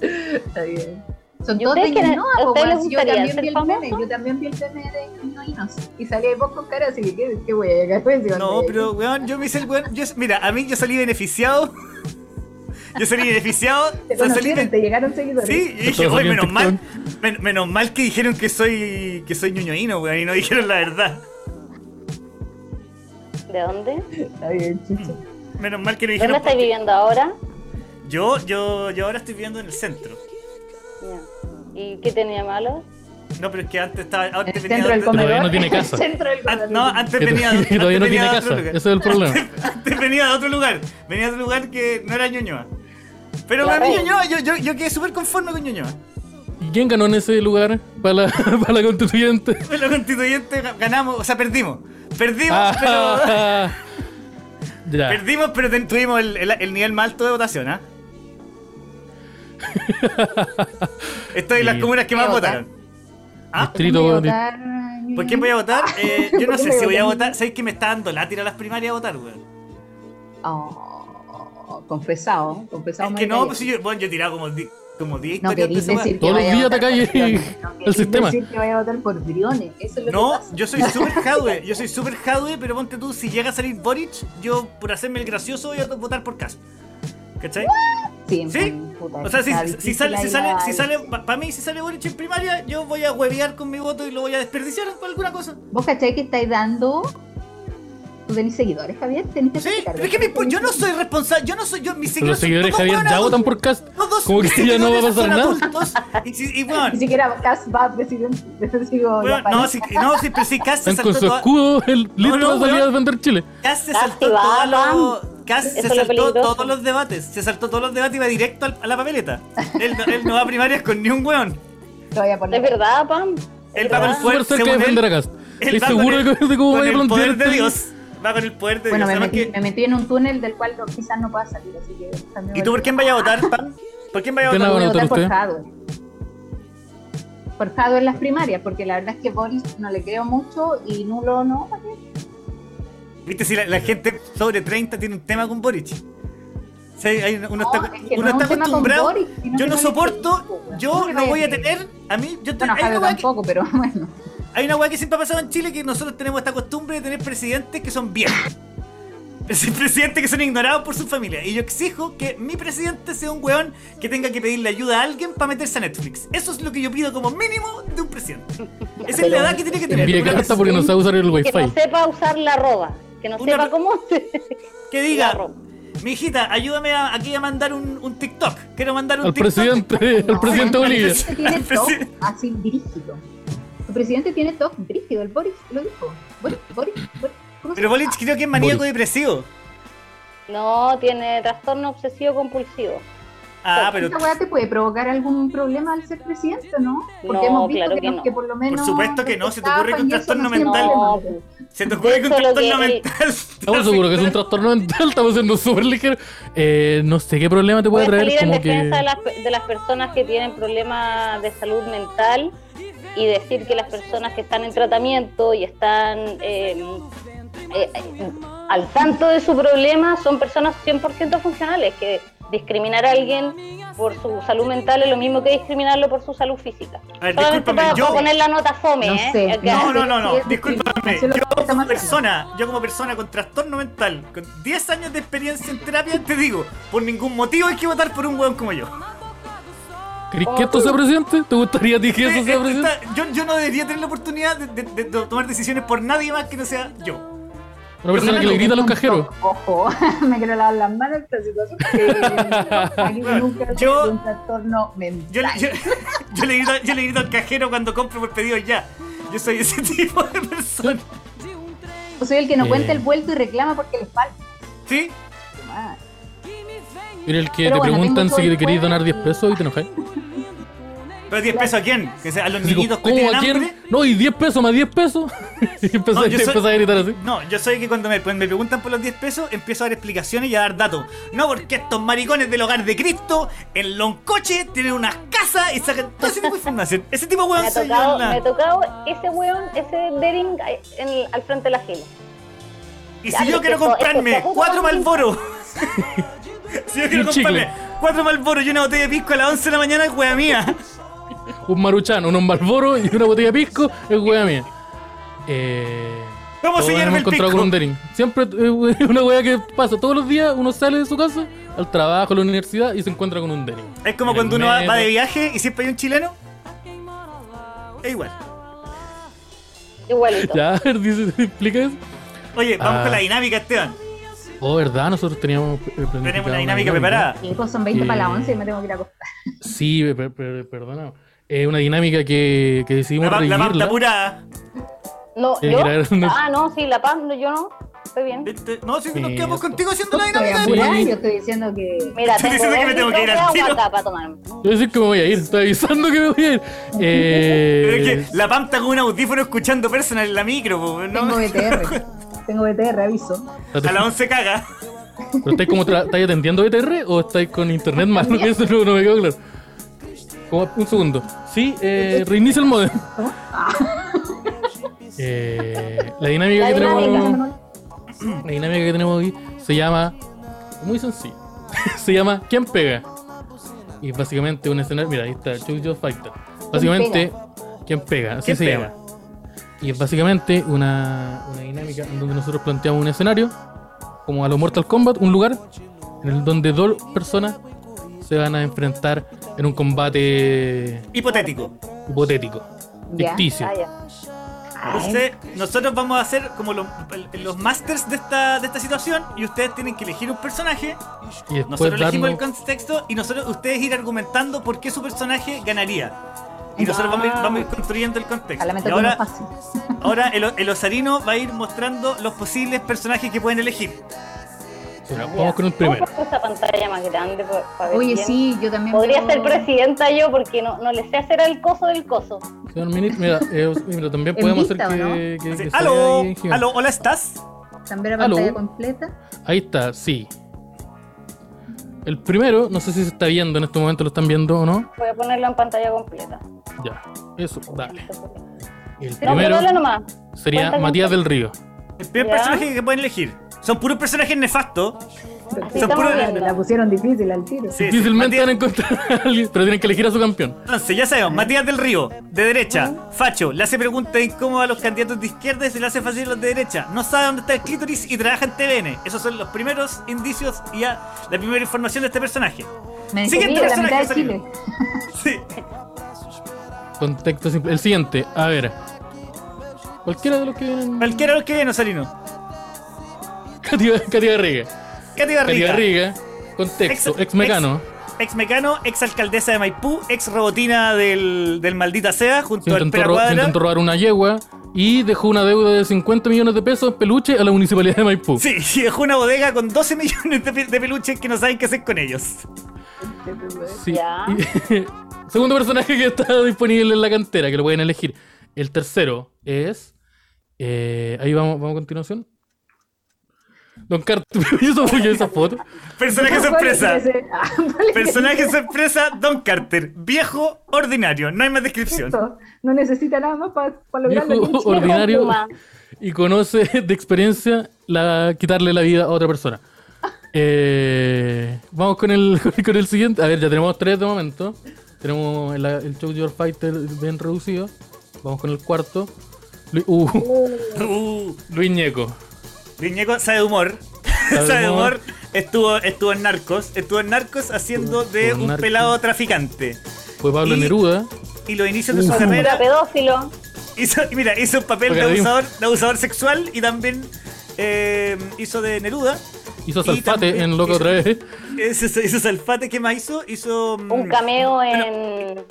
Speaker 7: Está bien. Son
Speaker 6: ¿Y
Speaker 7: todos de
Speaker 6: ustedes quieren-
Speaker 7: Ñuñoa, po,
Speaker 6: ustedes
Speaker 7: weón.
Speaker 6: les
Speaker 7: Si Yo
Speaker 6: gustaría
Speaker 7: también
Speaker 6: ser
Speaker 7: vi el meme,
Speaker 6: famosos?
Speaker 7: yo también vi el meme de Ñuñoinos. Y salí vos con cara así que qué, qué wey, acá estoy encima
Speaker 2: No,
Speaker 7: de-
Speaker 2: pero weón, yo me hice el weón. yo- mira, a mí yo salí beneficiado. Yo salí beneficiado.
Speaker 7: Te
Speaker 2: yo salí
Speaker 7: conocieron,
Speaker 2: ben-
Speaker 7: te llegaron seguidores.
Speaker 2: Sí, y dije,
Speaker 1: Todo
Speaker 2: "Oye,
Speaker 1: bien,
Speaker 2: menos
Speaker 1: TikTok".
Speaker 2: mal, men- menos mal que dijeron que soy que soy ñoñoíno, weón, y no dijeron la verdad.
Speaker 6: ¿De dónde?
Speaker 7: Está
Speaker 2: Mm.
Speaker 7: bien, chucha.
Speaker 2: Menos mal que no
Speaker 6: ¿Dónde
Speaker 2: dijeron.
Speaker 6: estáis viviendo ahora?
Speaker 2: porque- Yo, yo, yo ahora estoy viviendo en el centro.
Speaker 6: Ya. ¿Y qué tenía malo?
Speaker 2: No, pero es que antes estaba.
Speaker 7: En
Speaker 2: Antes
Speaker 7: el
Speaker 2: venía
Speaker 7: centro del
Speaker 2: de otro-
Speaker 1: Todavía
Speaker 7: comedor.
Speaker 1: no tiene
Speaker 7: en el
Speaker 1: casa.
Speaker 7: centro del
Speaker 2: an-
Speaker 7: comedor.
Speaker 2: no, antes
Speaker 1: Que
Speaker 2: venía
Speaker 1: todavía
Speaker 2: de- antes
Speaker 1: todavía no
Speaker 2: venía
Speaker 1: tiene
Speaker 2: de otro
Speaker 1: casa.
Speaker 2: lugar.
Speaker 1: Ese es el problema.
Speaker 2: Antes venía de otro lugar. Venía de otro lugar que no era ñoñoa. Pero
Speaker 6: La
Speaker 2: para mí
Speaker 6: red.
Speaker 2: ñoñoa, yo, yo, yo quedé súper conforme con ñoñoa.
Speaker 1: ¿Y quién ganó en ese lugar para la, para la constituyente?
Speaker 2: En la constituyente ga- ganamos, o sea, perdimos. Perdimos, pero.
Speaker 1: Ah, ya.
Speaker 2: Perdimos, pero ten- tuvimos el, el- el nivel más alto de votación, ¿ah? Estoy en las
Speaker 1: Sí.
Speaker 2: comunas que más
Speaker 7: Voy a
Speaker 2: votaron. ¿Ah?
Speaker 7: Voy a
Speaker 1: Distrito.
Speaker 7: votar,
Speaker 2: ¿Por quién voy a votar? Eh, yo no
Speaker 7: ¿Por qué
Speaker 2: sé
Speaker 7: voy a
Speaker 2: si voy a
Speaker 7: votar?
Speaker 2: votar. ¿Sabéis que me está dando la tira a las primarias a votar, weón?
Speaker 7: Oh, confesado, confesado.
Speaker 2: Es que
Speaker 7: María.
Speaker 2: no, pues si yo, bueno, yo he tirado como, di- como 10
Speaker 7: No
Speaker 2: historias
Speaker 7: querís
Speaker 2: de esa
Speaker 7: decir que
Speaker 1: Todos los
Speaker 7: vaya a
Speaker 1: días
Speaker 7: votar
Speaker 1: atacáis
Speaker 7: por Briones, no
Speaker 1: el
Speaker 7: querís
Speaker 1: sistema.
Speaker 7: decir que vaya a votar por Briones, eso es lo que
Speaker 2: No,
Speaker 7: pasa.
Speaker 2: yo soy super jadwe, yo soy super jadwe, pero ponte tú, si llega a salir Boric, yo por hacerme el gracioso voy a votar por Cast. ¿Cachai?
Speaker 7: Sí,
Speaker 2: ¿Sí?
Speaker 7: puta,
Speaker 2: O sea, si,
Speaker 7: está
Speaker 2: si
Speaker 7: difícil
Speaker 2: sale, si
Speaker 7: ahí
Speaker 2: sale,
Speaker 7: la-
Speaker 2: si sale, para mí si sale Boric en primaria, yo voy a huevear con mi voto y lo voy a desperdiciar en alguna cosa.
Speaker 7: ¿Vos cachai que estáis dando? ¿Tú tenés seguidores, Javier? Tenés que
Speaker 2: Sí,
Speaker 7: hacerte cargo.
Speaker 2: pero es que mi- yo no soy responsable, yo no soy, yo, mis
Speaker 1: Los seguidores
Speaker 2: son todos
Speaker 1: Javier ya
Speaker 2: hueonados.
Speaker 1: votan por cast.
Speaker 2: Todos
Speaker 1: Como que
Speaker 2: mis
Speaker 1: ya no va a
Speaker 2: seguidores
Speaker 1: pasar
Speaker 2: son
Speaker 1: nada.
Speaker 2: adultos. Y, si- y
Speaker 7: Ni
Speaker 2: bueno,
Speaker 7: siquiera Cas va a presidente. Digo,
Speaker 2: bueno,
Speaker 7: la
Speaker 2: no,
Speaker 7: pared.
Speaker 2: si, no, si, pero si Cast se
Speaker 1: Están con
Speaker 2: saltó
Speaker 1: su
Speaker 2: toda-
Speaker 1: escudo el, listo
Speaker 2: no,
Speaker 1: para salir a
Speaker 2: weón.
Speaker 1: defender Chile.
Speaker 2: Cass se
Speaker 6: Casi
Speaker 2: saltó
Speaker 6: va,
Speaker 2: todos los.
Speaker 6: Pam.
Speaker 2: Cass
Speaker 6: Eso
Speaker 2: se
Speaker 6: es lo
Speaker 2: saltó
Speaker 6: peligroso.
Speaker 2: todos los debates. Se saltó todos los debates y va directo al- a la papeleta. Él, no- él no va a primarias con ni un weón.
Speaker 7: Te voy a poner.
Speaker 6: ¿Es verdad, Pam? ¿Es
Speaker 2: Él va con el
Speaker 6: verdad?
Speaker 2: fuego.
Speaker 1: Súper cerca
Speaker 2: según
Speaker 1: de
Speaker 2: él-
Speaker 1: defender a cast.
Speaker 2: Él
Speaker 1: Estoy
Speaker 2: va con
Speaker 1: seguro
Speaker 2: el-
Speaker 1: de que- de cómo
Speaker 2: con
Speaker 1: vaya a
Speaker 2: el
Speaker 1: plantear
Speaker 2: poder de
Speaker 1: este-
Speaker 2: Dios. Va con el poder de
Speaker 7: Bueno, me
Speaker 2: Dios. Además
Speaker 7: metí,
Speaker 2: que-
Speaker 7: me metí en un túnel del cual no- quizás no pueda salir, así que también
Speaker 2: ¿Y tú por quién vaya a votar, Pam? ¿Por quién vaya a
Speaker 1: Yo
Speaker 2: votar?
Speaker 1: no-
Speaker 7: voy a
Speaker 1: van a votar
Speaker 7: votar por
Speaker 1: ustedes?
Speaker 7: Jadwe. Por Jadwe en las primarias, porque la verdad es que Boris no le creo mucho y Nulo no. ¿para qué?
Speaker 2: Viste, si la, la gente sobre 30 tiene un tema con Boric. Sí, hay- uno
Speaker 7: No,
Speaker 2: está,
Speaker 7: es que
Speaker 2: uno
Speaker 7: no
Speaker 2: está
Speaker 7: es un tema con
Speaker 2: acostumbrado.
Speaker 7: Boric, sino
Speaker 2: yo
Speaker 7: que
Speaker 2: no
Speaker 7: le
Speaker 2: soporto,
Speaker 7: creo, weón. ¿Cómo
Speaker 2: yo
Speaker 7: le
Speaker 2: no
Speaker 7: vaya
Speaker 2: voy a
Speaker 7: creer?
Speaker 2: tener. A mí, yo te-
Speaker 7: Bueno,
Speaker 2: hay una
Speaker 7: Jadwe
Speaker 2: weá que-
Speaker 7: tampoco, pero bueno.
Speaker 2: Hay una weá que siempre ha pasado en Chile que nosotros tenemos esta costumbre de tener presidentes que son viejos. Presi- Presidentes que son ignorados por su familia. Y yo exijo que mi presidente sea un weón que tenga que pedirle ayuda a alguien para meterse a Netflix. Eso es lo que yo pido como mínimo de un presidente. Esa es la edad que tiene que tener.
Speaker 1: Envía
Speaker 2: Una-
Speaker 1: carta porque no sabe usar el
Speaker 6: Que no
Speaker 1: wifi.
Speaker 6: sepa usar la arroba. Que no
Speaker 2: Una-
Speaker 6: sepa cómo se...
Speaker 2: Que
Speaker 6: la
Speaker 2: diga,
Speaker 6: arroba.
Speaker 2: mi hijita, ayúdame a, aquí a mandar un, un TikTok. Quiero mandar un
Speaker 1: Al
Speaker 2: TikTok.
Speaker 1: presidente, al
Speaker 7: No,
Speaker 1: presidente de
Speaker 7: el
Speaker 1: Bolivia.
Speaker 7: presidente tiene
Speaker 2: Al presi-
Speaker 7: toc así brígido. Tu presidente tiene toc brígido. El Boris lo dijo. Boris, Boris, Boris. ¿cómo se
Speaker 2: Pero Boric
Speaker 7: llama?
Speaker 2: creo que es maníaco
Speaker 1: Boric.
Speaker 2: depresivo.
Speaker 6: No, tiene trastorno obsesivo compulsivo.
Speaker 2: Ah, pero
Speaker 7: Esta weá te puede provocar algún problema al ser presidente, ¿no? Porque
Speaker 6: No,
Speaker 7: hemos visto
Speaker 6: claro
Speaker 7: que,
Speaker 6: que
Speaker 7: los
Speaker 6: no.
Speaker 7: que por lo menos.
Speaker 2: supuesto que no, se te ocurre que un
Speaker 7: estaban y
Speaker 2: trastorno
Speaker 7: eso hacían
Speaker 2: mental.
Speaker 7: problemas.
Speaker 6: No, pues.
Speaker 2: se te ocurre que un
Speaker 6: Eso lo que
Speaker 2: trastorno
Speaker 6: él-
Speaker 2: mental.
Speaker 1: Estamos seguros que es un trastorno mental, estamos siendo súper ligeros. Eh, no sé qué problema te
Speaker 6: Voy
Speaker 1: puede
Speaker 6: a
Speaker 1: traer.
Speaker 6: salir en
Speaker 1: Como que.
Speaker 6: defensa de, las, pe- de las personas que tienen problemas de salud mental y decir que las personas que están en tratamiento y están eh, eh, eh, al tanto de su problema son personas 100% funcionales, que discriminar a alguien por su salud mental es lo mismo que discriminarlo por su salud física.
Speaker 2: A ver,
Speaker 6: Solamente
Speaker 2: discúlpame,
Speaker 6: para,
Speaker 2: yo-
Speaker 6: para poner la nota fome,
Speaker 7: No
Speaker 6: ¿eh?
Speaker 7: sé,
Speaker 6: Acá.
Speaker 2: No, no, no, no,
Speaker 7: Sí, es
Speaker 2: discúlpame.
Speaker 7: discriminación lo
Speaker 2: Yo
Speaker 7: que está
Speaker 2: como
Speaker 7: marcando.
Speaker 2: persona, yo como persona con trastorno mental, con 10 años de experiencia en terapia, te digo, por ningún motivo hay que votar por un weón como yo.
Speaker 1: ¿Querés que esto sea presidente? ¿Te gustaría a ti que eso
Speaker 2: Eh, eh,
Speaker 1: sea presidente?
Speaker 2: está- yo, yo no debería tener la oportunidad de, de- de tomar decisiones por nadie más que no sea yo.
Speaker 1: Una persona que le grita a los cajeros.
Speaker 7: Ojo, me quiero lavar las manos en esta situación. porque Aquí nunca
Speaker 2: Yo-
Speaker 7: yo, un trastorno mental.
Speaker 2: Yo, le- yo- yo le grito, yo le grito al cajero cuando compro por pedido ya. Yo soy ese tipo de persona.
Speaker 7: Yo soy el que no
Speaker 1: Eh.
Speaker 7: cuenta el vuelto y reclama porque le falta.
Speaker 2: ¿Sí?
Speaker 7: Ah,
Speaker 1: Mira, el que
Speaker 7: Pero
Speaker 1: te
Speaker 7: bueno,
Speaker 1: preguntan
Speaker 7: tengo
Speaker 1: si
Speaker 7: todo
Speaker 1: le
Speaker 7: el
Speaker 1: queréis
Speaker 7: jueves
Speaker 1: donar 10
Speaker 7: y-
Speaker 1: pesos y te enojáis.
Speaker 2: ¿Pero 10 pesos a quién? ¿Que sea, ¿A los
Speaker 1: Digo,
Speaker 2: niñitos que
Speaker 1: ¿Cómo
Speaker 2: tienen
Speaker 1: a quién?
Speaker 2: hambre?
Speaker 1: No, y 10 pesos más 10 pesos. y empezó,
Speaker 2: No, yo
Speaker 1: y
Speaker 2: soy-
Speaker 1: empezó a gritar así.
Speaker 2: No, yo soy que cuando me, cuando me preguntan por los 10 pesos, empiezo a dar explicaciones y a dar datos. No, porque estos maricones del hogar de Cristo, en Loncoche, tienen unas casas y sacan todo ese tipo de información. Ese tipo de
Speaker 6: Me
Speaker 2: weón
Speaker 6: ha
Speaker 2: soy yo en
Speaker 6: tocado, me
Speaker 2: la-
Speaker 6: ha tocado ese weón, ese Bering eh, en el- al frente de la fila.
Speaker 2: Y
Speaker 6: Ya,
Speaker 2: si
Speaker 6: pero
Speaker 2: yo
Speaker 6: es que
Speaker 2: quiero
Speaker 6: esto- esto
Speaker 2: comprarme
Speaker 6: está puto
Speaker 2: cuatro
Speaker 6: mal-
Speaker 2: Malboro. si yo quiero
Speaker 1: Y un chicle.
Speaker 2: comprarme cuatro Malboro y una botella de pisco a las 11 de la mañana, es wea mía.
Speaker 1: Un maruchano, unos malboros y una botella de pisco. Es wea mía. Eh.
Speaker 2: Vamos a
Speaker 1: todos nos
Speaker 2: sellarme
Speaker 1: hemos
Speaker 2: el
Speaker 1: encontrado con
Speaker 2: pisco.
Speaker 1: un Derin. Siempre eh, es una wea que pasa. Todos los días uno sale de su casa al trabajo, a la universidad y se encuentra con un Derin.
Speaker 2: Es como
Speaker 1: En
Speaker 2: cuando
Speaker 1: el
Speaker 2: uno va, va de
Speaker 1: metro.
Speaker 2: viaje y siempre hay un chileno. Es igual.
Speaker 6: Igualito.
Speaker 1: Ya, a ver, dice, explica eso.
Speaker 2: Oye, vamos
Speaker 1: Ah.
Speaker 2: con la dinámica, Esteban.
Speaker 1: Oh, verdad, nosotros teníamos. eh,
Speaker 2: Tenemos
Speaker 1: planificado
Speaker 2: una
Speaker 1: una
Speaker 2: dinámica preparada.
Speaker 7: Chicos, son 20 para
Speaker 1: Eh.
Speaker 7: las 11 y me tengo que ir a acostar.
Speaker 1: Sí, pe- pe- pe- perdona. Es una dinámica que, que
Speaker 2: La,
Speaker 1: decidimos
Speaker 2: pa- la
Speaker 1: revivirla.
Speaker 2: pasta pura.
Speaker 6: No,
Speaker 1: Eh,
Speaker 6: yo.
Speaker 1: era- no-
Speaker 6: Ah, no, sí, la paz, no, yo no. Estoy bien.
Speaker 2: Este, No, si nos
Speaker 1: Sí,
Speaker 2: quedamos
Speaker 1: esto-
Speaker 2: contigo haciendo la
Speaker 7: Estoy
Speaker 2: dinámica.
Speaker 1: Sí.
Speaker 7: apurada, yo estoy diciendo que.
Speaker 6: Mira,
Speaker 2: Estoy
Speaker 6: tengo
Speaker 2: diciendo que
Speaker 6: dos
Speaker 2: me tengo que ir
Speaker 6: litros
Speaker 2: al
Speaker 6: de
Speaker 2: tiro.
Speaker 6: agua acá para tomar.
Speaker 1: Yo voy a decir que me voy a ir, estoy avisando que me voy a ir. Eh,
Speaker 2: Pero es que la Pam está con un audífono escuchando personal en la micro, po,
Speaker 7: Tengo
Speaker 2: ¿no?
Speaker 7: BTR. tengo BTR, aviso.
Speaker 2: A las 11 caga.
Speaker 1: ¿Pero estáis como tra- estáis atendiendo BTR o estáis con internet mal? Porque eso no, no me quedó claro. Como- un segundo. Sí, eh, reinicia el modem. Eh, la dinámica
Speaker 6: La
Speaker 1: que tenemos.
Speaker 6: dinámica.
Speaker 1: La dinámica que tenemos hoy se llama. Muy sencillo. se llama ¿Quién pega? Y básicamente un escenario. Mira, ahí está, Chuck Joe Factor. Básicamente, ¿quién pega? Así
Speaker 2: ¿Quién
Speaker 1: se
Speaker 2: pega?
Speaker 1: llama. Y es básicamente una, una dinámica en donde nosotros planteamos un escenario, como a los Mortal Kombat, un lugar en el donde dos personas se van a enfrentar en un combate
Speaker 2: Hipotético.
Speaker 1: hipotético,
Speaker 7: Ya.
Speaker 1: ficticio.
Speaker 6: Ah, ya.
Speaker 2: Entonces, nosotros vamos a hacer como los, el- los masters de esta, de esta situación y ustedes tienen que elegir un personaje.
Speaker 1: Y después
Speaker 2: Nosotros elegimos
Speaker 1: darnos.
Speaker 2: el contexto y nosotros ustedes ir argumentando por qué su personaje ganaría. Y nosotros vamos, a ir- vamos a ir construyendo el contexto.
Speaker 7: A la
Speaker 2: Y
Speaker 7: meta
Speaker 2: ahora,
Speaker 7: ahora... fácil.
Speaker 2: ahora el, o- el osarino va a ir mostrando los posibles personajes que pueden elegir.
Speaker 1: Mira, vamos con el primero.
Speaker 6: ¿Cómo esa pantalla más grande pa- pa ver
Speaker 7: Oye,
Speaker 6: bien?
Speaker 7: sí, yo también.
Speaker 6: Podría
Speaker 7: veo-
Speaker 6: ser presidenta yo porque no, no le sé hacer al coso del coso.
Speaker 1: Señor ministro, mira, eh, mira, también podemos hacer
Speaker 7: vista o
Speaker 1: que.
Speaker 7: no?
Speaker 1: que- que
Speaker 2: Así,
Speaker 1: salga
Speaker 2: aló,
Speaker 1: ahí en gigante.
Speaker 2: aló, hola, ¿estás?
Speaker 7: También la
Speaker 1: Aló.
Speaker 7: pantalla completa.
Speaker 1: Ahí está, sí. El primero, no sé si se está viendo en este momento, lo están viendo o no.
Speaker 6: Voy a ponerlo en pantalla completa.
Speaker 1: Ya, eso, dale. El
Speaker 6: No, pero
Speaker 1: primero
Speaker 6: dale nomás.
Speaker 1: sería
Speaker 6: cuenta con
Speaker 1: Matías
Speaker 6: todo.
Speaker 1: del Río.
Speaker 2: El primer
Speaker 6: Ya.
Speaker 2: personaje que pueden elegir. Son puros personajes nefastos.
Speaker 6: Así
Speaker 2: Son
Speaker 6: estamos
Speaker 2: puros-
Speaker 6: viendo.
Speaker 7: La pusieron difícil al tiro.
Speaker 2: Sí, sí,
Speaker 1: Difícilmente
Speaker 2: Matías-
Speaker 1: van a encontrar a alguien, pero tienen que elegir a su campeón.
Speaker 2: Entonces, ya sabemos, Matías del Río, de derecha, facho, le hace preguntas incómodas a los candidatos de izquierda y se le hace fácil a los de derecha. No sabe dónde está el clítoris y trabaja en TVN. Esos son los primeros indicios y ya la primera información de este personaje.
Speaker 7: Me
Speaker 2: Siguiente
Speaker 7: descubrí la
Speaker 2: personaje,
Speaker 7: mitad de
Speaker 2: Rosario.
Speaker 7: Chile.
Speaker 2: Sí.
Speaker 1: Contexto simple. El siguiente, a ver. Cualquiera de los que vienen.
Speaker 2: Cualquiera de los que viene, Osarino.
Speaker 1: Katy Katy Garriga.
Speaker 2: Katy
Speaker 1: Katy
Speaker 2: Garriga.
Speaker 1: Garriga. Contexto,
Speaker 2: Ex-
Speaker 1: ex mecano.
Speaker 2: Ex mecano, ex alcaldesa de Maipú, ex robotina del, del maldita sea,
Speaker 1: Se
Speaker 2: junto al
Speaker 1: intentó,
Speaker 2: Pera
Speaker 1: ro- se
Speaker 2: Cuadra.
Speaker 1: intentó robar una yegua y dejó una deuda de 50 millones de pesos en peluche a la municipalidad de Maipú.
Speaker 2: Sí, y dejó una bodega con 12 millones de, pe- de peluches que no saben qué hacer con ellos.
Speaker 1: Sí.
Speaker 6: Ya.
Speaker 1: Y- Segundo personaje que está disponible en la cantera, que lo pueden elegir. El tercero es. eh, ahí vamos, vamos a continuación. Don Carter, eso porque esa foto.
Speaker 2: Personaje
Speaker 7: ¿Cuál es
Speaker 2: sorpresa.
Speaker 7: ese? Ah, ¿cuál es
Speaker 2: Personaje sorpresa, Don Carter. Viejo, ordinario. No hay más descripción.
Speaker 7: esto? No necesita nada más para lograrlo.
Speaker 1: Viejo
Speaker 7: Yo-
Speaker 1: ordinario
Speaker 6: Puma.
Speaker 1: y conoce de experiencia la, quitarle la vida a otra persona. Eh, vamos con el, con el siguiente. A ver, ya tenemos tres de momento. Tenemos el, el Show Your Fighter bien reducido. Vamos con el cuarto. Lu- uh,
Speaker 2: Uh,
Speaker 1: Luis Ñeco.
Speaker 2: Viñeco sabe de humor.
Speaker 1: Sabe de
Speaker 2: Sabe, de humor.
Speaker 1: humor.
Speaker 2: Estuvo, estuvo en Narcos. Estuvo en Narcos haciendo de
Speaker 1: Estuvo en
Speaker 2: un
Speaker 1: Narcos.
Speaker 2: pelado traficante.
Speaker 1: Fue Pablo
Speaker 2: Y-
Speaker 1: Neruda.
Speaker 2: Y los inicios de su
Speaker 6: Era
Speaker 2: carrera
Speaker 6: pedófilo.
Speaker 2: hizo, y mira, hizo un papel de
Speaker 1: Porque le di-
Speaker 2: abusador, de abusador sexual y también eh, hizo de Neruda.
Speaker 1: Hizo
Speaker 2: Y
Speaker 1: Salfate
Speaker 2: también
Speaker 1: en Loco
Speaker 2: hizo-
Speaker 1: otra vez.
Speaker 2: Hizo, hizo Salfate, ¿qué más hizo? Hizo. mm,
Speaker 6: Un cameo en.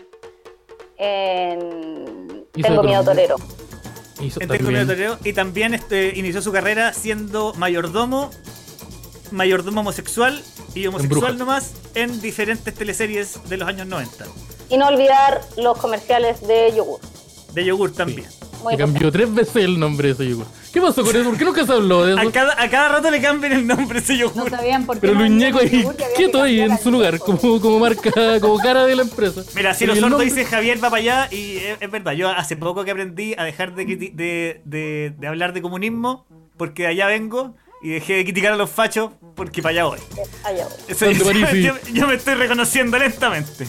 Speaker 6: en.
Speaker 1: Hizo
Speaker 6: Tengo
Speaker 1: otro-
Speaker 6: miedo torero.
Speaker 1: Hizo
Speaker 2: en Tengo
Speaker 1: también.
Speaker 2: Miedo Torero, y también este, inició su carrera siendo mayordomo, mayordomo homosexual y
Speaker 1: Brujas.
Speaker 2: homosexual nomás en diferentes teleseries de los años 90.
Speaker 6: Y no olvidar los comerciales de yogur.
Speaker 2: De yogur también.
Speaker 6: Muy
Speaker 1: Le cambió tres veces el nombre de ese yogur. ¿Qué pasó con eso? ¿Por qué nunca se habló de
Speaker 2: A
Speaker 1: eso?
Speaker 2: cada, a cada rato le cambian el nombre a ese yogur.
Speaker 7: No sabían por qué.
Speaker 1: Pero
Speaker 7: no
Speaker 1: Luñeco
Speaker 7: habían
Speaker 1: ahí
Speaker 7: seguro que había que
Speaker 1: quieto ahí
Speaker 7: cambiar
Speaker 1: en
Speaker 7: al
Speaker 1: su lugar,
Speaker 7: grupo.
Speaker 1: como, como marca, como cara de la empresa.
Speaker 2: Mira, si
Speaker 1: Pero
Speaker 2: los
Speaker 1: el
Speaker 2: sordos
Speaker 1: nombre-
Speaker 2: dice Javier va para allá y es, es verdad, yo hace poco que aprendí a dejar de, criti- de, de- de hablar de comunismo porque de allá vengo y dejé de criticar a los fachos porque para allá voy.
Speaker 6: Ah, ya, bueno.
Speaker 2: Eso-
Speaker 1: Grande Parisi.
Speaker 2: yo, yo me estoy reconociendo lentamente.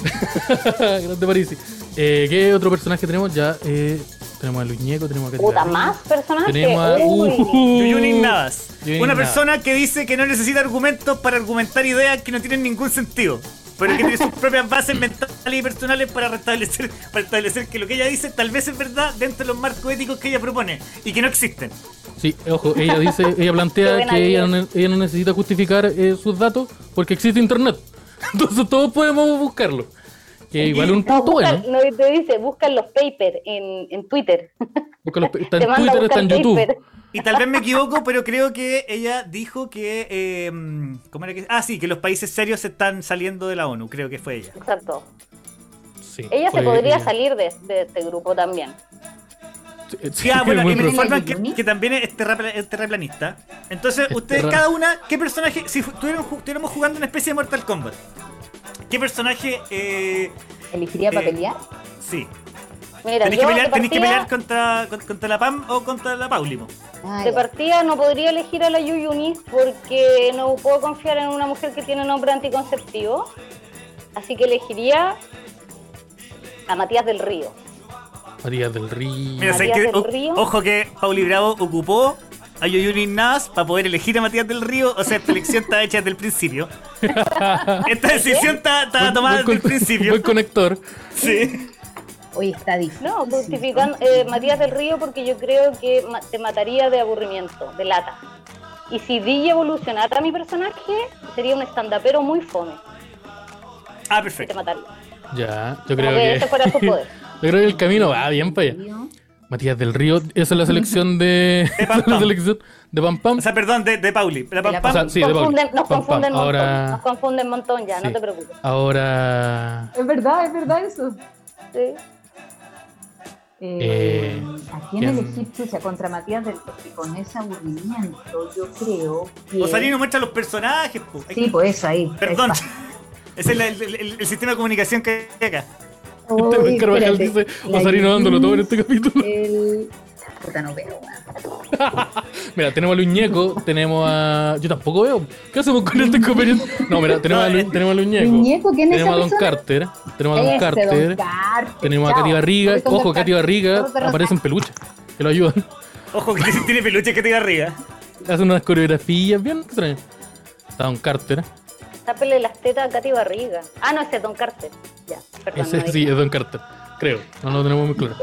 Speaker 1: Grande Parisi. Eh, ¿Qué otro personaje tenemos? Ya eh, tenemos a Luñeco, tenemos a Katy
Speaker 6: Puta,
Speaker 1: Perry.
Speaker 6: más personajes.
Speaker 1: Pues Tenemos a. Uh,
Speaker 6: Uy.
Speaker 2: Yuyunin Navas.
Speaker 1: Yuyunin
Speaker 2: Una
Speaker 1: Navas.
Speaker 2: persona que dice que no necesita argumentos para argumentar ideas que no tienen ningún sentido. Pero que tiene sus propias bases mentales y personales para restablecer, para establecer que lo que ella dice tal vez es verdad dentro de los marcos éticos que ella propone y que no existen.
Speaker 1: Sí, ojo, ella dice, ella
Speaker 6: Qué
Speaker 1: plantea
Speaker 6: buena
Speaker 1: que
Speaker 6: idea.
Speaker 1: ella no, ella no necesita justificar eh, sus datos porque existe internet. Entonces todos podemos buscarlo. Que igual es un
Speaker 6: No,
Speaker 1: punto bueno.
Speaker 6: buscan- no, te dice, buscan los papers en, en Twitter.
Speaker 1: Porque los- está
Speaker 6: Te
Speaker 1: en
Speaker 6: manda a
Speaker 1: Twitter, está
Speaker 6: buscar
Speaker 1: en YouTube.
Speaker 6: papers.
Speaker 2: Y tal vez me equivoco, pero creo que ella dijo que. eh, ¿Cómo era que.? Ah, sí, que los países serios se están saliendo de la ONU, creo que fue ella.
Speaker 6: Exacto.
Speaker 1: Sí,
Speaker 6: Ella
Speaker 1: fue-
Speaker 6: se podría
Speaker 1: eh,
Speaker 6: salir de, de este grupo también.
Speaker 1: sí,
Speaker 2: Sí, ah, bueno,
Speaker 1: muy
Speaker 2: y me
Speaker 1: probable.
Speaker 2: informan que,
Speaker 7: Yuyuni.
Speaker 2: que también es, terrapla- es terraplanista. Entonces,
Speaker 1: Es
Speaker 2: ustedes,
Speaker 1: terra-
Speaker 2: cada una, ¿qué personaje? Si fu- tuvieron ju- estuviéramos jugando una especie de Mortal Kombat, ¿qué personaje? eh,
Speaker 7: ¿Elegiría para
Speaker 2: Eh,
Speaker 7: pelear?
Speaker 2: sí.
Speaker 6: Mira,
Speaker 2: Tenéis
Speaker 6: yo
Speaker 2: que pelear,
Speaker 6: de, partida,
Speaker 2: tenéis que pelear contra, con- contra la Pam o contra la Paulimo.
Speaker 7: Ah,
Speaker 6: de
Speaker 7: ya.
Speaker 6: partida no podría elegir a la Yuyuni porque no puedo confiar en una mujer que tiene nombre anticonceptivo. Así que elegiría a Matías del Río.
Speaker 1: María del Río.
Speaker 2: Mira, ¿sabes
Speaker 6: Matías
Speaker 2: qué?
Speaker 6: del
Speaker 2: O-
Speaker 6: Río.
Speaker 2: ojo que Pauli Bravo ocupó a Yoyuri Navas para poder elegir a Matías del Río. O sea, esta elección está hecha desde el principio. Esta decisión está, está
Speaker 1: Buen-
Speaker 2: tomada
Speaker 1: buen
Speaker 2: desde el
Speaker 1: con-
Speaker 2: principio.
Speaker 1: Buen conector.
Speaker 2: Sí.
Speaker 7: Oye, está difícil.
Speaker 6: No, justificando eh, Matías del Río porque yo creo que ma- te mataría de aburrimiento, de lata. Y si DJ evolucionara a mi personaje, sería un estandapero muy fome.
Speaker 2: Ah,
Speaker 6: y Te
Speaker 2: perfecto.
Speaker 6: mataría.
Speaker 1: Ya, yo
Speaker 6: Como
Speaker 1: creo
Speaker 6: que,
Speaker 1: que.
Speaker 6: ese fuera su poder.
Speaker 1: Yo creo que el camino va bien para allá. Matías del Río, esa es la selección de.
Speaker 2: De
Speaker 1: esa es
Speaker 2: Pam
Speaker 1: la
Speaker 2: Pam.
Speaker 1: selección de Pam Pam.
Speaker 2: O sea, perdón, de, de Pauli. La Pam
Speaker 7: la
Speaker 2: Pam.
Speaker 1: O sea, sí, de Pauli.
Speaker 6: Confunden-
Speaker 1: Pam,
Speaker 6: nos
Speaker 1: pam.
Speaker 6: confunden montón,
Speaker 1: Ahora-
Speaker 6: nos confunden montón ya,
Speaker 1: Sí.
Speaker 6: no te preocupes.
Speaker 1: Ahora.
Speaker 7: Es verdad, es verdad eso.
Speaker 6: Sí.
Speaker 1: Eh,
Speaker 7: Eh, ¿A quién
Speaker 1: ¿quién?
Speaker 7: elegir chucha contra Matías del Porque con ese aburrimiento yo creo que...
Speaker 2: Rosarino muestra los personajes, po. Hay
Speaker 7: Sí, pues eso ahí.
Speaker 2: Perdón.
Speaker 7: Ahí
Speaker 2: Ese es la- el, el- el sistema de comunicación que hay acá.
Speaker 7: está. Uy,
Speaker 1: Esteban Carvajal dice:
Speaker 7: espérate.
Speaker 1: Osarino
Speaker 7: La-
Speaker 1: dándolo todo en este capítulo.
Speaker 7: El... Puta, no veo. weón.
Speaker 1: Mira, tenemos a Luñeco, tenemos a. Yo tampoco veo. ¿Qué hacemos con este conveniente? No, mira, tenemos a, Lu- tenemos a Luñeco.
Speaker 7: Luñeco, ¿quién es
Speaker 1: Tenemos a
Speaker 7: esa
Speaker 1: Don
Speaker 7: persona?
Speaker 1: Carter. Tenemos a Don
Speaker 7: Ese,
Speaker 1: Carter.
Speaker 7: Este, Don Carter,
Speaker 1: Tenemos a
Speaker 7: chao.
Speaker 1: Katy Barriga.
Speaker 7: Soy Don
Speaker 1: Ojo, Katy
Speaker 7: Carter.
Speaker 1: Barriga
Speaker 7: Todos de
Speaker 1: aparece en
Speaker 7: Rosario.
Speaker 1: peluche. Que lo ayudan.
Speaker 2: Ojo, que tiene peluches que te arriba.
Speaker 1: Hace unas coreografías bien extrañas. Está Don Carter. ¿eh?
Speaker 6: Tápele las tetas a Katy Barriga. Ah, no, ese es Don Carter. Ya, perdón. no
Speaker 1: Ese
Speaker 6: dije.
Speaker 1: sí, es Don Carter. Creo. No lo tenemos muy claro.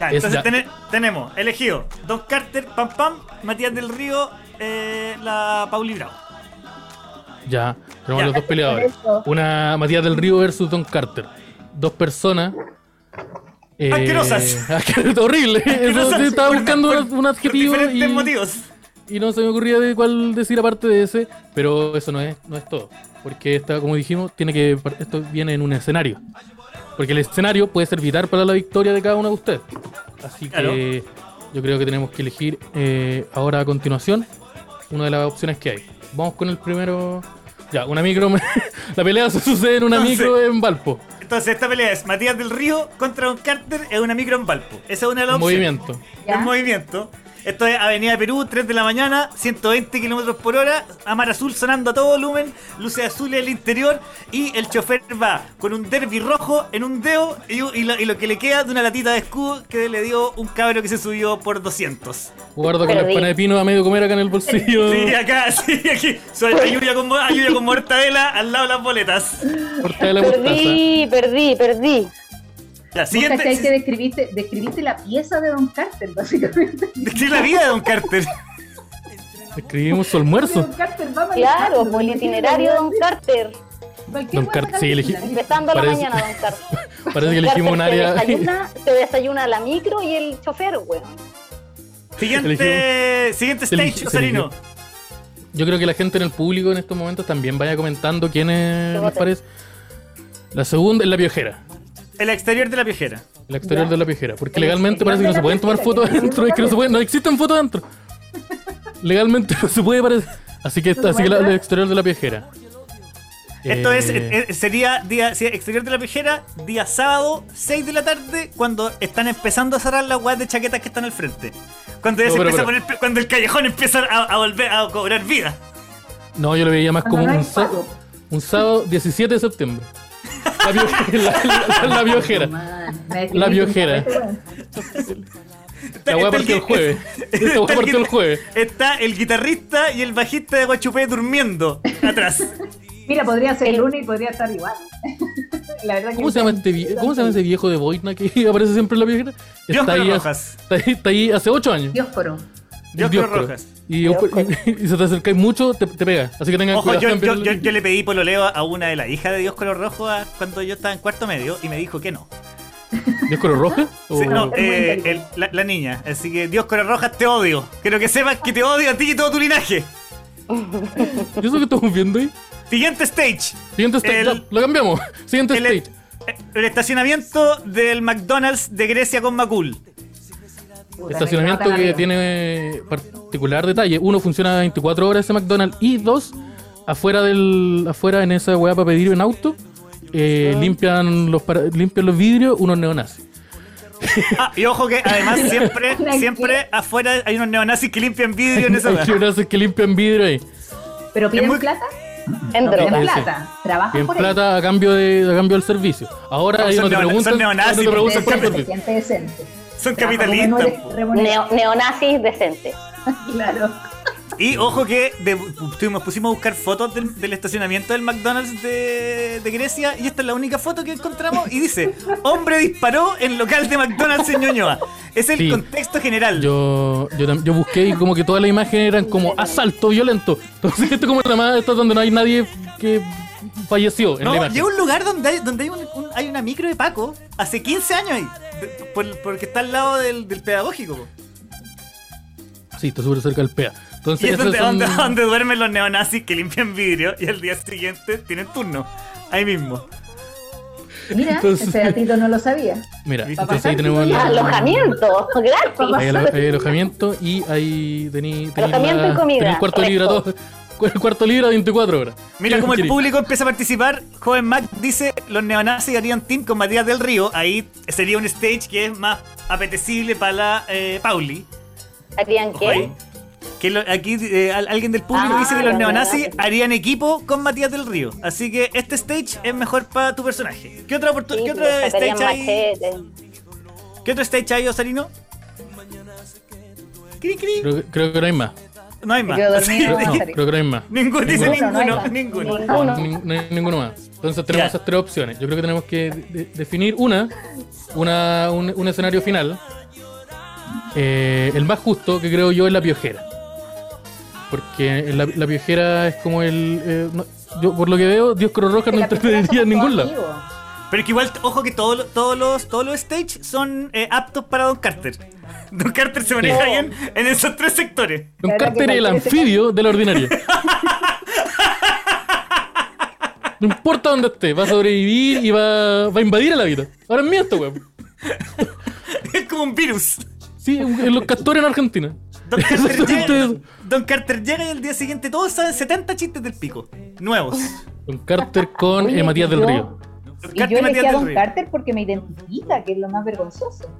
Speaker 2: Ya,
Speaker 1: Es
Speaker 2: entonces
Speaker 1: la-
Speaker 2: tene- tenemos elegido Don Carter, Pam Pam, Matías del Río, eh, la Pauli Bravo.
Speaker 1: Ya, tenemos
Speaker 2: Ya.
Speaker 1: los dos peleadores. Una Matías del Río versus Don Carter. Dos personas. eh,
Speaker 2: Asquerosas.
Speaker 1: horrible. Eso sí, estaba
Speaker 2: Por-
Speaker 1: buscando
Speaker 2: por-
Speaker 1: un- un
Speaker 2: por
Speaker 1: adjetivo
Speaker 2: diferentes
Speaker 1: y,
Speaker 2: motivos.
Speaker 1: y no se me ocurría de cuál decir aparte de ese, pero eso no es, no es todo. Porque esta, como dijimos, tiene que par- esto viene en un escenario. Porque el escenario puede ser vital para la victoria de cada uno de ustedes. Así
Speaker 2: Claro.
Speaker 1: que yo creo que tenemos que elegir eh, ahora a continuación una de las opciones que hay. Vamos con el primero. Ya, una micro. la pelea se sucede en una
Speaker 2: Entonces-
Speaker 1: micro en Valpo.
Speaker 2: Entonces esta pelea es Matías del Río contra Don Carter en una micro en Valpo. Esa es una de las
Speaker 1: Un
Speaker 2: opciones.
Speaker 1: movimiento.
Speaker 7: Ya.
Speaker 2: En movimiento. Esto es Avenida Perú, 3 de la mañana, 120 kilómetros por hora, Amar Azul sonando a todo volumen, luces azules en el interior y el chofer va con un derby rojo en un dedo y, y lo, y lo que le queda de una latita de escudo que le dio un cabro que se subió por 200.
Speaker 1: Guardo con la
Speaker 6: Perdí.
Speaker 1: espana de pino a medio comer acá en el bolsillo.
Speaker 2: Sí, acá, sí, aquí. Soy ayuda con, mo- ayuda con mortadela al lado de las boletas.
Speaker 1: Cortada la mostaza.
Speaker 6: Perdí, perdí, perdí.
Speaker 2: La
Speaker 7: Vos cachai que
Speaker 2: siguiente.
Speaker 7: describiste, describiste la pieza de Don Carter, básicamente.
Speaker 2: Describe la vida de Don Carter.
Speaker 1: Escribimos su almuerzo.
Speaker 7: Don Carter va
Speaker 6: Claro, por el itinerario Don Carter.
Speaker 1: Don Carter, sí, elegí-
Speaker 6: Empezando la
Speaker 1: Parece-
Speaker 6: mañana, Don Carter.
Speaker 1: Parece que elegimos un
Speaker 6: Carter
Speaker 1: área.
Speaker 6: Se desayuna, se desayuna la micro y el chofer, weón.
Speaker 2: Siguiente, siguiente
Speaker 1: Se eligió-
Speaker 2: stage,
Speaker 1: se
Speaker 2: Osarino.
Speaker 1: eligió. Yo creo que la gente en el público en estos momentos también vaya comentando quiénes
Speaker 6: Que
Speaker 1: les
Speaker 6: voten.
Speaker 1: parece. La segunda es la piojera.
Speaker 2: El exterior de la piejera.
Speaker 1: El exterior
Speaker 7: Ya.
Speaker 1: de la piojera. Porque
Speaker 7: El
Speaker 1: legalmente
Speaker 7: exterior
Speaker 1: parece que
Speaker 7: de
Speaker 1: no se
Speaker 7: la
Speaker 1: pueden tomar
Speaker 7: piojera,
Speaker 1: fotos
Speaker 7: que no se
Speaker 1: adentro. Es que no se
Speaker 7: puede.
Speaker 1: pueden. No existen fotos adentro. Legalmente no se puede parecer. Así que,
Speaker 7: No se
Speaker 1: así que la-
Speaker 7: puede.
Speaker 1: el exterior de la piojera.
Speaker 2: Esto es,
Speaker 1: Eh,
Speaker 2: eh, sería día sí, exterior de la pijera, día sábado, 6 de la tarde, cuando están empezando a cerrar las weas de chaquetas que están al frente. Cuando, ya
Speaker 1: No,
Speaker 2: se
Speaker 1: pero,
Speaker 2: empieza
Speaker 1: pero.
Speaker 2: a poner pe- cuando el callejón empieza a, a volver a cobrar vida.
Speaker 1: No, yo lo veía más
Speaker 7: Cuando
Speaker 1: como
Speaker 7: Ah, no hay
Speaker 1: un, sa-
Speaker 7: pago.
Speaker 1: un sábado 17 de septiembre. La biojera. la, la- la biojera. La biojera. La
Speaker 2: Está este
Speaker 1: hueá
Speaker 2: el
Speaker 1: partió el
Speaker 2: gui-
Speaker 1: jueves. Esta hueá
Speaker 2: está
Speaker 1: partió el
Speaker 2: guita-
Speaker 1: jueves.
Speaker 2: Está el guitarrista y el bajista de Guachupé durmiendo atrás.
Speaker 7: Mira, podría ser el lunes y podría estar igual. La verdad que
Speaker 1: ¿Cómo se, llama este vie- ¿Cómo se llama ese viejo de Boitna que aparece siempre en la viejera?
Speaker 2: Dios
Speaker 1: ahí, hace-
Speaker 2: Rojas.
Speaker 1: está, ahí, está ahí hace 8 años.
Speaker 7: Dioscoro.
Speaker 2: Dios
Speaker 1: Dioscoro.
Speaker 2: Rojas.
Speaker 1: Y, y- y se te acercáis mucho, te, te pega. Así que tengan
Speaker 2: Ojo,
Speaker 1: cuidado.
Speaker 2: yo,
Speaker 1: en ver-
Speaker 2: yo- yo- yo le pedí pololeo a una de las hijas de Dios Color Rojo a- cuando yo estaba en cuarto medio y me dijo que no.
Speaker 1: ¿Dioscoro roja? O-
Speaker 2: Sí, no,
Speaker 7: Oh. Es muy
Speaker 2: eh,
Speaker 7: inteligente.
Speaker 2: el- la, la niña. Así que Dios Color Roja, te odio. Quiero que sepas que te odio a ti y todo tu linaje.
Speaker 1: ¿Y eso que estamos viendo ahí?
Speaker 2: Siguiente stage.
Speaker 1: Siguiente stage.
Speaker 2: El-
Speaker 1: ya, lo cambiamos. Siguiente
Speaker 2: El,
Speaker 1: stage.
Speaker 2: eh, el estacionamiento del McDonald's de Grecia con Macul.
Speaker 1: Estacionamiento que tiene particular detalle. Uno funciona 24 horas ese McDonald's y dos, afuera del afuera en esa weá para pedir en auto, eh, limpian los para- limpian los vidrios unos neonazis.
Speaker 2: Ah, y ojo que además siempre,
Speaker 7: Tranquilo.
Speaker 2: siempre afuera hay unos neonazis que limpian vidrio en esa
Speaker 1: Hay
Speaker 2: hora.
Speaker 1: neonazis que limpian vidrio ahí.
Speaker 7: Pero piden
Speaker 2: Es muy-
Speaker 7: plata, piden
Speaker 6: En droga.
Speaker 1: sí.
Speaker 7: plata. Trabajan
Speaker 1: Bien
Speaker 7: por eso.
Speaker 1: plata a cambio de a cambio del servicio. Ahora
Speaker 2: No,
Speaker 1: ellos
Speaker 2: son
Speaker 1: no te
Speaker 2: neona-
Speaker 1: preguntan,
Speaker 2: son neonazis,
Speaker 1: no te preguntan por el
Speaker 2: porque-
Speaker 7: Se
Speaker 1: servicio.
Speaker 7: siente decente.
Speaker 2: Son
Speaker 7: Trabaja como
Speaker 2: capitalistas.
Speaker 7: no eres
Speaker 2: po.
Speaker 7: remunerado.
Speaker 6: Neo- neonazis decentes.
Speaker 7: Claro.
Speaker 2: Y ojo que de- tuvimos, pusimos a buscar fotos del, del estacionamiento del McDonald's de, de Grecia y esta es la única foto que encontramos y dice, hombre disparó en local de McDonald's en Ñuñoa. Es el
Speaker 1: Sí.
Speaker 2: contexto general.
Speaker 1: Yo, yo, tam- yo busqué y como que todas las imágenes eran como asalto violento. Entonces esto es como la más esto es donde no hay nadie que falleció en la
Speaker 2: no,
Speaker 1: imagen.
Speaker 2: y es un lugar donde hay, donde hay, un- un- hay una micro de Paco hace 15 años ahí, de- por- porque está al lado del, del pedagógico. po.
Speaker 1: Sí, está súper cerca del PEA. Entonces,
Speaker 2: Y este es
Speaker 1: esos
Speaker 2: donde,
Speaker 1: son-
Speaker 2: donde, donde duermen los neonazis que limpian vidrio y al día siguiente tienen turno. Ahí mismo.
Speaker 7: Mira,
Speaker 1: Entonces-
Speaker 7: ese datito no lo sabía.
Speaker 1: Mira,
Speaker 2: Para
Speaker 1: entonces ahí
Speaker 7: pasar
Speaker 1: tenemos
Speaker 7: tutorial.
Speaker 6: Alojamiento,
Speaker 1: Hay, alo- hay
Speaker 6: gratis.
Speaker 1: alojamiento y ahí tení, tení
Speaker 6: Alojamiento y comida,
Speaker 1: tenés cuarto
Speaker 6: resto.
Speaker 1: libre a todo. cu- Cuarto libre a 24 horas.
Speaker 2: Mira
Speaker 1: ¿Qué
Speaker 2: cómo el
Speaker 1: querés?
Speaker 2: público empieza a participar. Joven Mac dice, los neonazis harían team con Matías del Río. Ahí sería un stage que es más apetecible para la eh, Pauli.
Speaker 6: ¿Harían
Speaker 2: Ojo
Speaker 6: qué?
Speaker 2: ahí. Que lo- aquí eh, al- alguien del público
Speaker 6: Ah,
Speaker 2: dice que los
Speaker 6: los
Speaker 2: neonazis
Speaker 6: neonazis.
Speaker 2: harían equipo con Matías del Río. Así que este stage es mejor para tu personaje. ¿Qué, otra oportu-
Speaker 6: Sí,
Speaker 2: ¿qué otro
Speaker 6: les sacarían
Speaker 2: stage hay?
Speaker 6: machete.
Speaker 2: ¿Qué otro stage hay, Osarino? Cri, cri.
Speaker 1: Creo, que- creo que no hay más.
Speaker 2: No hay más.
Speaker 7: quedó
Speaker 2: Así que-
Speaker 7: dormido.
Speaker 1: No,
Speaker 7: Osarino.
Speaker 1: creo que no hay más.
Speaker 2: ninguno dice
Speaker 7: Ninguno, no hay
Speaker 2: ninguno.
Speaker 7: más.
Speaker 2: Ninguno.
Speaker 1: No,
Speaker 6: Ninguno.
Speaker 1: nin- no hay ninguno más. Entonces tenemos
Speaker 2: Ya.
Speaker 1: esas tres opciones. Yo creo que tenemos que de- de- definir una, una un, un escenario final. Eh, el más justo, que creo yo, es la piojera. Porque la, la piojera es como el. eh, no- yo, por lo que veo, Dios Cruz Roja no
Speaker 7: La primera
Speaker 1: intervendría en
Speaker 7: somos
Speaker 1: ningún
Speaker 7: todos
Speaker 1: lado.
Speaker 7: amigos.
Speaker 2: Pero que igual, ojo que todos los- todos los, todos los stage son eh, aptos para Don Carter. Don Carter se maneja
Speaker 6: Sí.
Speaker 2: bien en esos tres sectores.
Speaker 1: Don
Speaker 7: La verdad
Speaker 1: Carter
Speaker 7: que
Speaker 1: es el
Speaker 7: cualquier
Speaker 1: anfibio de la ordinaria. No importa dónde esté, va a sobrevivir y va, va a invadir a la vida. Ahora es mía esta weá.
Speaker 2: Es como un virus.
Speaker 1: Sí, en los castores en Argentina.
Speaker 2: Don Carter, llega,
Speaker 1: Entonces-
Speaker 2: Don Carter llega y el día siguiente todos saben 70 chistes del pico. Nuevos.
Speaker 1: Don Carter con
Speaker 7: Oye,
Speaker 1: eh, Matías del
Speaker 7: yo-
Speaker 1: Río.
Speaker 7: Y yo elegí a Don Carter porque me identifica, que es lo más vergonzoso.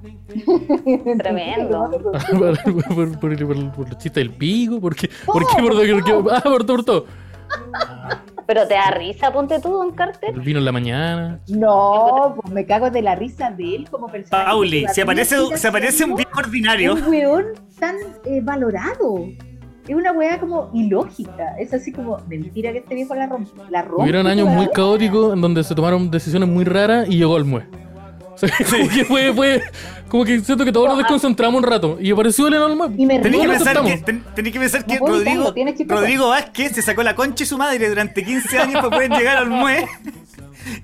Speaker 6: Tremendo.
Speaker 1: Ah, por, por, por, por- por los chistes del pico, ¿por qué? ¿Por qué? ¿Por, todo? ah, por todo, por todo.
Speaker 6: Pero te da risa, ponte tú, Don Carter.
Speaker 1: El vino en la mañana.
Speaker 7: No, pues me cago de la risa de él como personaje.
Speaker 2: Pauli,
Speaker 7: Porque
Speaker 2: se aparece,
Speaker 7: una chica
Speaker 2: se aparece un
Speaker 7: como
Speaker 2: viejo ordinario.
Speaker 7: Un weón tan eh, valorado. Es una weá como ilógica. Es así como, mentira que este viejo la rompe. La rompe
Speaker 1: Hubieron años
Speaker 7: toda
Speaker 1: muy
Speaker 7: la-
Speaker 1: caóticos en donde se tomaron decisiones muy raras y llegó el mue. O sea, como que fue, fue- como que siento que todos nos desconcentramos un rato y apareció el Olmue.
Speaker 7: Y me
Speaker 2: Tenés
Speaker 7: río.
Speaker 2: que
Speaker 1: No lo
Speaker 2: pensar que,
Speaker 1: aceptamos.
Speaker 2: ten- tenés que, pensar
Speaker 7: No
Speaker 2: que
Speaker 7: puedo
Speaker 2: Rodrigo,
Speaker 7: evitarlo, tienes que tocar.
Speaker 2: Rodrigo Vázquez se sacó la concha y su madre durante 15 años para poder llegar al MUE.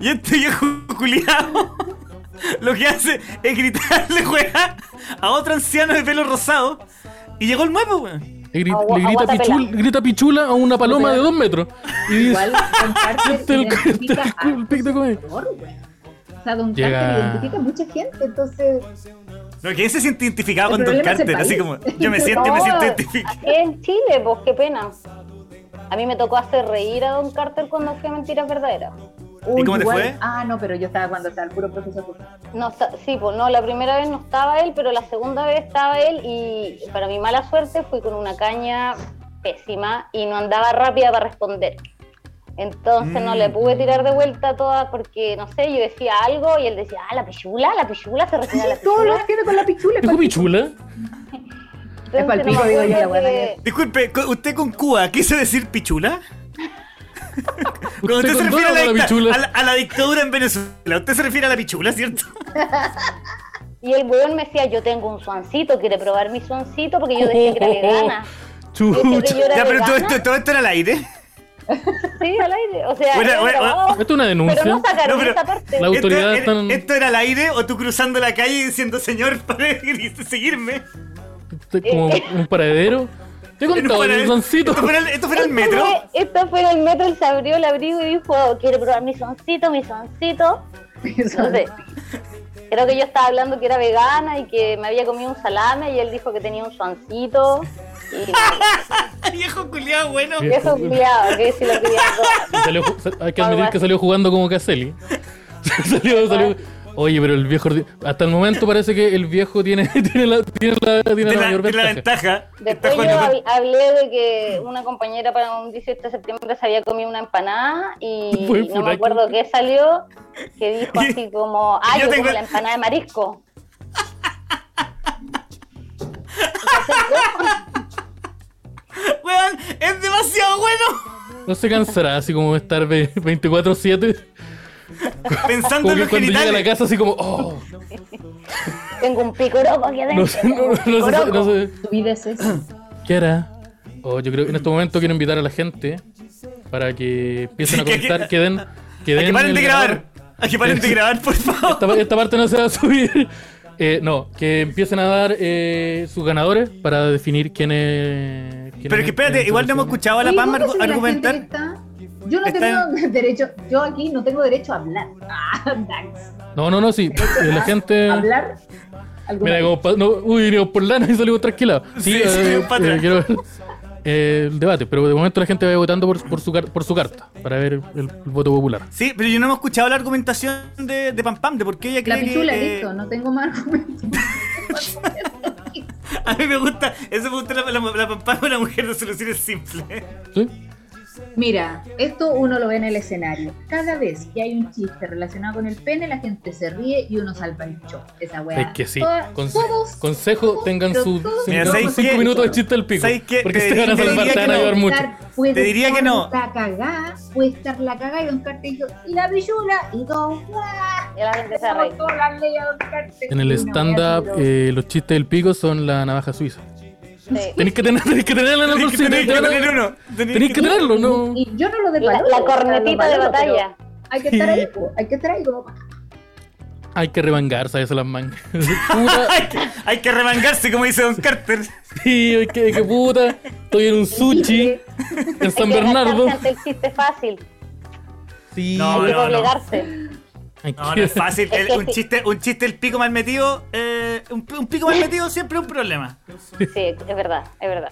Speaker 2: Y este viejo culiado lo que hace es gritarle juega a otro anciano de pelo rosado. Y llegó el MUE, pues, weón.
Speaker 1: Le, gri-
Speaker 6: Agua-
Speaker 1: le grita,
Speaker 6: aguanta
Speaker 1: pichul-
Speaker 6: pelada.
Speaker 1: grita pichula a una paloma de dos metros. Y dice,
Speaker 7: Igual Don Carter
Speaker 1: Este el-
Speaker 7: identifica
Speaker 1: este
Speaker 7: a
Speaker 1: el pic de comer.
Speaker 7: Salvador, weón. O sea, Don
Speaker 1: Llega-
Speaker 7: Carter identifica a mucha gente, entonces...
Speaker 2: No, ¿quién se siente identificado
Speaker 7: El
Speaker 2: con Don
Speaker 7: problema es el
Speaker 2: Carter? Así
Speaker 7: país.
Speaker 2: como, yo me siento, me
Speaker 6: No.
Speaker 2: siento identificado.
Speaker 6: Aquí en Chile, pues qué pena. A mí me tocó hacer reír a Don Carter cuando hacía mentiras verdaderas.
Speaker 7: uy,
Speaker 2: cómo te
Speaker 7: igual-
Speaker 2: fue?
Speaker 7: Ah, no, pero yo estaba cuando estaba el puro profesor.
Speaker 6: No, esta- sí, pues no, la primera vez no estaba él, pero la segunda vez estaba él y para mi mala suerte fui con una caña pésima y no andaba rápida para responder. Entonces no le
Speaker 2: Mm.
Speaker 6: pude tirar de vuelta toda porque, no sé, yo decía algo y él decía, ah, la pichula, la pichula, se refiere a la
Speaker 7: Todo lo
Speaker 6: pichula.
Speaker 7: tiene con la pichula.
Speaker 1: ¿Dijo pichula?
Speaker 6: Entonces,
Speaker 7: Es pa'l
Speaker 6: no me
Speaker 7: pico, digo yo,
Speaker 6: acuerdo
Speaker 7: la buena
Speaker 6: que-
Speaker 2: Disculpe, co- ¿usted con Cuba quiso decir pichula?
Speaker 1: ¿Usted
Speaker 2: Cuando usted se
Speaker 1: con
Speaker 2: refiere
Speaker 1: dólar o
Speaker 2: a la,
Speaker 1: la
Speaker 2: dicta-
Speaker 1: pichula?
Speaker 2: a la- a la dictadura en Venezuela, usted se refiere a la pichula, ¿cierto?
Speaker 6: Y el weón me decía, yo tengo un suancito, ¿quiere probar mi suancito? Porque yo decía que era vegana.
Speaker 1: Chucha.
Speaker 6: ¿Era
Speaker 2: Ya, pero todo
Speaker 6: vegana?
Speaker 2: esto, todo esto era al aire.
Speaker 6: Sí, al aire. O sea,
Speaker 2: Bueno,
Speaker 6: era
Speaker 2: bueno,
Speaker 6: grabado,
Speaker 1: Esto es una
Speaker 6: pero no
Speaker 1: denuncia.
Speaker 6: sacaron
Speaker 2: No, pero-
Speaker 6: esa parte.
Speaker 1: La autoridad
Speaker 2: esto,
Speaker 1: tan-
Speaker 2: era, esto era al aire o tú cruzando la calle y diciendo, señor, pare de seguirme.
Speaker 1: Esto es Como un paradero. Te he contado,
Speaker 2: Era-
Speaker 1: el soncito.
Speaker 2: esto, fue el, esto fue en el metro.
Speaker 6: Fue, esto fue en el metro, él se abrió el abrigo y dijo, quiere probar mi soncito, mi soncito. No sé. Creo que yo estaba hablando que era vegana y que me había comido un salame y él dijo que tenía un soncito. Y
Speaker 2: Viejo culiado, bueno.
Speaker 1: Bien.
Speaker 6: eso cuidado, que si lo quería probar.
Speaker 1: Salió ju- sal- hay que admitir que salió jugando como Caselli. Salió- salió- Oye, pero el viejo. ordi- Hasta el momento parece que el viejo tiene, tiene la, tiene la, tiene
Speaker 2: De
Speaker 1: la
Speaker 2: la,
Speaker 1: mayor
Speaker 2: de la
Speaker 1: ventaja.
Speaker 2: ventaja.
Speaker 1: Este
Speaker 6: Después yo hab- hablé de que una compañera para un 18 de septiembre se había comido una empanada y
Speaker 1: Fue
Speaker 6: no
Speaker 1: furaki.
Speaker 6: me acuerdo qué salió, que dijo así como, ah,
Speaker 2: Yo
Speaker 6: yo
Speaker 2: tengo-
Speaker 6: como la empanada de marisco.
Speaker 2: Weón, es demasiado bueno.
Speaker 1: No se cansará así como estar ve- 24-7.
Speaker 2: Pensando
Speaker 1: Como
Speaker 2: en
Speaker 1: que
Speaker 2: los
Speaker 1: cuando llega a la
Speaker 2: genitales.
Speaker 1: casa así como. Oh,
Speaker 6: Tengo un picoroco aquí adentro.
Speaker 1: no sé, no, no sé-
Speaker 6: picoroco".
Speaker 1: no sé.
Speaker 7: Tu vida es eso.
Speaker 1: ¿Qué hará? Oh, yo creo que en este momento quiero invitar a la gente para que empiecen a
Speaker 2: Que- que-
Speaker 1: comentar, que den. Que,
Speaker 2: A
Speaker 1: den
Speaker 2: que paren
Speaker 1: el
Speaker 2: de
Speaker 1: ganador.
Speaker 2: grabar. A que paren de grabar, por favor.
Speaker 1: Esta, esta parte no se va a subir. Eh, no, que empiecen a dar eh, sus ganadores para definir quién es. quién
Speaker 2: Pero
Speaker 1: es-
Speaker 2: que espérate,
Speaker 1: quién
Speaker 2: igual
Speaker 1: es
Speaker 2: no hemos
Speaker 1: el-
Speaker 2: escuchado a la
Speaker 7: Oye,
Speaker 2: Pam
Speaker 7: ¿cómo se ve la
Speaker 2: argumentar.
Speaker 7: gente que está? Yo no
Speaker 2: Está
Speaker 7: tengo derecho, yo aquí no tengo derecho a hablar. Ah, thanks.
Speaker 1: No, no, no, sí. eh, La gente.
Speaker 7: Hablar. alguna
Speaker 1: Mira,
Speaker 7: vez.
Speaker 1: como pa- no, uy, vinimos por lana y salimos tranquilos. Sí,
Speaker 2: Sí,
Speaker 1: eh,
Speaker 2: salimos pa'
Speaker 1: eh,
Speaker 2: atrás.
Speaker 1: quiero ver eh, el debate, pero de momento la gente va votando por, por, su, car- por su carta para ver el, el voto popular.
Speaker 2: Sí, pero yo no hemos escuchado la argumentación de, de Pam Pam, de por qué ella cree
Speaker 7: La pichula,
Speaker 2: que... eh,
Speaker 7: listo, no tengo más argumentos.
Speaker 2: A mí me gusta, eso me gusta la, la, la Pam Pam, una mujer de soluciones simples.
Speaker 1: ¿Sí?
Speaker 7: Mira, esto uno lo ve en el escenario. Cada vez que hay un chiste relacionado con el pene, la gente se ríe y uno salva el show. Esa weá.
Speaker 1: Es que sí.
Speaker 7: Toda-
Speaker 1: Conse-
Speaker 7: todos-
Speaker 1: consejo,
Speaker 7: todos-
Speaker 1: tengan
Speaker 7: pero
Speaker 1: sus
Speaker 7: todos-
Speaker 2: Mira, ¿sabes qué?
Speaker 1: 5 minutos de chiste al pico.
Speaker 2: ¿Sabes qué?
Speaker 1: Porque
Speaker 2: Te
Speaker 1: se van a
Speaker 2: diría- te
Speaker 1: salvar,
Speaker 2: diría
Speaker 1: te van
Speaker 2: que
Speaker 1: a ayudar
Speaker 2: no.
Speaker 1: mucho.
Speaker 7: Puede
Speaker 2: Te diría que
Speaker 7: estar
Speaker 2: no.
Speaker 7: La cagada, puede estar la cagada y Don Carter dijo, y la pichula, y todo.
Speaker 6: Y la gente se reía.
Speaker 7: Todas las leyes a Don Carter.
Speaker 1: En el
Speaker 7: Y una weá
Speaker 1: stand-up,
Speaker 7: así, pero-
Speaker 1: eh, los chistes del pico son la navaja suiza.
Speaker 6: Sí.
Speaker 1: Tenéis que, tener, tenéis que tenerla en el
Speaker 2: Tenés que
Speaker 1: bolsillo.
Speaker 2: tenés que
Speaker 1: te van a-
Speaker 2: tener uno. tenés
Speaker 1: Tenéis que tenerlo, ¿no?
Speaker 7: Y yo no lo
Speaker 6: La,
Speaker 7: desvaloro.
Speaker 6: la
Speaker 7: o sea,
Speaker 6: cornetita de
Speaker 7: lo valoro, pero
Speaker 6: batalla.
Speaker 7: Hay que estar ahí, po, hay que estar ahí como...
Speaker 1: Hay que revangarse a eso las mangas. Puta,
Speaker 2: hay, que, hay que remangarse, como dice Don Carter.
Speaker 1: sí, ay, qué, qué puta. Estoy en un sushi en San
Speaker 6: hay que agacharse
Speaker 1: Bernardo.
Speaker 6: ante el chiste fácil.
Speaker 1: Sí.
Speaker 2: No,
Speaker 6: hay que
Speaker 2: no, no.
Speaker 6: doblegarse.
Speaker 1: Hay
Speaker 2: No,
Speaker 1: que-
Speaker 2: no es fácil.
Speaker 6: Es
Speaker 2: El-
Speaker 6: que
Speaker 2: un,
Speaker 6: sí.
Speaker 2: chiste, un chiste el pico mal metido, eh, un, un pico mal metido siempre es un problema.
Speaker 6: Sí, es verdad, es verdad.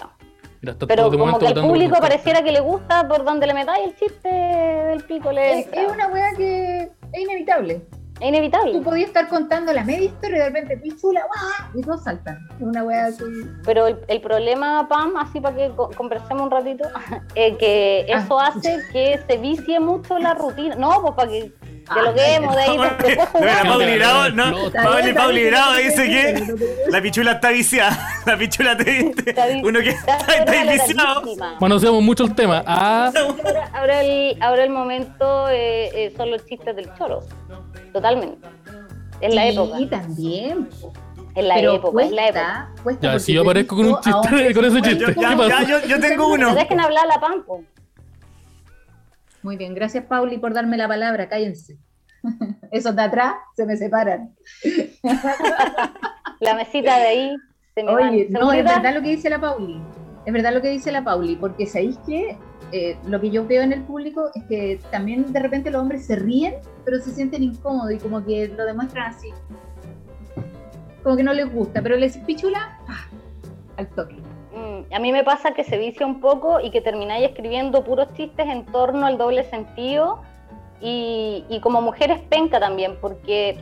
Speaker 1: Mira, está
Speaker 6: Pero
Speaker 1: todo de
Speaker 6: como
Speaker 1: momento
Speaker 6: que al
Speaker 1: votando por
Speaker 6: público
Speaker 1: Don Carter.
Speaker 6: pareciera que le gusta por donde le metáis el chiste del pico le
Speaker 7: Es,
Speaker 6: entra.
Speaker 7: es una wea que es inevitable.
Speaker 6: Es inevitable.
Speaker 7: Tú podías estar contando la media historia y de repente, pichula, guau, y todos saltan. Es una weá así.
Speaker 6: Pero el, el problema, Pam, así para que co- conversemos un ratito, es que eso
Speaker 7: Ah.
Speaker 6: hace que se vicie mucho la rutina. No, pues para que dialoguemos de ahí después
Speaker 2: De verdad,
Speaker 6: jugamos.
Speaker 2: Pauli Bravo, no,
Speaker 1: Explota.
Speaker 2: Pauli, Pauli Bravo dice que
Speaker 7: que.
Speaker 2: la pichula está viciada. La pichula te viste.
Speaker 6: Está vi-
Speaker 2: Uno que
Speaker 6: está
Speaker 2: está, está viciado.
Speaker 6: valoradísima.
Speaker 1: Manoseamos mucho el tema. Ah,
Speaker 6: Ahora, ahora el, ahora el momento eh, eh, son los chistes del choro. Totalmente. Es la época.
Speaker 7: Y también. po.
Speaker 6: Es la
Speaker 7: Pero
Speaker 6: época. Es
Speaker 7: cuesta,
Speaker 6: la época.
Speaker 7: cuesta
Speaker 1: Ya,
Speaker 7: porque
Speaker 1: si yo
Speaker 7: he
Speaker 1: aparezco con un
Speaker 7: visto a
Speaker 6: ah,
Speaker 1: chiste,
Speaker 7: hombres
Speaker 1: con ese
Speaker 7: muy
Speaker 1: chiste,
Speaker 7: buenos.
Speaker 1: ¿qué
Speaker 2: Ya, ya, yo, yo tengo uno.
Speaker 6: Pero dejen hablar a la Pam, po.
Speaker 7: Muy bien, gracias Pauli por darme la palabra, cállense. Esos de atrás se me separan.
Speaker 6: La mesita de ahí. Se me
Speaker 7: Oye,
Speaker 6: van.
Speaker 7: no, es
Speaker 6: Seguridad,
Speaker 7: verdad lo que dice la Pauli. Es verdad lo que dice la Pauli, porque sabéis que eh, lo que yo veo en el público es que también de repente los hombres se ríen, pero se sienten incómodos y como que lo demuestran así. Como que no les gusta, pero les pichula ¡ah! al toque.
Speaker 6: Mm, A mí me pasa que se vicia un poco y que termináis escribiendo puros chistes en torno al doble sentido y, y como mujeres penca también, porque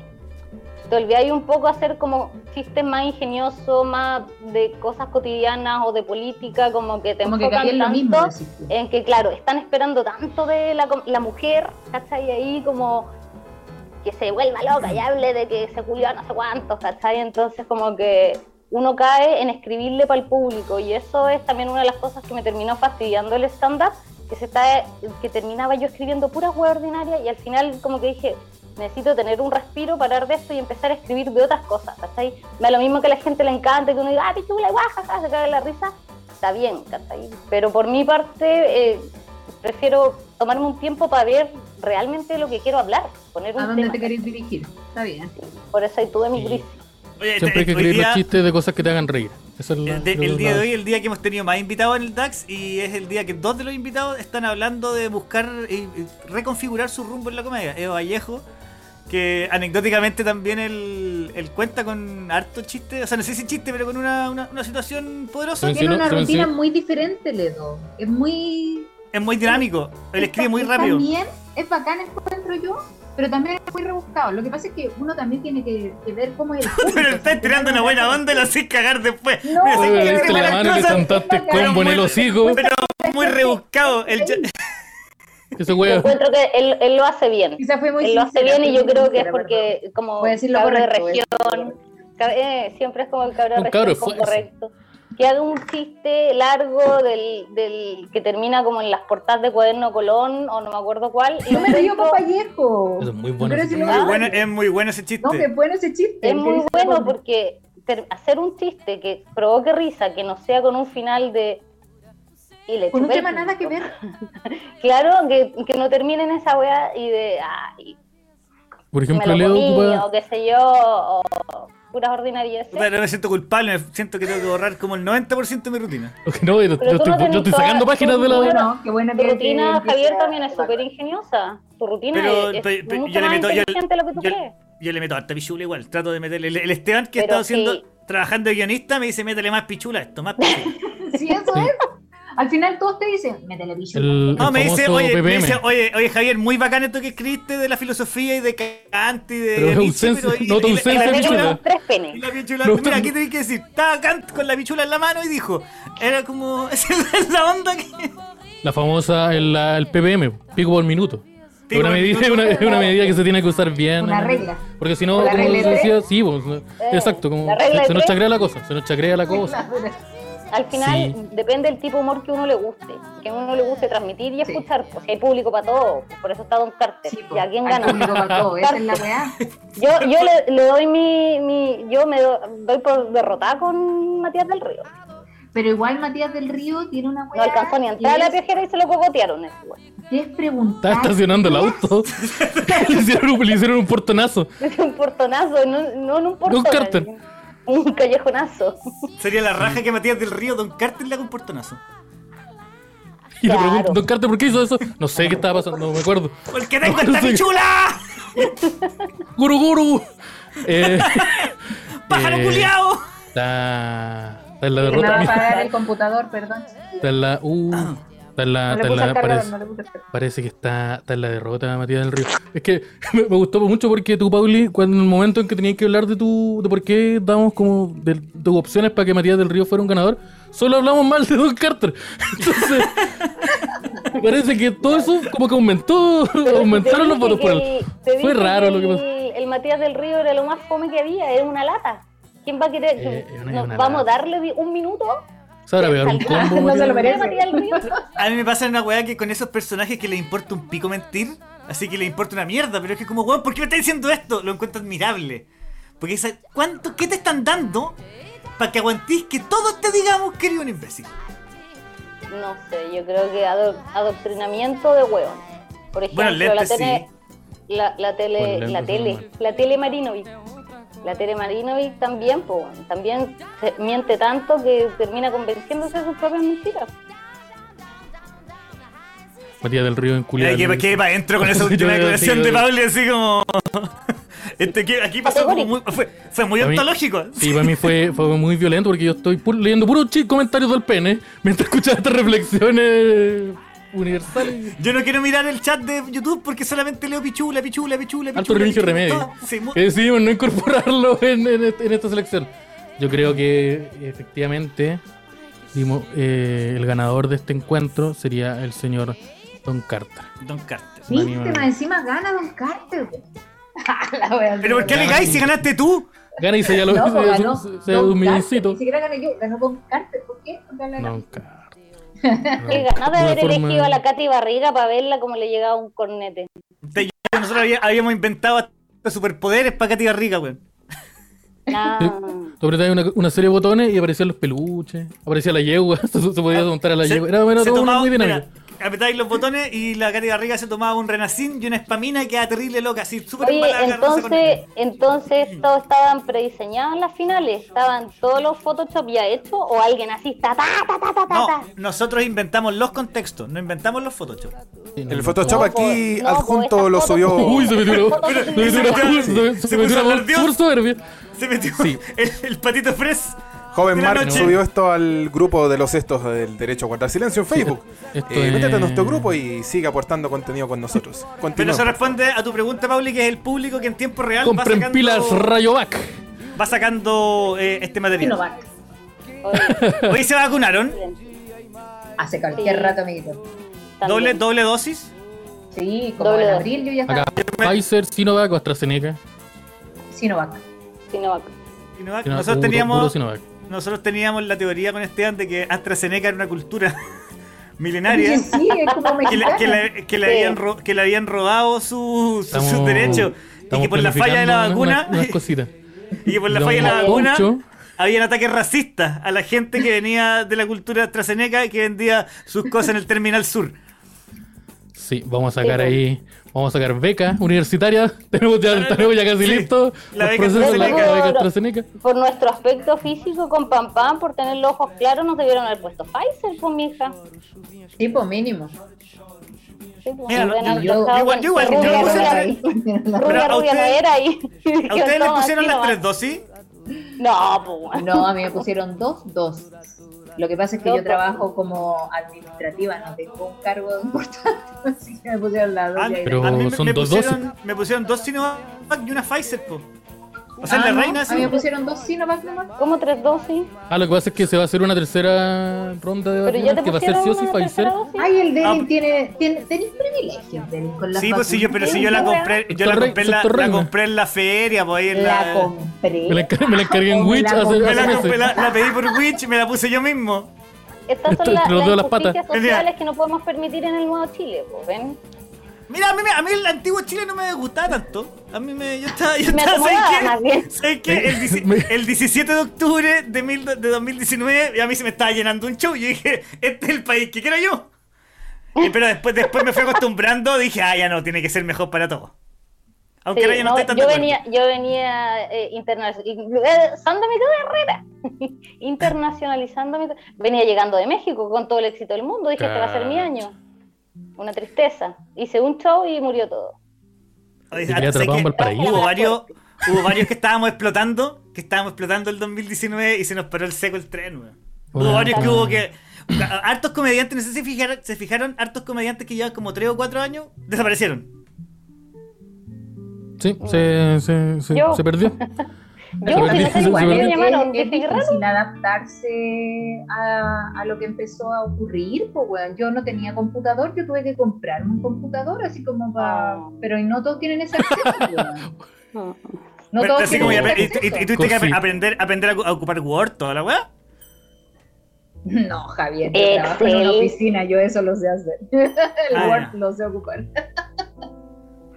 Speaker 6: te olvidáis un poco hacer como chistes más ingeniosos, más de cosas cotidianas o de política, como que te
Speaker 7: Como que
Speaker 6: enfocan
Speaker 7: caían lo mismo.
Speaker 6: tanto
Speaker 7: decís tú.
Speaker 6: en que, claro, están esperando tanto de la, com- la mujer, ¿cachai? Ahí como que se vuelva loca y hable de que se culió a no sé cuántos, ¿cachai? Entonces como que uno cae en escribirle para el público y eso es también una de las cosas que me terminó fastidiando el stand-up, que, se está, que terminaba yo escribiendo puras hueá ordinarias y al final como que dije, necesito tener un respiro, parar de esto y empezar a escribir de otras cosas, ¿cachai? Me da lo mismo que a la gente le encanta, que uno diga, ah, pichula, guajaja, se caga en la risa, está bien, ¿cachai? Pero por mi parte, eh, prefiero tomarme un tiempo para ver realmente lo que quiero hablar, poner
Speaker 7: ¿A
Speaker 6: un
Speaker 7: dónde
Speaker 6: tema.
Speaker 7: te querés dirigir? Está bien.
Speaker 6: Por eso ahí tuve mi
Speaker 1: Sí.
Speaker 6: crisis.
Speaker 2: Oye,
Speaker 1: siempre hay que
Speaker 2: hoy
Speaker 1: escribir
Speaker 2: día-
Speaker 1: los chistes de cosas que te hagan reír. Esa es la-
Speaker 2: El, Eh, de-
Speaker 1: creo que
Speaker 2: el
Speaker 1: es
Speaker 2: día de
Speaker 1: la-
Speaker 2: hoy es el día que hemos tenido más invitados en el DAX y es el día que dos de los invitados están hablando de buscar y reconfigurar su rumbo en la comedia. Eva Vallejo, que anecdóticamente también él, él cuenta con harto chiste, o sea, no sé si chiste, pero con una, una- una situación poderosa.
Speaker 1: Sí.
Speaker 7: Tiene
Speaker 1: no-
Speaker 7: una
Speaker 1: se me
Speaker 7: rutina
Speaker 1: ensi-
Speaker 7: muy diferente, Ledo. Es muy
Speaker 2: Es muy dinámico, él escribe
Speaker 7: Está-
Speaker 2: muy
Speaker 7: está
Speaker 2: rápido.
Speaker 7: bien, es bacán, encuentro yo, pero también es muy rebuscado. Lo que pasa es que uno también tiene que, que ver cómo es el. público,
Speaker 2: Pero está
Speaker 7: porque
Speaker 2: tirando
Speaker 7: uno
Speaker 2: una buena
Speaker 7: hace-
Speaker 2: onda y lo haces cagar después.
Speaker 7: No,
Speaker 2: Mira,
Speaker 1: Oye,
Speaker 2: saca
Speaker 1: me diste la
Speaker 2: primeras
Speaker 1: mano y te
Speaker 2: cosas,
Speaker 1: contaste
Speaker 7: pero
Speaker 1: combo en el
Speaker 2: muy-
Speaker 1: hocico.
Speaker 2: pero muy rebuscado. El ya-
Speaker 1: Ese
Speaker 6: Yo
Speaker 1: weón.
Speaker 6: encuentro que él, él lo hace bien.
Speaker 7: Quizás fue muy
Speaker 6: Él lo hace
Speaker 7: sincera,
Speaker 6: bien y
Speaker 7: fue
Speaker 6: yo
Speaker 7: muy
Speaker 6: creo que es
Speaker 7: sincera,
Speaker 6: porque,
Speaker 7: perdón.
Speaker 6: como
Speaker 7: Voy a decir lo
Speaker 6: cabro de
Speaker 7: correcto, voy a
Speaker 6: región,
Speaker 7: decir lo
Speaker 6: cab- eh, siempre es como el cabro de
Speaker 1: Un
Speaker 6: región,
Speaker 1: cabro de
Speaker 6: como
Speaker 1: fuerza.
Speaker 6: correcto. Que haga un chiste largo del, del que termina como en las portadas de Cuaderno Colón o no me acuerdo cuál. y
Speaker 7: No me río con
Speaker 6: encuentro-
Speaker 7: Vallejo.
Speaker 1: Eso es muy bueno.
Speaker 7: Pero
Speaker 1: ese
Speaker 7: si no-
Speaker 1: chiste.
Speaker 6: Ah,
Speaker 2: muy bueno, es muy bueno ese chiste.
Speaker 7: No, que es bueno ese chiste.
Speaker 6: Es
Speaker 7: que
Speaker 6: muy
Speaker 7: dice
Speaker 6: bueno
Speaker 7: como-
Speaker 6: porque ter- hacer un chiste que provoque risa, que no sea con un final de. Y le
Speaker 7: Con un
Speaker 6: chupé el
Speaker 7: tema nada que
Speaker 6: pico.
Speaker 7: ver.
Speaker 6: Claro, que, que no termine en esa wea y de. Ay,
Speaker 1: Por
Speaker 6: me
Speaker 1: ejemplo,
Speaker 6: lo
Speaker 1: Leo
Speaker 6: comí,
Speaker 1: ocupa.
Speaker 6: o qué sé yo, o puras ordinarias.
Speaker 2: Puta, no me siento culpable, me siento que tengo que borrar como el 90% de mi rutina.
Speaker 1: Ok, No, yo,
Speaker 6: tú
Speaker 1: yo estoy,
Speaker 6: no tenés
Speaker 1: yo estoy
Speaker 6: toda-
Speaker 1: sacando páginas de
Speaker 7: Qué
Speaker 1: la.
Speaker 6: Bueno,
Speaker 7: Bueno, qué bueno
Speaker 6: Tu
Speaker 7: que.
Speaker 6: rutina,
Speaker 7: que- que
Speaker 6: Javier,
Speaker 7: sea-
Speaker 6: también es súper ingeniosa. Tu rutina
Speaker 2: Pero-
Speaker 6: es,
Speaker 2: pero-
Speaker 6: es
Speaker 2: pero
Speaker 6: mucho
Speaker 2: yo le
Speaker 6: más
Speaker 2: meto- yo le-
Speaker 6: inteligente de lo que tú
Speaker 2: yo le-
Speaker 6: crees.
Speaker 2: Yo le meto harta pichula igual, trato de meterle. El, el Esteban que
Speaker 6: Pero
Speaker 2: estaba haciendo,
Speaker 6: sí.
Speaker 2: trabajando de guionista me dice, métele más pichula a esto, más pichula.
Speaker 7: Sí, eso
Speaker 1: Sí.
Speaker 7: es. Al final todos te dicen, métele bicho.
Speaker 1: El,
Speaker 2: No,
Speaker 1: el
Speaker 2: me dice,
Speaker 1: famoso
Speaker 2: oye, me
Speaker 1: PPM.
Speaker 2: dice, oye, oye, Javier, muy bacán esto que escribiste de la filosofía y de Kant y de
Speaker 1: Pero es
Speaker 2: Nietzsche,
Speaker 1: ausencia-
Speaker 2: y-
Speaker 1: no,
Speaker 2: y- y-
Speaker 1: ausencia de
Speaker 2: y la
Speaker 6: Le metí
Speaker 1: pichula.
Speaker 6: unos tres
Speaker 2: y
Speaker 6: penes.
Speaker 2: la pichula-
Speaker 1: No,
Speaker 2: mira,
Speaker 1: tú-
Speaker 2: aquí tenés que decir, estaba Kant con la pichula en la mano y dijo, era como, esa es la onda que...
Speaker 1: La famosa, el, la- el PPM, pico por minuto. Es
Speaker 2: Pico
Speaker 1: una
Speaker 2: por
Speaker 1: medida,
Speaker 2: minuto.
Speaker 1: una, es una medida que se tiene que usar bien.
Speaker 7: Una
Speaker 1: ¿no?
Speaker 7: regla.
Speaker 1: Porque si no,
Speaker 7: La
Speaker 1: como
Speaker 7: regla de
Speaker 1: decía, sí, pues, no- exacto, como
Speaker 6: Eh, la regla
Speaker 1: se,
Speaker 6: de
Speaker 1: se nos
Speaker 6: tres.
Speaker 1: chacrea la cosa, se nos chacrea la cosa.
Speaker 6: Al final
Speaker 1: Sí.
Speaker 6: depende del tipo de humor que uno le guste, que uno le guste transmitir y
Speaker 7: Sí.
Speaker 6: escuchar, pues si hay público para todo, pues, por eso está Don Carter.
Speaker 7: Sí, po.
Speaker 6: ¿Y a quién
Speaker 7: Al público
Speaker 6: gana?
Speaker 7: para todo, Esa es la weá.
Speaker 6: Yo, yo le, le doy mi, mi yo me do- doy por derrotada con Matías del Río.
Speaker 7: Pero igual Matías del Río tiene una
Speaker 6: No
Speaker 7: weá.
Speaker 6: alcanzó ni a entrar a
Speaker 7: que
Speaker 6: la
Speaker 7: es-
Speaker 6: piejera y se lo cocotearon. ese güey.
Speaker 7: que es preguntar.
Speaker 1: Estaba estacionando el
Speaker 7: ¿qué
Speaker 1: auto. le, hicieron un, le hicieron un portonazo.
Speaker 6: Le dio un portonazo, no, no en un portón.
Speaker 1: Carter.
Speaker 6: Un callejonazo.
Speaker 2: Sería la raja que Matías del Río, Don Carter le haga un portonazo.
Speaker 1: Y le
Speaker 6: Claro.
Speaker 1: pregunto, Don Carter, ¿por qué hizo eso? No sé qué estaba pasando, no me acuerdo.
Speaker 2: ¡Porque tengo esta
Speaker 1: Sí.
Speaker 2: pichula!
Speaker 1: ¡Guru, guru! Eh,
Speaker 2: ¡Pájaro
Speaker 1: eh,
Speaker 2: culiao!
Speaker 1: Está está en la
Speaker 7: Me va
Speaker 1: derrota.
Speaker 7: a
Speaker 1: mira,
Speaker 7: apagar el computador, perdón.
Speaker 1: Está en la. Uh, Está en la,
Speaker 7: No le
Speaker 1: está en
Speaker 7: puse
Speaker 1: la-
Speaker 7: el cargador,
Speaker 1: parece,
Speaker 7: no le puse el cargador.
Speaker 1: parece que está, está en la derrota Matías del Río. Es que me, me gustó mucho porque tú, Pauli, cuando en el momento en que tenías que hablar de tu de por qué damos como de, de tus opciones para que Matías del Río fuera un ganador, solo hablamos mal de Don Carter. Entonces, parece que todo eso como que aumentó,
Speaker 6: Pero
Speaker 1: aumentaron
Speaker 6: te
Speaker 1: los votos
Speaker 6: dije
Speaker 1: por él.
Speaker 6: que- te
Speaker 1: Fue
Speaker 6: dije
Speaker 1: raro lo que pasó.
Speaker 6: El, el Matías del Río era lo más fome que había, era una lata. ¿Quién va a querer?
Speaker 1: Eh, es una-
Speaker 6: ¿Nos
Speaker 1: una
Speaker 6: ¿Vamos
Speaker 1: lata.
Speaker 6: a darle di- un minuto?
Speaker 1: Se habrá pegado un combo.
Speaker 7: No se
Speaker 1: Matías del Río.
Speaker 7: lo merece.
Speaker 6: Matías del Río?
Speaker 2: A mí me pasa una weá que con esos personajes que les importa un pico mentir, así que les importa una mierda, pero es que como weón, ¿por qué me está diciendo esto? Lo encuentro admirable. Porque esa- ¿cuánto, ¿qué te están dando para que aguantís que todos te digamos que eres un imbécil?
Speaker 6: No sé, yo creo que ado- adoctrinamiento de hueón. Por ejemplo,
Speaker 2: Bueno,
Speaker 6: la
Speaker 2: lentes
Speaker 6: tele, la, la tele,
Speaker 1: Con
Speaker 6: la
Speaker 1: lentes,
Speaker 6: tele,
Speaker 1: normal.
Speaker 6: la tele Marinovic. La tele Marinovic también, po, weón, también se- miente tanto que termina convenciéndose de sus propias mentiras.
Speaker 1: Matías del Río en
Speaker 2: Mira,
Speaker 1: Culiacán.
Speaker 2: que, que va adentro con esa última
Speaker 1: Yo-
Speaker 2: declaración
Speaker 1: sí,
Speaker 2: de
Speaker 1: yo-
Speaker 2: Pablo, así como. Este, que aquí pasó como muy,
Speaker 6: Categórico.
Speaker 2: fue, fue muy
Speaker 1: A mí-
Speaker 2: ontológico.
Speaker 1: Sí, para mí fue, fue muy violento porque yo estoy pu- leyendo puros chi- comentarios del pene mientras escuchaba estas reflexiones universales.
Speaker 2: Yo no quiero mirar el chat de YouTube porque solamente leo pichula, pichula, pichula, pichula.
Speaker 1: Alto ringio
Speaker 2: pichula,
Speaker 1: remedio.
Speaker 2: todas- sí, mu-
Speaker 1: Que decidimos no incorporarlo en, en este- en esta selección. Yo creo que efectivamente dimos, eh, el ganador de este encuentro sería el señor Don Carter.
Speaker 2: Don Carter.
Speaker 1: Dani,
Speaker 7: Viste, más encima gana Don Carter. güey. la wea,
Speaker 2: Pero ¿por qué alegáis si ganaste tú?
Speaker 1: Gana y se ya lo
Speaker 7: No, pues,
Speaker 1: se-
Speaker 7: ganó
Speaker 1: se- se-
Speaker 7: Don
Speaker 1: un
Speaker 7: Carter,
Speaker 1: milloncito.
Speaker 7: Ni siquiera gané yo, ganó Don Carter. ¿Por qué? Porque la ganó.
Speaker 1: Don Carter.
Speaker 6: El ganado de
Speaker 1: Una
Speaker 6: haber
Speaker 1: forma-
Speaker 6: elegido a la Katy Barriga para verla como le llegaba un cornete.
Speaker 2: Te- Nosotros había- habíamos inventado hasta superpoderes para Katy Garriga, weón.
Speaker 6: Nah.
Speaker 1: Tú apretabas una, una serie de botones y aparecían los peluches, aparecía la yegua, se, se podía montar a la yegua. Era, era
Speaker 2: Ah, se
Speaker 1: todo
Speaker 2: tomaba-
Speaker 1: muy dinámico.
Speaker 2: mira, apretáis los botones y la Katy Garriga se tomaba un renacín y una espamina que era terrible loca, así súper
Speaker 6: Oye,
Speaker 2: mala agarrándose con-
Speaker 6: entonces, entonces todos estaban prediseñados en las finales, estaban todos los Photoshop ya hechos o alguien así ta ta ta ta ta ta. ta.
Speaker 2: No, nosotros inventamos los contextos, no inventamos los Photoshop.
Speaker 1: Sí, no,
Speaker 4: El
Speaker 1: no. Oh.
Speaker 4: Photoshop
Speaker 6: No, po,
Speaker 4: aquí
Speaker 6: no, po,
Speaker 4: adjunto
Speaker 6: esas
Speaker 4: lo
Speaker 6: fotos-
Speaker 4: subió.
Speaker 1: Uy, se metió una
Speaker 6: Fotos-
Speaker 1: se metió una voz- se- se
Speaker 2: Se
Speaker 1: metió
Speaker 2: puso
Speaker 1: una voz
Speaker 2: nervioso.
Speaker 1: sur soberbia.
Speaker 2: Se metió
Speaker 1: Sí.
Speaker 2: el, el patito Fres.
Speaker 4: Joven
Speaker 2: de la
Speaker 4: Mark
Speaker 2: noche.
Speaker 4: subió esto al grupo de los estos del derecho a guardar silencio en Facebook.
Speaker 1: esto
Speaker 4: Eh,
Speaker 1: es-
Speaker 4: Métete a nuestro grupo y sigue aportando contenido con nosotros.
Speaker 2: Pero
Speaker 4: Continúa.
Speaker 2: eso responde a tu pregunta, Pauli, que es el público que en tiempo real va
Speaker 1: Compren
Speaker 2: sacando,
Speaker 1: pilas Rayovac.
Speaker 2: va sacando eh, este material.
Speaker 7: Sinovac.
Speaker 6: Oye,
Speaker 2: Hoy se vacunaron,
Speaker 7: Hace cualquier
Speaker 6: Sí.
Speaker 7: rato, amiguito.
Speaker 2: doble,
Speaker 6: también.
Speaker 2: doble dosis.
Speaker 7: Sí, como
Speaker 6: Doble
Speaker 7: en
Speaker 6: dosis.
Speaker 7: abril yo ya
Speaker 1: Acá,
Speaker 7: estaba.
Speaker 1: Pfizer, Sinovac o AstraZeneca.
Speaker 7: Sinovac.
Speaker 6: Sinovac.
Speaker 2: Sinovac.
Speaker 1: Sinovac,
Speaker 2: Nosotros
Speaker 1: puro- puro
Speaker 2: teníamos,
Speaker 1: Sinovac.
Speaker 2: nosotros teníamos la teoría con Esteban de que AstraZeneca era una cultura milenaria.
Speaker 7: Oye, Sí, es como
Speaker 2: que le,
Speaker 7: mexicano.
Speaker 2: que le- que le
Speaker 6: Sí.
Speaker 2: habían ro- que le habían robado su- su- sus
Speaker 1: Estamos-
Speaker 2: derechos y
Speaker 1: estamos
Speaker 2: que por la falla de
Speaker 1: planificando
Speaker 2: la
Speaker 1: unas-
Speaker 2: vacuna
Speaker 1: Unas, unas cositas.
Speaker 2: y que por la
Speaker 1: Don
Speaker 2: falla de la vacuna
Speaker 1: Poncho,
Speaker 2: habían ataques racistas a la gente que venía de la cultura AstraZeneca y que vendía sus cosas en el Terminal Sur.
Speaker 1: Sí, vamos a sacar ahí. Vamos a sacar beca universitaria. Tenemos ya, tenemos ya casi
Speaker 2: Sí,
Speaker 1: listo.
Speaker 2: la
Speaker 1: los
Speaker 2: beca
Speaker 1: procesos de la-
Speaker 6: AstraZeneca.
Speaker 1: la beca AstraZeneca.
Speaker 6: Por nuestro aspecto físico con Pam Pam, por tener los ojos claros, nos debieron haber puesto Pfizer, pues, mija.
Speaker 7: Tipo pues, mínimo.
Speaker 6: Sí, pues,
Speaker 2: Mira,
Speaker 6: nos debían
Speaker 2: yo-
Speaker 7: yo-
Speaker 6: haber dejado
Speaker 2: yo igual-
Speaker 6: con-
Speaker 2: yo igual-
Speaker 6: con
Speaker 2: yo
Speaker 6: rubia,
Speaker 2: puse
Speaker 6: rubia,
Speaker 2: tres-
Speaker 6: rubia,
Speaker 2: Pero a
Speaker 6: rubia no
Speaker 2: ustedes-
Speaker 6: era y- y
Speaker 2: ¿A
Speaker 6: dijeron,
Speaker 2: ustedes les
Speaker 6: toma,
Speaker 2: pusieron
Speaker 6: así
Speaker 2: las
Speaker 6: nomás.
Speaker 2: tres dosis?
Speaker 6: No, pues, bueno.
Speaker 7: No, a mí me pusieron dos, dos. Lo que pasa es que
Speaker 6: Dos,
Speaker 7: yo trabajo como administrativa, no tengo un cargo importante, así que me pusieron la dos.
Speaker 2: Ah,
Speaker 7: y ahí
Speaker 1: Pero
Speaker 2: a mí me,
Speaker 1: son
Speaker 2: me
Speaker 1: dos
Speaker 2: pusieron, me pusieron dos Sinovac y una Pfizer, po. O sea,
Speaker 7: Ah,
Speaker 2: la
Speaker 7: no,
Speaker 2: reina
Speaker 7: A mí me
Speaker 2: sí.
Speaker 7: pusieron dos Sinovac nomás.
Speaker 6: ¿Cómo tres dosis?
Speaker 1: Ah, lo que pasa es que se va a hacer una tercera ronda de
Speaker 6: Pero ya te
Speaker 1: vacunas que va a ser sí o sí
Speaker 6: pusieron una
Speaker 1: Pfizer.
Speaker 6: tercera dosis.
Speaker 7: Ay, el Denis
Speaker 2: Ah.
Speaker 7: tiene, tiene, tenés privilegios, Denis, con las
Speaker 2: Sí, pues sí, yo, pero
Speaker 7: vacunas.
Speaker 2: si yo la
Speaker 6: Esa weá.
Speaker 2: compré, yo la
Speaker 1: Sector
Speaker 2: compré, en la,
Speaker 1: reina.
Speaker 2: la compré en la feria, po, ahí en
Speaker 7: La
Speaker 2: la...
Speaker 7: compré.
Speaker 1: Me la, encar- me la encargué en
Speaker 7: Me
Speaker 1: Witch
Speaker 7: la
Speaker 1: hace,
Speaker 7: compré.
Speaker 2: Me
Speaker 1: hace
Speaker 2: la,
Speaker 1: meses.
Speaker 2: compré- la- la pedí por Witch, me la puse yo mismo.
Speaker 6: Estas
Speaker 1: Esto-
Speaker 6: son la-
Speaker 1: entre los
Speaker 6: las
Speaker 1: dedos de las patas.
Speaker 6: injusticias sociales
Speaker 2: Mira.
Speaker 6: que no podemos permitir en el nuevo Chile, po, ¿ven?
Speaker 2: Mira, a mí, me- a mí el antiguo Chile no me gustaba tanto. A mí me. Yo estaba. Yo
Speaker 6: Me
Speaker 2: estaba
Speaker 6: acomodaba más
Speaker 2: ¿Sabes
Speaker 6: bien.
Speaker 2: qué? ¿Sabes qué? El, dieci-
Speaker 1: Me-
Speaker 2: el 17 de octubre de, mil do- de 2019, y a mí se me estaba llenando un show. Yo dije, este es el país que quiero yo. Y pero después, después me fui acostumbrando. Dije, ah, ya no, tiene que ser mejor para todos. Aunque
Speaker 6: Sí,
Speaker 2: ahora ya no,
Speaker 6: no,
Speaker 2: estoy tan de
Speaker 6: yo,
Speaker 2: acuerdo.
Speaker 6: venía, yo venía eh, internacional, eh, Sandra me quedó Herrera, internacionalizando mi ca- venía llegando de México con todo el éxito del mundo, dije, este va a ser mi
Speaker 1: Cacha.
Speaker 6: año, una tristeza, hice un show y murió todo.
Speaker 2: Oye,
Speaker 1: Te
Speaker 2: ah,
Speaker 1: quería
Speaker 2: sé
Speaker 1: atrapado en
Speaker 2: que
Speaker 1: Valparaíso.
Speaker 2: Hubo varios, hubo varios que estábamos explotando, que estábamos explotando el 2019 y se nos paró el seco el tren, weón. Hubo
Speaker 1: Bueno,
Speaker 2: varios que
Speaker 1: bueno.
Speaker 2: hubo que. hartos comediantes, no sé si fijar- se fijaron, hartos comediantes que llevan como 3 o 4 años desaparecieron.
Speaker 1: Sí, se, se, se,
Speaker 6: Yo.
Speaker 1: se perdió.
Speaker 6: Yo,
Speaker 1: Pero
Speaker 6: si no
Speaker 1: difícil,
Speaker 6: sé ni
Speaker 1: sí,
Speaker 6: por
Speaker 1: ¿verdad?
Speaker 6: qué me
Speaker 1: Es-
Speaker 6: llamaron,
Speaker 7: es
Speaker 6: ¿Te cerraron?
Speaker 7: difícil adaptarse a, a lo que empezó a ocurrir, pues, weón. Yo no tenía computador, yo tuve que comprarme un computador, así como para...
Speaker 6: Ah.
Speaker 7: Pero y no todos tienen ese acceso, weón. No
Speaker 2: Pero
Speaker 7: todos
Speaker 2: así como
Speaker 7: tienen
Speaker 2: ya- y,
Speaker 7: ese
Speaker 2: y- y
Speaker 7: acceso.
Speaker 2: tuviste que
Speaker 1: Cosi.
Speaker 2: ap- aprender, aprender a, cu- a ocupar Word, toda la weá.
Speaker 7: No, Javier, yo trabajo en una
Speaker 6: Excel.
Speaker 7: oficina, yo eso lo sé hacer. El
Speaker 2: Ah,
Speaker 7: Word
Speaker 2: ya.
Speaker 7: lo sé ocupar.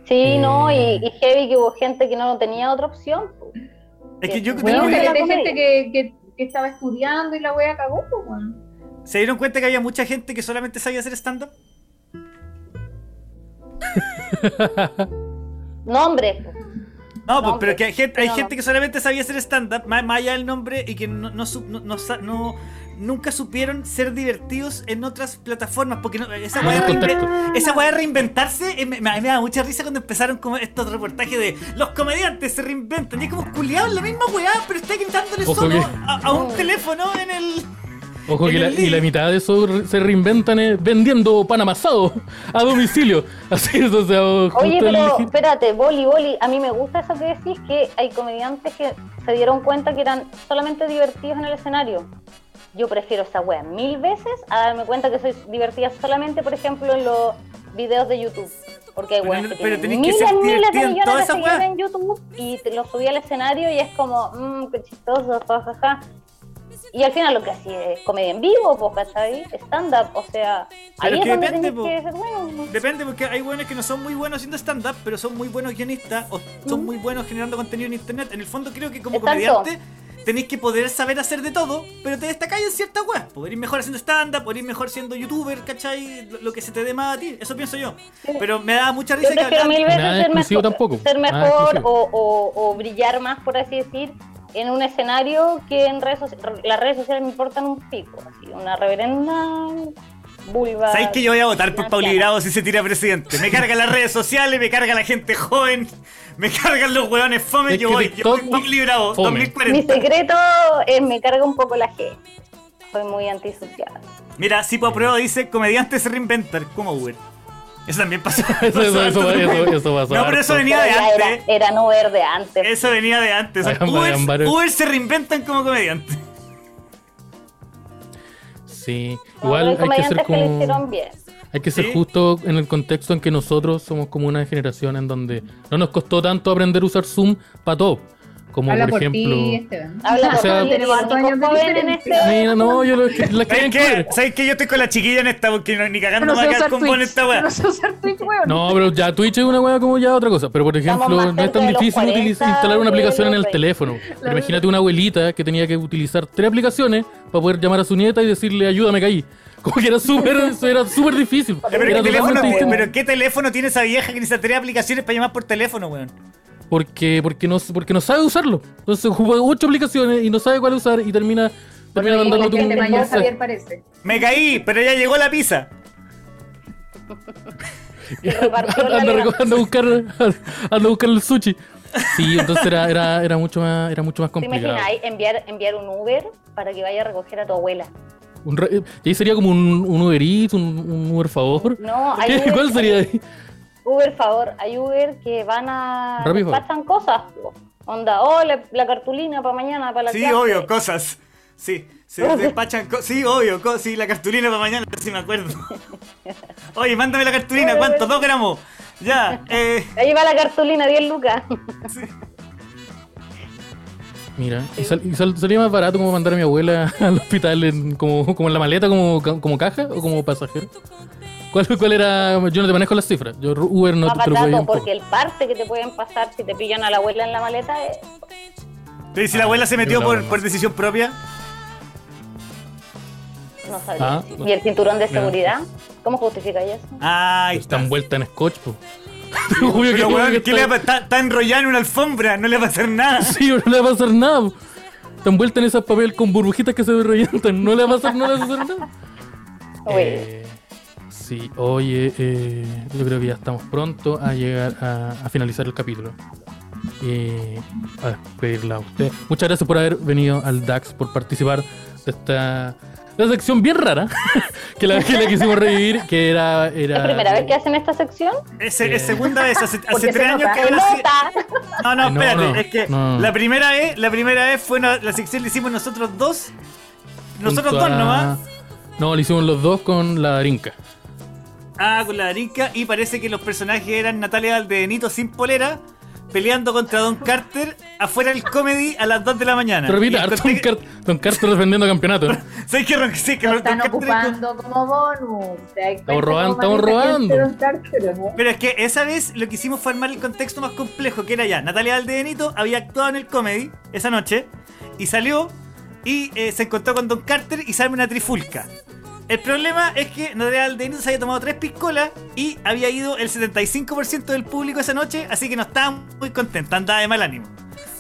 Speaker 6: Sí, no, y, y heavy que hubo gente que no tenía otra opción. po.
Speaker 2: Es que yo creo
Speaker 7: Bueno,
Speaker 2: que-
Speaker 6: Tengo
Speaker 7: Eh, pero
Speaker 6: que-
Speaker 7: hay gente que, que, que estaba estudiando y la wea cagó, pues, weón.
Speaker 2: se dieron cuenta que había mucha gente que solamente sabía hacer stand-up.
Speaker 6: Nombres. po.
Speaker 2: No, pues,
Speaker 6: No,
Speaker 2: pero que hay gente, hay
Speaker 6: pero-
Speaker 2: gente que solamente sabía hacer stand-up, más, más allá del nombre, y que no, no su- no- no sa- no- nunca supieron ser divertidos en otras plataformas, porque no- esa
Speaker 1: No
Speaker 2: weá
Speaker 1: hay
Speaker 2: de,
Speaker 1: contacto.
Speaker 2: reinve- esa weá de reinventarse, eh, me, me- me da mucha risa cuando empezaron como estos reportajes de los comediantes se reinventan, y es como culiado la misma weá, pero está gritándole
Speaker 1: Ojo
Speaker 2: solo
Speaker 1: que-
Speaker 2: a, a
Speaker 6: Oh.
Speaker 2: un teléfono en el...
Speaker 1: Ojo que la, y la mitad de eso re- se reinventan eh, vendiendo pan amasado a domicilio. Así es, o sea, o
Speaker 6: Oye,
Speaker 1: justo el-
Speaker 6: pero espérate, boli, boli, a mí me gusta eso que decís, que hay comediantes que se dieron cuenta que eran solamente divertidos en el escenario. Yo prefiero esa wea mil veces a darme cuenta que soy divertida solamente, por ejemplo, en los videos de YouTube. Porque hay
Speaker 2: Pero
Speaker 6: weas
Speaker 2: no-
Speaker 6: que
Speaker 2: pero
Speaker 6: tienen
Speaker 2: tenés
Speaker 6: miles,
Speaker 2: que ser
Speaker 6: miles de
Speaker 2: divertida en
Speaker 6: millones
Speaker 2: todas
Speaker 6: de
Speaker 2: esas
Speaker 6: seguidores
Speaker 2: weas.
Speaker 6: en YouTube y te lo subí al escenario y es como, mmm, qué chistoso, jajaja. Y al final lo que hacía es comedia en vivo, pues, ¿cachai? Stand-up, o sea,
Speaker 2: Pero
Speaker 6: ahí
Speaker 2: es
Speaker 6: es
Speaker 2: que
Speaker 6: donde
Speaker 2: depende,
Speaker 6: tenés
Speaker 2: po.
Speaker 6: que ser bueno.
Speaker 2: Depende, porque hay buenos que no son muy buenos haciendo stand-up, pero son muy buenos guionistas o son muy buenos generando contenido en internet. En el fondo, creo que como
Speaker 6: Exacto.
Speaker 2: comediante tenéis que poder saber hacer de todo, pero te destacáis en ciertas web. Podéis mejor haciendo stand-up, podéis mejor siendo youtuber, ¿cachai? Lo, lo que se te dé más a ti, eso pienso yo. Pero me da mucha
Speaker 6: Yo
Speaker 2: risa que
Speaker 6: prefiero
Speaker 2: hablan-
Speaker 6: mil veces
Speaker 1: Nada
Speaker 6: ser
Speaker 1: exclusivo
Speaker 6: mejor,
Speaker 1: tampoco.
Speaker 6: ser
Speaker 1: Nada
Speaker 6: mejor
Speaker 1: exclusivo.
Speaker 6: o, o- o brillar más, por así decir, en un escenario que en redes sociales. Las redes sociales me importan un pico, así, una reverenda vulva.
Speaker 2: ¿Sabéis que yo voy a votar por Pauli Bravo si se tira presidente? Me cargan las redes sociales, me carga la gente joven, me cargan los hueones fome,
Speaker 1: Es
Speaker 2: yo
Speaker 1: que
Speaker 2: voy, yo voy
Speaker 1: TikTok-
Speaker 2: Pauli Bravo,
Speaker 1: fome.
Speaker 2: 2040.
Speaker 6: Mi secreto es me carga un poco la G. Soy muy antisocial.
Speaker 2: Mira, Sipo
Speaker 1: Mm.
Speaker 2: Aprueba dice comediantes se reinventan, como Uber. Eso también pasó.
Speaker 1: Eso, eso,
Speaker 2: pasó
Speaker 1: eso, eso,
Speaker 2: harto también.
Speaker 1: eso pasó
Speaker 2: No, pero eso
Speaker 1: harto.
Speaker 2: venía de
Speaker 6: Pero ya
Speaker 2: antes.
Speaker 6: Era, era no verde antes.
Speaker 2: Eso venía de antes. O sea,
Speaker 1: Hagan varios-
Speaker 2: Uber,
Speaker 1: varios-
Speaker 2: Uber se reinventan como comediantes.
Speaker 1: Sí,
Speaker 6: No,
Speaker 1: igual
Speaker 6: hay
Speaker 1: hay que
Speaker 6: comediantes
Speaker 1: ser
Speaker 6: que lo hicieron
Speaker 1: como...
Speaker 6: bien.
Speaker 1: Hay que ser
Speaker 2: Sí.
Speaker 1: justo en el contexto en que nosotros somos como una generación en donde no nos costó tanto aprender a usar Zoom para todo. Como
Speaker 7: Habla
Speaker 1: por
Speaker 7: por
Speaker 1: ejemplo...
Speaker 7: ti, Esteban.
Speaker 6: Habla
Speaker 1: O
Speaker 6: por
Speaker 1: sea-
Speaker 6: ti,
Speaker 7: Tenemos hartos
Speaker 6: Nico
Speaker 7: años de
Speaker 6: Joven en
Speaker 7: diferencia.
Speaker 6: este-
Speaker 1: Mira, no, yo lo, la quería
Speaker 2: ¿Sabes
Speaker 1: incluir.
Speaker 2: qué? ¿Sabes qué? Yo estoy con la chiquilla en esta porque no- ni cagando
Speaker 7: Yo no
Speaker 2: va a
Speaker 7: sé
Speaker 2: quedar
Speaker 7: usar
Speaker 2: con en
Speaker 7: Twitch.
Speaker 2: esta weá. Eh,
Speaker 7: yo no sé usar Twitch, weón.
Speaker 1: No, pero ya Twitch es una weá como ya otra cosa. Pero por
Speaker 6: Estamos
Speaker 1: ejemplo,
Speaker 6: más
Speaker 1: no es tan
Speaker 6: cerca de los
Speaker 1: difícil
Speaker 6: 40
Speaker 1: utilizar- instalar una
Speaker 6: de
Speaker 1: aplicación en
Speaker 6: los
Speaker 1: el
Speaker 6: 20.
Speaker 1: teléfono. Pero imagínate una abuelita que tenía que utilizar tres aplicaciones para poder llamar a su nieta y decirle ayúdame caí. Como que era súper, eso era súper difícil.
Speaker 2: Eh, Pero,
Speaker 1: Era
Speaker 2: ¿qué teléfono,
Speaker 1: totalmente distinto.
Speaker 2: pero ¿qué teléfono tiene esa vieja que necesita tres aplicaciones para llamar por teléfono, weón?
Speaker 1: Porque, porque, no, porque no sabe usarlo. Entonces ocupa ocho aplicaciones y no sabe cuál usar y termina, termina
Speaker 7: Como
Speaker 1: mandándote un
Speaker 7: gente mayor,
Speaker 1: mensaje.
Speaker 7: Javier parece.
Speaker 2: Me caí, pero ya llegó la pizza.
Speaker 6: repartió la
Speaker 1: Anda,
Speaker 6: levantada.
Speaker 1: anda a buscar, anda a buscar el sushi. Sí, entonces era, era, era mucho más, era mucho más
Speaker 6: ¿Te
Speaker 1: complicado.
Speaker 6: imaginas enviar, enviar un Uber para que vaya a recoger a tu abuela?
Speaker 1: Un re- eh, y ahí sería como un, un Uber Eats, un, un Uber Favor.
Speaker 6: No, hay
Speaker 1: ¿Qué?
Speaker 6: Uber,
Speaker 1: ¿Cuál sería ahí?
Speaker 6: Uber, favor, hay Uber que van a...
Speaker 1: Rápido, favor.
Speaker 6: pasan cosas. po. Onda, oh, la, la cartulina para mañana, para la
Speaker 2: Sí,
Speaker 6: clase.
Speaker 2: obvio, cosas. Sí, se despachan cosas. Sí, obvio, co- sí, la cartulina para mañana, sí me acuerdo. Oye, mándame la cartulina, ¿cuánto? ¿Dos gramos? Ya, eh,
Speaker 6: Ahí va la cartulina, 10 lucas.
Speaker 1: Mira, y, sal- y sal- salía más barato como mandar a mi abuela al hospital en, como, como en la maleta, como, ca- como caja o como pasajero. ¿Cuál, ¿Cuál era? Yo no te manejo las cifras. Yo Ru- Uber no
Speaker 6: Más
Speaker 1: te preocupes
Speaker 6: barato,
Speaker 1: un poco.
Speaker 6: porque el parte que te pueden pasar si te pillan a la abuela en la maleta eh, es...
Speaker 2: pero ¿y si la abuela se metió
Speaker 1: la
Speaker 2: por,
Speaker 1: abuela.
Speaker 2: por decisión propia?
Speaker 6: No sabía.
Speaker 1: Ah, no.
Speaker 6: ¿Y el cinturón de
Speaker 1: Mira.
Speaker 6: seguridad? ¿cómo justifica eso?
Speaker 2: Ay,
Speaker 1: Está envuelta en scotch, po. Obvio
Speaker 2: Pero,
Speaker 1: obvio
Speaker 2: weón, ¿qué
Speaker 1: está-
Speaker 2: le va a- está, está enrollada en una alfombra, no le va a hacer nada.
Speaker 1: Sí, no le va a pasar nada. po. Está envuelta en esas papel con burbujitas que se revientan. No le va a pasar, no le va a pasar nada.
Speaker 6: Oye,
Speaker 1: Eh, sí, oye, eh, yo creo que ya estamos pronto a llegar a, a finalizar el capítulo. Eh, a despedirla a usted. Muchas gracias por haber venido al DAX, por participar de esta. La sección bien rara, que la, que la quisimos revivir, que era... era
Speaker 6: ¿Es primera vez que hacen esta sección?
Speaker 2: Es, es
Speaker 1: Eh.
Speaker 2: segunda vez, hace, hace
Speaker 7: Porque se
Speaker 2: tres años
Speaker 7: nota,
Speaker 2: que
Speaker 6: ¡Se
Speaker 2: habla así.
Speaker 6: nota!
Speaker 2: No, no,
Speaker 1: Eh, no,
Speaker 2: espérate,
Speaker 1: no,
Speaker 2: es que
Speaker 1: no.
Speaker 2: la primera vez, la primera vez fue una- la sección la hicimos nosotros dos. Nosotros
Speaker 1: junto
Speaker 2: dos
Speaker 1: a-
Speaker 2: nomás.
Speaker 1: No, lo hicimos los dos con la Darinka.
Speaker 2: Ah, con la Darinka. Y parece que los personajes eran Natalia Valdebenito sin polera. Peleando contra Don Carter afuera del comedy a las 2 de la mañana.
Speaker 1: Te repito,
Speaker 2: Y
Speaker 1: harto
Speaker 2: encontré
Speaker 1: Don,
Speaker 2: que-
Speaker 1: Car- Don Carter defendiendo campeonato.
Speaker 2: ¿Sabes qué, Ron? Sí, que Don
Speaker 7: Están
Speaker 2: Carter-
Speaker 7: ocupando como bonus. ¿te das cuenta
Speaker 1: Estamos robando,
Speaker 7: cómo
Speaker 1: estamos
Speaker 7: maneja
Speaker 1: robando.
Speaker 7: gente los cárceles, no?
Speaker 2: Pero es que esa vez lo que hicimos fue armar el contexto más complejo, que era ya, Natalia Valdebenito había actuado en el comedy esa noche y salió y eh, se encontró con Don Carter y sale una trifulca. El problema es que Natalia Valdebenito se había tomado tres piscolas y había ido el 75% del público esa noche, así que no estaba muy contenta, andaba de mal ánimo.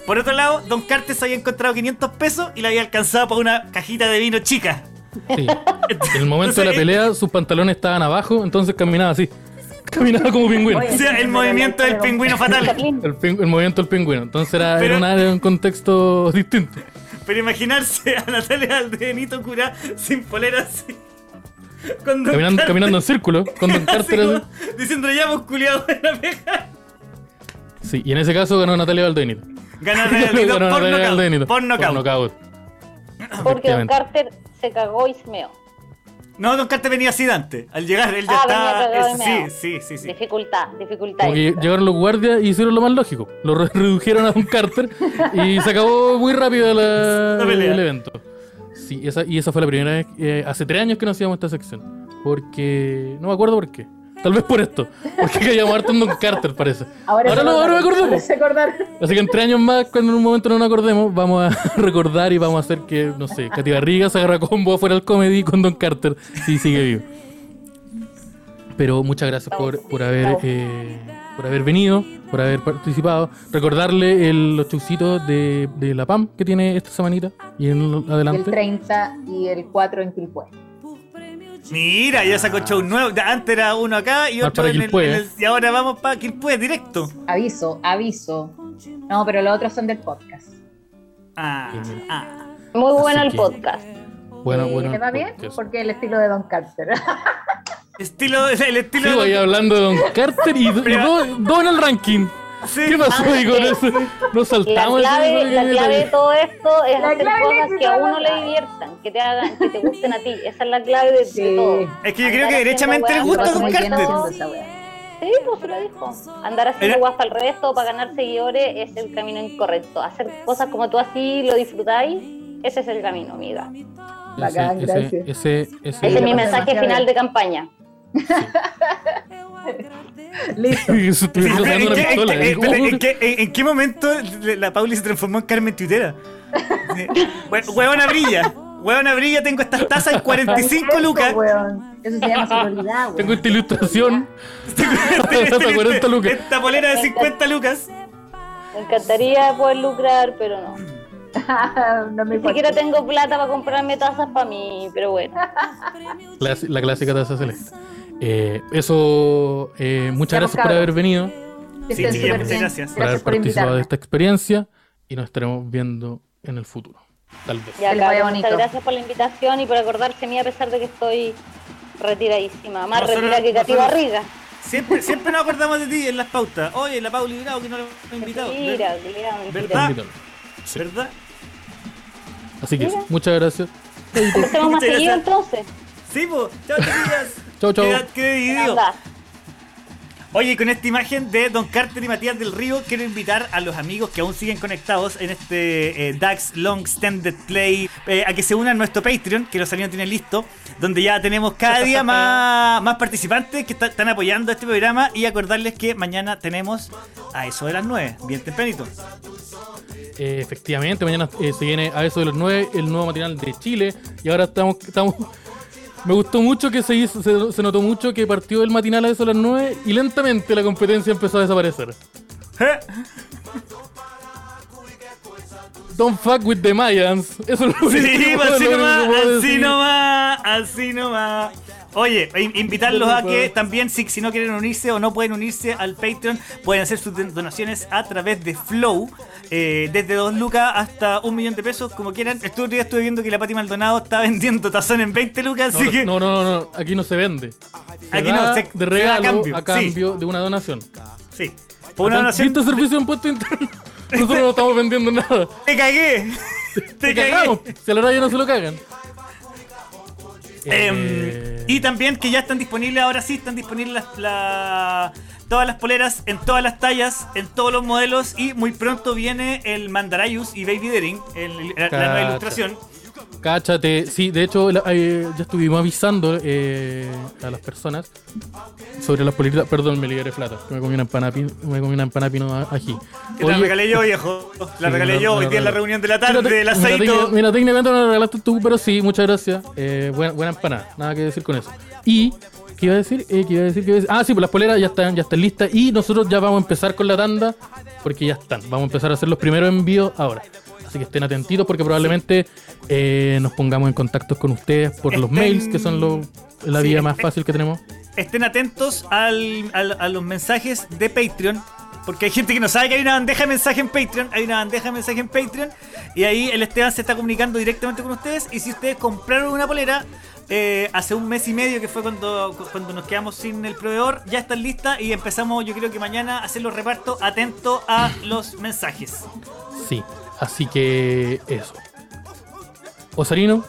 Speaker 2: Por otro lado, Don Carter se había encontrado 500 pesos y la había alcanzado para una cajita de vino chica.
Speaker 1: Sí. En el momento de la
Speaker 2: Entonces,
Speaker 1: pelea, sus pantalones estaban abajo, entonces caminaba así. Caminaba como pingüino.
Speaker 2: O sea, el movimiento del pingüino fatal.
Speaker 6: Jacqueline,
Speaker 1: El, pin- el movimiento del pingüino. Entonces era, era,
Speaker 2: Pero-
Speaker 1: una- era un contexto distinto.
Speaker 2: Pero imaginarse a Natalia Aldenito cura sin polera así. Con Don
Speaker 1: Caminando,
Speaker 2: Carter,
Speaker 1: caminando en círculo con Don
Speaker 2: así
Speaker 1: Carter.
Speaker 2: como
Speaker 1: así.
Speaker 2: Diciendo ya hemos culiado en la pega.
Speaker 1: Sí, y en ese caso ganó Natalia Valdenito.
Speaker 2: Gana
Speaker 1: Ganó
Speaker 2: Aldenito por
Speaker 1: Natalia
Speaker 2: nocaut.
Speaker 1: Valdenito
Speaker 2: Por
Speaker 1: Por
Speaker 2: nocaut.
Speaker 1: nocaut.
Speaker 6: Porque Don
Speaker 1: efectivamente.
Speaker 6: Carter se cagó y meó.
Speaker 2: No, Don Carter venía así de antes. Al llegar, él ya
Speaker 6: Ah, venía
Speaker 2: estaba.
Speaker 6: cagado de
Speaker 2: eh,
Speaker 6: meado.
Speaker 2: sí, sí, sí, sí.
Speaker 6: Dificultad, dificultad.
Speaker 1: Como que
Speaker 6: extra.
Speaker 1: llegaron los guardias y hicieron lo más lógico. Lo re- redujeron a Don Carter y se acabó muy rápido la-
Speaker 2: La pelea.
Speaker 1: el evento. Sí, esa, y esa fue la primera vez. eh, hace tres años que no hacíamos esta sección. Porque. No me acuerdo por qué. Tal vez por esto. Porque queríamos harto en Don Carter, parece. Ahora,
Speaker 7: se
Speaker 1: no, ahora me
Speaker 7: acordaron,
Speaker 1: acuerdo.
Speaker 7: ahora
Speaker 1: po.
Speaker 7: se acordaron.
Speaker 1: Así que en tres años más, cuando en un momento no nos acordemos, vamos a recordar y vamos a hacer que, no sé, Katy Barriga se agarra combo afuera del comedy con Don Carter si sigue vivo. Pero muchas gracias por, por, haber, eh, por haber venido, por haber participado. Recordarle el- los chusitos de, de la PAM que tiene esta semanita y en
Speaker 7: El
Speaker 1: adelante.
Speaker 7: 30 y el 4 en Quilpué.
Speaker 2: Mira, ya sacó show nuevo. Antes era uno acá y
Speaker 1: Va
Speaker 2: otro
Speaker 1: para
Speaker 2: en el,
Speaker 1: Quilpué,
Speaker 2: en
Speaker 1: eh.
Speaker 2: el- Y ahora vamos para Quilpue directo.
Speaker 7: Aviso, aviso. No, pero los otros son del podcast.
Speaker 2: Ah,
Speaker 1: Sí.
Speaker 2: ah.
Speaker 6: Muy bueno
Speaker 1: Así
Speaker 6: el
Speaker 1: que-
Speaker 6: podcast.
Speaker 1: Bueno,
Speaker 7: Eh,
Speaker 1: bueno. pues,
Speaker 7: ¿Le va bien?
Speaker 1: podcast.
Speaker 7: Porque el estilo de Don Carter.
Speaker 2: Estilo, el estilo.
Speaker 1: Sigo ahí hablando de Don Carter y, y dos dos en el ranking.
Speaker 2: Sí.
Speaker 1: ¿Qué pasó ahí con eso? Nos
Speaker 6: La
Speaker 1: saltamos.
Speaker 6: clave,
Speaker 1: eso,
Speaker 6: la
Speaker 1: ¿no?
Speaker 6: clave de todo esto es
Speaker 7: La
Speaker 6: hacer
Speaker 7: clave
Speaker 6: cosas
Speaker 7: es
Speaker 6: que a
Speaker 7: que
Speaker 6: uno
Speaker 7: no-
Speaker 6: le diviertan, que te hagan, que te gusten a ti. Esa es la clave de, de todo.
Speaker 2: Es que yo creo que
Speaker 6: Andar haciendo
Speaker 2: derechamente el
Speaker 6: weas
Speaker 2: gusto
Speaker 6: para
Speaker 2: de Don
Speaker 7: muy bien
Speaker 2: Carter.
Speaker 7: haciendo esa wea.
Speaker 6: Sí, pues se lo dijo. Andar haciendo
Speaker 2: Era-
Speaker 6: guas para el resto, para ganar seguidores, es el camino incorrecto. Hacer cosas como tú así lo disfrutáis, ese es el camino, amiga.
Speaker 7: Bacán,
Speaker 1: ese,
Speaker 7: gracias.
Speaker 1: Ese, ese,
Speaker 6: Ese es mi
Speaker 7: Demasiado
Speaker 6: mensaje
Speaker 7: bien.
Speaker 6: final de campaña.
Speaker 7: Listo.
Speaker 1: Y se estuviera
Speaker 2: Sí, este,
Speaker 1: sacando
Speaker 2: ¿En
Speaker 1: una
Speaker 2: qué- en
Speaker 1: pistola,
Speaker 2: qué-
Speaker 1: ¿eh?
Speaker 2: espera,
Speaker 1: ¿Cómo?
Speaker 2: en qué- en- en qué momento le- la Pauli se transformó en Carmen Tuitera? Sí. Hue- Huevona brilla. Huevona brilla, tengo estas tazas en 45
Speaker 7: Eso,
Speaker 2: lucas.
Speaker 7: weón. Eso se llama sororidad, weón.
Speaker 1: Tengo esta ilustración.
Speaker 2: Este- este-
Speaker 1: Hasta 40 lucas.
Speaker 2: Esta polera de 50 lucas.
Speaker 6: Me encantaría poder lucrar, pero no.
Speaker 7: no me
Speaker 6: Ni siquiera
Speaker 7: importa.
Speaker 6: tengo plata para comprarme tazas para mí, pero bueno.
Speaker 1: La, la clásica taza celeste. Eh, eso, eh, muchas gracias
Speaker 7: Estamos
Speaker 1: por
Speaker 7: cabros.
Speaker 1: haber venido,
Speaker 7: Que
Speaker 2: Sí,
Speaker 7: estén
Speaker 2: chiquilla,
Speaker 7: súper
Speaker 2: muchas
Speaker 7: bien.
Speaker 2: gracias.
Speaker 1: por haber
Speaker 7: por
Speaker 1: participado de
Speaker 7: invitarme.
Speaker 1: esta experiencia y nos estaremos viendo en el futuro. Tal vez.
Speaker 6: Ya,
Speaker 7: Que les vaya
Speaker 6: cabrón,
Speaker 7: bonito.
Speaker 6: pues, muchas gracias por la invitación y por acordarse a mí a pesar de que estoy retiradísima. Más
Speaker 2: Nosotros-
Speaker 6: retirada que Cati
Speaker 2: nosotros-
Speaker 6: Barriga.
Speaker 2: Siempre, siempre nos acordamos de ti en las pautas. Oye, la Pauli Bravo que no la hemos invitado.
Speaker 6: Mira, mira,
Speaker 2: ¿Verdad?
Speaker 6: mira.
Speaker 1: Sí.
Speaker 2: ¿Verdad?
Speaker 1: Así que, muchas gracias.
Speaker 6: Hacemos más
Speaker 2: Muchas
Speaker 6: seguido
Speaker 2: gracias.
Speaker 6: entonces.
Speaker 2: Sí, pues. Chao, chicas.
Speaker 1: Chau, chau.
Speaker 2: Queda- Quedé dividido.
Speaker 6: Anda.
Speaker 2: Oye, y con esta imagen de Don Carter y Matías del Río, quiero invitar a los amigos que aún siguen conectados en este eh, DAX Long Standard Play eh, a que se unan a nuestro Patreon, que los amigos tienen listo, donde ya tenemos cada día más, más participantes que está- están apoyando este programa y acordarles que mañana tenemos a eso de las 9, bien tempranito.
Speaker 1: Eh, efectivamente, mañana eh, se viene a eso de los 9 el nuevo matinal de Chile. Y ahora estamos. estamos me gustó mucho que se, hizo- se, se notó mucho que partió el matinal a eso de las 9 y lentamente la competencia empezó a desaparecer. Don't fuck with the Mayans. Eso es lo único
Speaker 2: Sí, pues,
Speaker 1: que puedo-
Speaker 2: así
Speaker 1: lo único que
Speaker 2: nomás,
Speaker 1: puedo
Speaker 2: así
Speaker 1: decir.
Speaker 2: nomás, así nomás. Oye, in- invitarlos a que también, si, si no quieren unirse o no pueden unirse al Patreon, pueden hacer sus den- donaciones a través de Flow, eh, desde 2 lucas hasta un millón de pesos, como quieran. Estuve, otro día estuve viendo que la Pati Maldonado está vendiendo tazón en 20 lucas, así que
Speaker 1: No, no, no, no, aquí no se vende. Se
Speaker 2: Aquí
Speaker 1: da
Speaker 2: no, se- se
Speaker 1: de
Speaker 2: da
Speaker 1: regalo
Speaker 2: a
Speaker 1: a
Speaker 2: cambio,
Speaker 1: cambio,
Speaker 2: sí.
Speaker 1: de una donación.
Speaker 2: sí, por una donación.
Speaker 1: Este servicio de impuesto interno. Nosotros no estamos vendiendo nada.
Speaker 2: ¡Te cagué! ¡Te cagué!
Speaker 1: cagamos. pues, Si a la hora ya no se lo cagan.
Speaker 2: Eh, y también que ya están disponibles, ahora sí, están disponibles las- la- todas las poleras en todas las tallas, en todos los modelos. Y muy pronto viene el Mandarayus y Baby Dering, el- la, la nueva
Speaker 1: Cacha.
Speaker 2: ilustración.
Speaker 1: Cáchate, sí, de hecho la- eh, ya estuvimos avisando eh, a las personas sobre las políticas. Perdón, me liberé plata, que me comí una empanada, pin- me comí una empanada pino a- ají.
Speaker 2: Que te la
Speaker 1: Oye,
Speaker 2: regalé yo, viejo. La
Speaker 1: sí,
Speaker 2: regalé
Speaker 1: me
Speaker 2: yo
Speaker 1: me
Speaker 2: hoy día en
Speaker 1: regalé.
Speaker 2: la reunión de la
Speaker 1: Mira,
Speaker 2: tarde,
Speaker 1: te-
Speaker 2: el
Speaker 1: mira, técnicamente-
Speaker 2: asadito.
Speaker 1: Mira, técnicamente no la regalaste tú, pero sí, muchas gracias. Eh, buena, buena empanada, nada que decir con eso. Y, ¿qué iba a decir? Eh, ¿qué iba a decir? ¿Qué iba a decir? Ah, sí, pues las poleras ya están, ya están listas y nosotros ya vamos a empezar con la tanda porque ya están. Vamos a empezar a hacer los primeros envíos ahora. Así que estén atentitos porque probablemente eh, nos pongamos en contacto con ustedes por los
Speaker 2: Estén-
Speaker 1: mails, que son lo- la
Speaker 2: Sí,
Speaker 1: vía más
Speaker 2: estén-
Speaker 1: fácil que tenemos.
Speaker 2: Estén atentos al- al- a los mensajes de Patreon. Porque hay gente que no sabe que hay una bandeja de mensaje en Patreon. Hay una bandeja de mensaje en Patreon. Y ahí el Esteban se está comunicando directamente con ustedes. Y si ustedes compraron una polera eh, hace un mes y medio, que fue cuando, cu- cuando nos quedamos sin el proveedor, ya están listas. Y empezamos, yo creo que mañana, a hacer los repartos atento a los mensajes.
Speaker 1: Sí, así que eso. Osarino,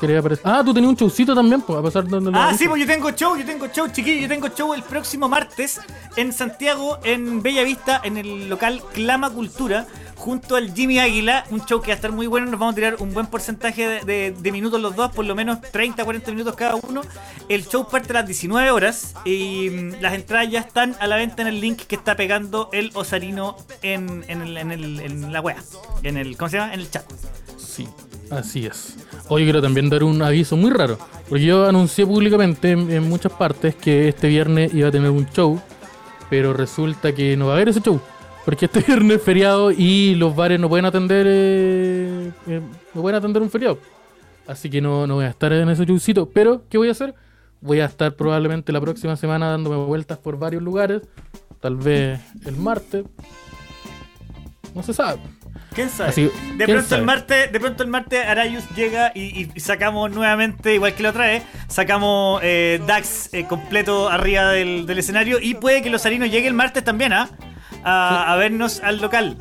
Speaker 1: ¿quería aparecer? Ah, tú tenías un showcito también, pues, a pesar de... de-
Speaker 2: Ah,
Speaker 1: de-
Speaker 2: sí, pues yo tengo show, yo tengo show, chiquillo, yo tengo show el próximo martes en Santiago, en Bellavista, en el local Clama Cultura, junto al Jimmy Águila, un show que va a estar muy bueno, nos vamos a tirar un buen porcentaje de, de- de minutos los dos, por lo menos 30, 40 minutos cada uno. El show parte a las 19 horas y mm, las entradas ya están a la venta en el link que está pegando el Osarino en, en el- en el- en la wea, en el, ¿cómo se llama? En el chat.
Speaker 1: Sí, así es. Hoy quiero también dar un aviso muy raro, porque yo anuncié públicamente en, en muchas partes que este viernes iba a tener un show, pero resulta que no va a haber ese show, porque este viernes es feriado y los bares no pueden atender, eh, eh, no pueden atender un feriado. Así que no, no voy a estar en ese showcito, pero ¿qué voy a hacer? Voy a estar probablemente la próxima semana dándome vueltas por varios lugares, tal vez el martes. No se sabe.
Speaker 2: ¿Quién sabe?
Speaker 1: Así-
Speaker 2: de,
Speaker 1: ¿quién
Speaker 2: pronto
Speaker 1: sabe?
Speaker 2: El martes, de pronto el martes Arayus llega y, y- y sacamos nuevamente, igual que la otra vez, sacamos eh, Dax eh, completo arriba del, del escenario y puede que los arinos llegue el martes también ¿ah? a, a vernos al local.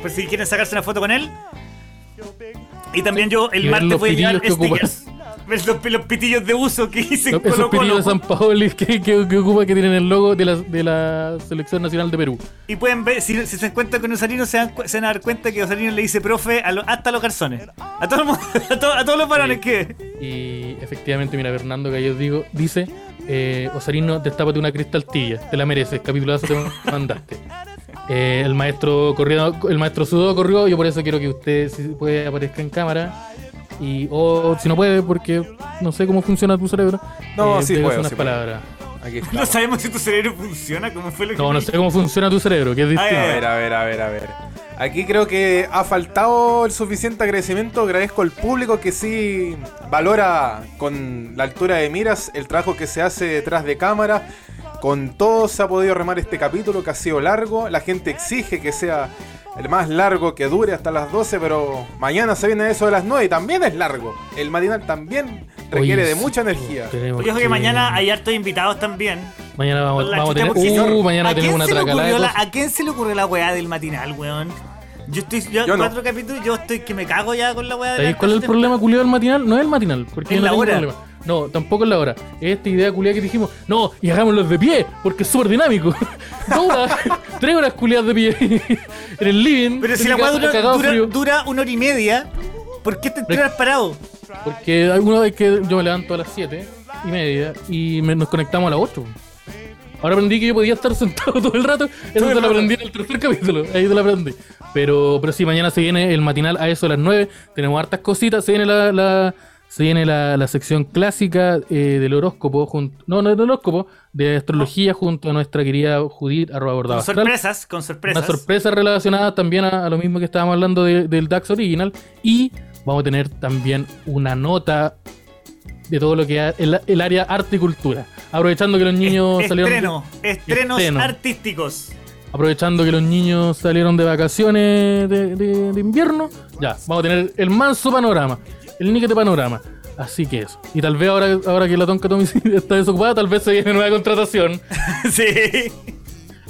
Speaker 2: Pues si quieren sacarse una foto con él. Y también yo el
Speaker 1: Y ver
Speaker 2: martes
Speaker 1: los
Speaker 2: voy a llevar
Speaker 1: pitillos que
Speaker 2: stickers. este Ver los, los pitillos de uso que hice en
Speaker 1: Esos
Speaker 2: Colo Colo.
Speaker 1: pitillos de San Paolo que, que, que ocupa que tienen el logo de la, de la Selección Nacional de Perú.
Speaker 2: Y pueden ver, si, si se encuentran con Osarino, se, dan cu- se van a dar cuenta que Osarino le dice profe a lo- hasta a los garzones. A, todo el mundo- a, to- a todos los varones
Speaker 1: Sí.
Speaker 2: que.
Speaker 1: Y efectivamente, mira, Fernando Gallos digo, dice: eh, Osarino, destápate una cristaltilla, te la mereces, capitulazo te mandaste. Eh, el maestro corrió, el maestro Sudo corrió, yo por eso quiero que usted, si puede, aparezca en cámara. Y, o si no puede, porque no sé cómo funciona tu cerebro.
Speaker 4: No, sí
Speaker 1: digas
Speaker 4: puedo,
Speaker 1: unas
Speaker 4: sí puedo.
Speaker 1: palabras.
Speaker 4: Aquí está.
Speaker 2: No sabemos si tu cerebro funciona, como fue lo que.
Speaker 1: No, no sé cómo funciona tu cerebro, que es
Speaker 2: Ay,
Speaker 1: distinto.
Speaker 4: A ver, a ver, a ver, a ver. Aquí creo que ha faltado el suficiente agradecimiento. Agradezco al público que sí valora con la altura de miras el trabajo que se hace detrás de cámara. Con todo se ha podido remar este capítulo que ha sido largo. La gente exige que sea el más largo que dure hasta las 12, pero mañana se viene eso de las 9 y también es largo. El matinal también requiere
Speaker 1: Oye,
Speaker 4: de
Speaker 1: sí,
Speaker 4: mucha energía.
Speaker 1: tenemos
Speaker 2: Yo creo que mañana hay hartos invitados también.
Speaker 1: Mañana vamos,
Speaker 2: La
Speaker 1: vamos a
Speaker 2: chucha,
Speaker 1: tener.
Speaker 2: porque si-
Speaker 1: Uh, mañana
Speaker 2: ¿A quién
Speaker 1: tenemos una
Speaker 2: se le
Speaker 1: tracalada. de
Speaker 2: ocurrió la-
Speaker 1: cosas.
Speaker 2: ¿A quién se le ocurrió la weá del matinal, weón? Yo estoy. Yo,
Speaker 4: Yo no.
Speaker 2: cuatro capítulos, yo estoy que me cago ya con la weá del
Speaker 1: ¿Sabéis cuál es el problema culiado del matinal? No es el matinal, porque
Speaker 2: Es
Speaker 1: yo no
Speaker 2: la
Speaker 1: tengo
Speaker 2: hora.
Speaker 1: problema. No, tampoco es la hora. Es Esta idea culiada que dijimos, no, y hagámoslos de pie, porque es súper dinámico. Dos horas, tres horas culiadas de pie en el living.
Speaker 2: Pero si
Speaker 1: en
Speaker 2: la
Speaker 1: mi
Speaker 2: weá
Speaker 1: casa,
Speaker 2: dura,
Speaker 1: cagado
Speaker 2: dura,
Speaker 1: frío,
Speaker 2: dura una hora y media, ¿por qué te
Speaker 1: Pero-
Speaker 2: has parado?
Speaker 1: Porque alguna vez que yo me levanto a las siete y media y me- nos conectamos a las 8. Ahora aprendí que yo podía estar sentado todo el rato. Eso se lo aprendí en el tercer capítulo. Ahí se lo aprendí. Pero, pero sí, mañana se viene el matinal a eso de las 9. Tenemos hartas cositas. Se viene la, la- se viene la, la sección clásica eh, del horóscopo. junto- no, no del horóscopo. De astrología junto a nuestra querida Judith arroba bordado
Speaker 2: Con
Speaker 1: astral.
Speaker 2: sorpresas, con sorpresas.
Speaker 1: Una sorpresa relacionada también a, a lo mismo que estábamos hablando de- del DAX original. Y vamos a tener también una nota de todo lo que es el, el área arte y cultura. Aprovechando que los niños
Speaker 2: Es-
Speaker 1: salieron.
Speaker 2: estreno, estrenos
Speaker 1: Estreno.
Speaker 2: artísticos.
Speaker 1: Aprovechando que los niños salieron de vacaciones de, de- de invierno, ya, vamos a tener el manso panorama, el níquete panorama. Así que eso. Y tal vez ahora, ahora que la Tonka Tommy está desocupada, tal vez se viene nueva contratación.
Speaker 2: sí.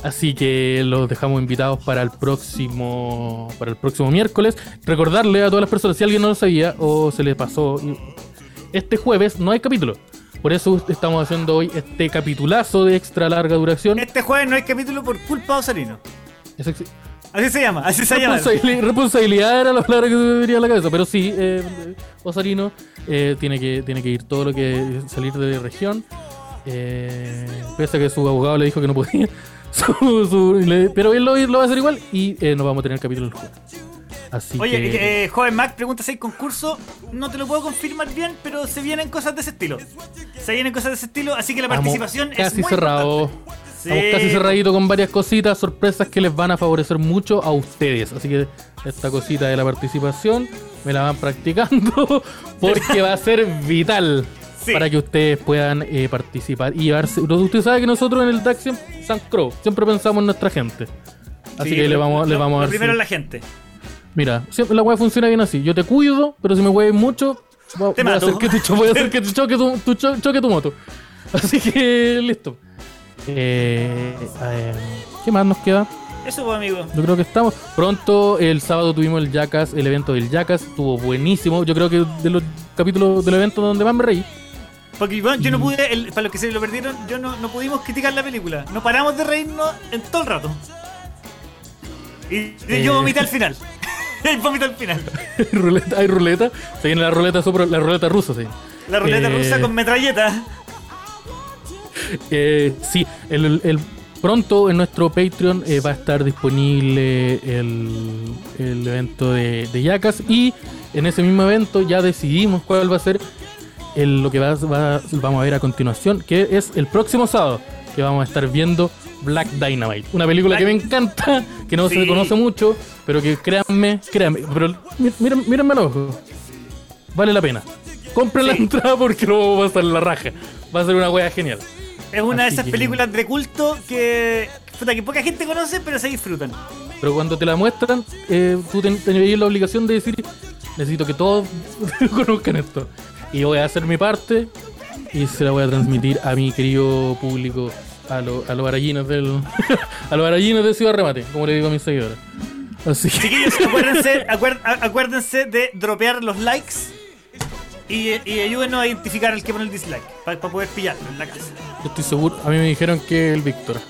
Speaker 1: Así que los dejamos invitados para el próximo para el próximo miércoles. Recordarle a todas las personas, si alguien no lo sabía o se le pasó, y- este jueves no hay capítulo. Por eso estamos haciendo hoy este capitulazo de extra larga duración.
Speaker 2: Este jueves no hay capítulo por culpa de Osarino.
Speaker 1: Es ex-
Speaker 2: Así se llama, así se llama.
Speaker 1: Responsabili- responsabilidad era la palabra que se me venía a la cabeza, pero sí, eh, Osarino eh, tiene, que, tiene que ir todo lo que salir de región. eh, pese a que su abogado le dijo que no podía, su- su- le- pero él lo, lo va a hacer igual y eh, nos vamos a tener capítulo el jueves. Así que
Speaker 2: Oye, eh, joven Mac, pregunta si hay concurso. No te lo puedo confirmar bien, pero se vienen cosas de ese estilo. Se vienen cosas de ese estilo, así que la
Speaker 1: estamos
Speaker 2: participación es
Speaker 1: casi
Speaker 2: muy
Speaker 1: cerrado. Estamos
Speaker 2: Sí.
Speaker 1: casi cerradito con varias cositas, sorpresas que les van a favorecer mucho a ustedes. Así que esta cosita de la participación me la van practicando porque va a ser vital
Speaker 2: Sí.
Speaker 1: para que ustedes puedan eh, participar y llevarse. Usted sabe que nosotros en el DAX siempre, San Crow siempre pensamos en nuestra gente. Así
Speaker 2: Sí,
Speaker 1: que le
Speaker 2: lo-
Speaker 1: vamos, le
Speaker 2: lo-
Speaker 1: vamos a
Speaker 2: lo
Speaker 1: dar.
Speaker 2: Primero
Speaker 1: sí.
Speaker 2: es la gente.
Speaker 1: Mira, siempre la weá funciona bien así. Yo te cuido, pero si me hueves mucho, voy,
Speaker 2: Te
Speaker 1: voy a
Speaker 2: mato.
Speaker 1: hacer que, te cho- voy a hacer que te choque, tu, tu cho- choque tu moto. Así que listo. Eh, eh, ¿Qué más nos queda?
Speaker 2: Eso, pues, amigo.
Speaker 1: Yo creo que estamos. Pronto, el sábado tuvimos el Jackass, el evento del Jackass. Estuvo buenísimo. Yo creo que de los capítulos del evento donde más me reí.
Speaker 2: Porque bueno,
Speaker 1: Mm.
Speaker 2: yo no pude, el- para los que se lo perdieron, yo no, no pudimos criticar la película. No paramos de reírnos en todo el rato. Y y yo
Speaker 1: Eh.
Speaker 2: vomité al final. Y vomité al final.
Speaker 1: ruleta, hay ruleta. Se viene la ruleta, sopro- la ruleta rusa, sí.
Speaker 2: La ruleta
Speaker 1: Eh.
Speaker 2: rusa con metralleta.
Speaker 1: Eh, sí, el, el- el- pronto en nuestro Patreon eh, va a estar disponible el, el evento de, de Yacas y en ese mismo evento ya decidimos cuál va a ser el- lo que va- va- vamos a ver a continuación, que es el próximo sábado, que vamos a estar viendo Black Dynamite, una película que me encanta, que no
Speaker 2: Sí.
Speaker 1: se conoce mucho, pero que créanme, créanme, pero mí- miren- mírenme al ojo, vale la pena. Compren la
Speaker 2: Sí.
Speaker 1: entrada porque luego va a estar la raja. Va a ser una wea genial.
Speaker 2: Es una
Speaker 1: Así
Speaker 2: de esas
Speaker 1: que-
Speaker 2: películas de culto que, puta, que poca gente conoce, pero se disfrutan.
Speaker 1: Pero cuando te la muestran, eh, tú ten- tenías la obligación de decir, necesito que todos conozcan esto. Y voy a hacer mi parte y se la voy a transmitir a mi querido público, a, lo- a los arallinos del, a los arallinos de Ciudad Remate, como le digo a mis seguidores. Así que
Speaker 2: Chiquillos, acuérdense, acuér- a- acuérdense de dropear los likes y, y ayúdenos a identificar al que pone el dislike para poder pillarlo en la casa.
Speaker 1: yo estoy seguro, a mí me dijeron que el Víctor.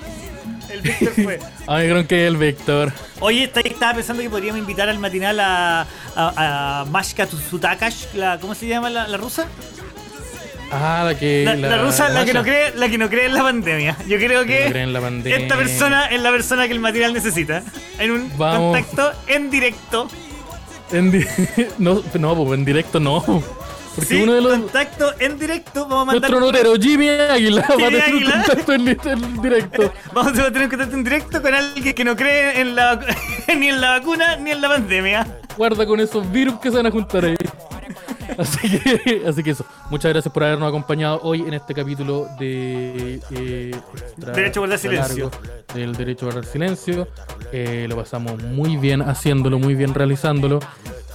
Speaker 2: El Víctor fue.
Speaker 1: A mí me dijeron que el Víctor.
Speaker 2: Oye, esta- estaba pensando que podríamos invitar al matinal a, a, a Mashka Tsutakash, la, ¿cómo se llama la, la rusa?
Speaker 1: Ah, la que...
Speaker 2: La, la rusa, la que,
Speaker 1: Masha,
Speaker 2: no cree, la que no cree en la pandemia. Yo creo
Speaker 1: que
Speaker 2: que
Speaker 1: no cree en la pandemia.
Speaker 2: esta persona es la persona que el matinal necesita. En un
Speaker 1: Vamos.
Speaker 2: contacto en directo.
Speaker 1: En di- no, no, pues, en directo no. Porque
Speaker 2: Sí,
Speaker 1: uno de los...
Speaker 2: contacto en directo. Vamos a mandar.
Speaker 1: Nuestro notero Jimmy Águila va a
Speaker 2: Jimmy
Speaker 1: tener un
Speaker 2: Águila.
Speaker 1: contacto en, en directo.
Speaker 2: Vamos a tener contacto en directo con alguien que no cree en la vacu- ni en la vacuna ni en la pandemia.
Speaker 1: Guarda con esos virus que se van a juntar ahí. Así que, así que eso. Muchas gracias por habernos acompañado hoy en este capítulo de. eh, extra-
Speaker 2: Derecho a guardar
Speaker 1: extra
Speaker 2: silencio.
Speaker 1: largo Del derecho a guardar silencio. Eh, lo pasamos muy bien haciéndolo, muy bien realizándolo.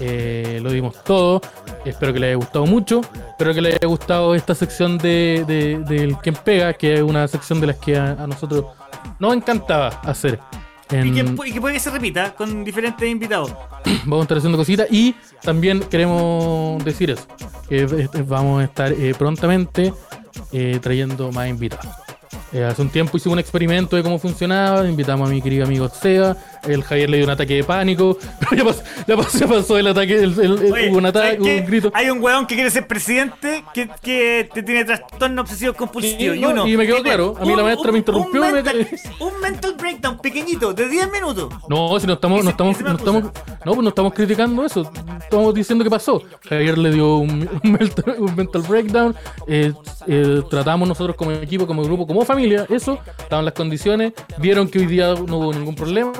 Speaker 1: Eh, lo dimos todo. Espero que les haya gustado mucho. Espero que les haya gustado esta sección de, de- del Quien Pega, que es una sección de las que a, a nosotros nos encantaba hacer.
Speaker 2: Y que,
Speaker 1: en-
Speaker 2: pu- y que puede que se repita con diferentes invitados.
Speaker 1: vamos a estar haciendo cositas y también queremos decir eso, que eh, vamos a estar eh, prontamente eh, trayendo más invitados. Eh, hace un tiempo hicimos un experimento de cómo funcionaba, invitamos a mi querido amigo Seba, el Javier le dio un ataque de pánico, pero ya pasó, ya pasó, ya pasó el ataque, el- el- el-
Speaker 2: Oye,
Speaker 1: hubo un
Speaker 2: ¿sabes
Speaker 1: ataque, hubo
Speaker 2: qué?
Speaker 1: un grito.
Speaker 2: Hay un weón que quiere ser presidente que, que te tiene trastorno obsesivo compulsivo.
Speaker 1: Sí,
Speaker 2: y, uno,
Speaker 1: no, y me quedó
Speaker 2: tiene
Speaker 1: claro, a mí la maestra me interrumpió,
Speaker 2: Un
Speaker 1: me-
Speaker 2: mental, un mental breakdown pequeñito de 10 minutos.
Speaker 1: No, si no estamos, no
Speaker 2: Ese-
Speaker 1: estamos,
Speaker 2: ese me
Speaker 1: no estamos, no, pues no estamos criticando eso. Estamos diciendo que pasó. Javier le dio un, un mental, un mental breakdown. eh, eh, tratamos nosotros como equipo, como grupo, como familia. Eso, estaban las condiciones. Vieron que hoy día no hubo ningún problema.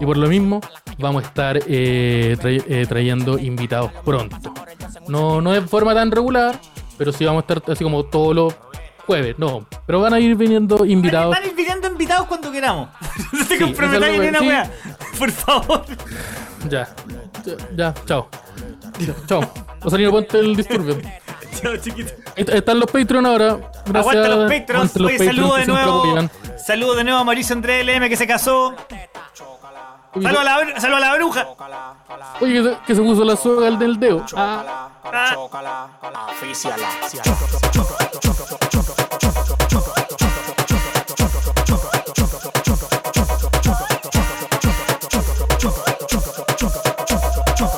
Speaker 1: Y por lo mismo, vamos a estar eh, tray- eh, trayendo invitados pronto. No, no de forma tan regular, Pero sí vamos a estar así como todos los jueves, no. Pero van a ir viniendo invitados.
Speaker 2: Están invitando invitados cuando queramos. No te
Speaker 1: Sí,
Speaker 2: comprometas
Speaker 1: eso
Speaker 2: ni
Speaker 1: es
Speaker 2: una
Speaker 1: lo que-
Speaker 2: weá. Por favor.
Speaker 1: Ya. Ya, ya, chao. Chao. Rosalino, ponte el disturbio.
Speaker 2: Chao, chiquito.
Speaker 1: Est- Están los Patreon ahora. Gracias
Speaker 2: Aguanta los
Speaker 1: Patreons
Speaker 2: Patreons. Oye, saludo de nuevo. Saludo de nuevo a Mauricio Andrés LM que se casó. Saludo a la, bru- saludo a la bruja.
Speaker 1: Oye, que se, que se puso la soga al del dedo. Ah,
Speaker 2: Ah.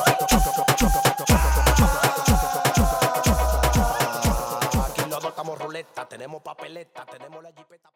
Speaker 8: Aquí los dos estamos ruleta, tenemos papeleta, tenemos la jipeta.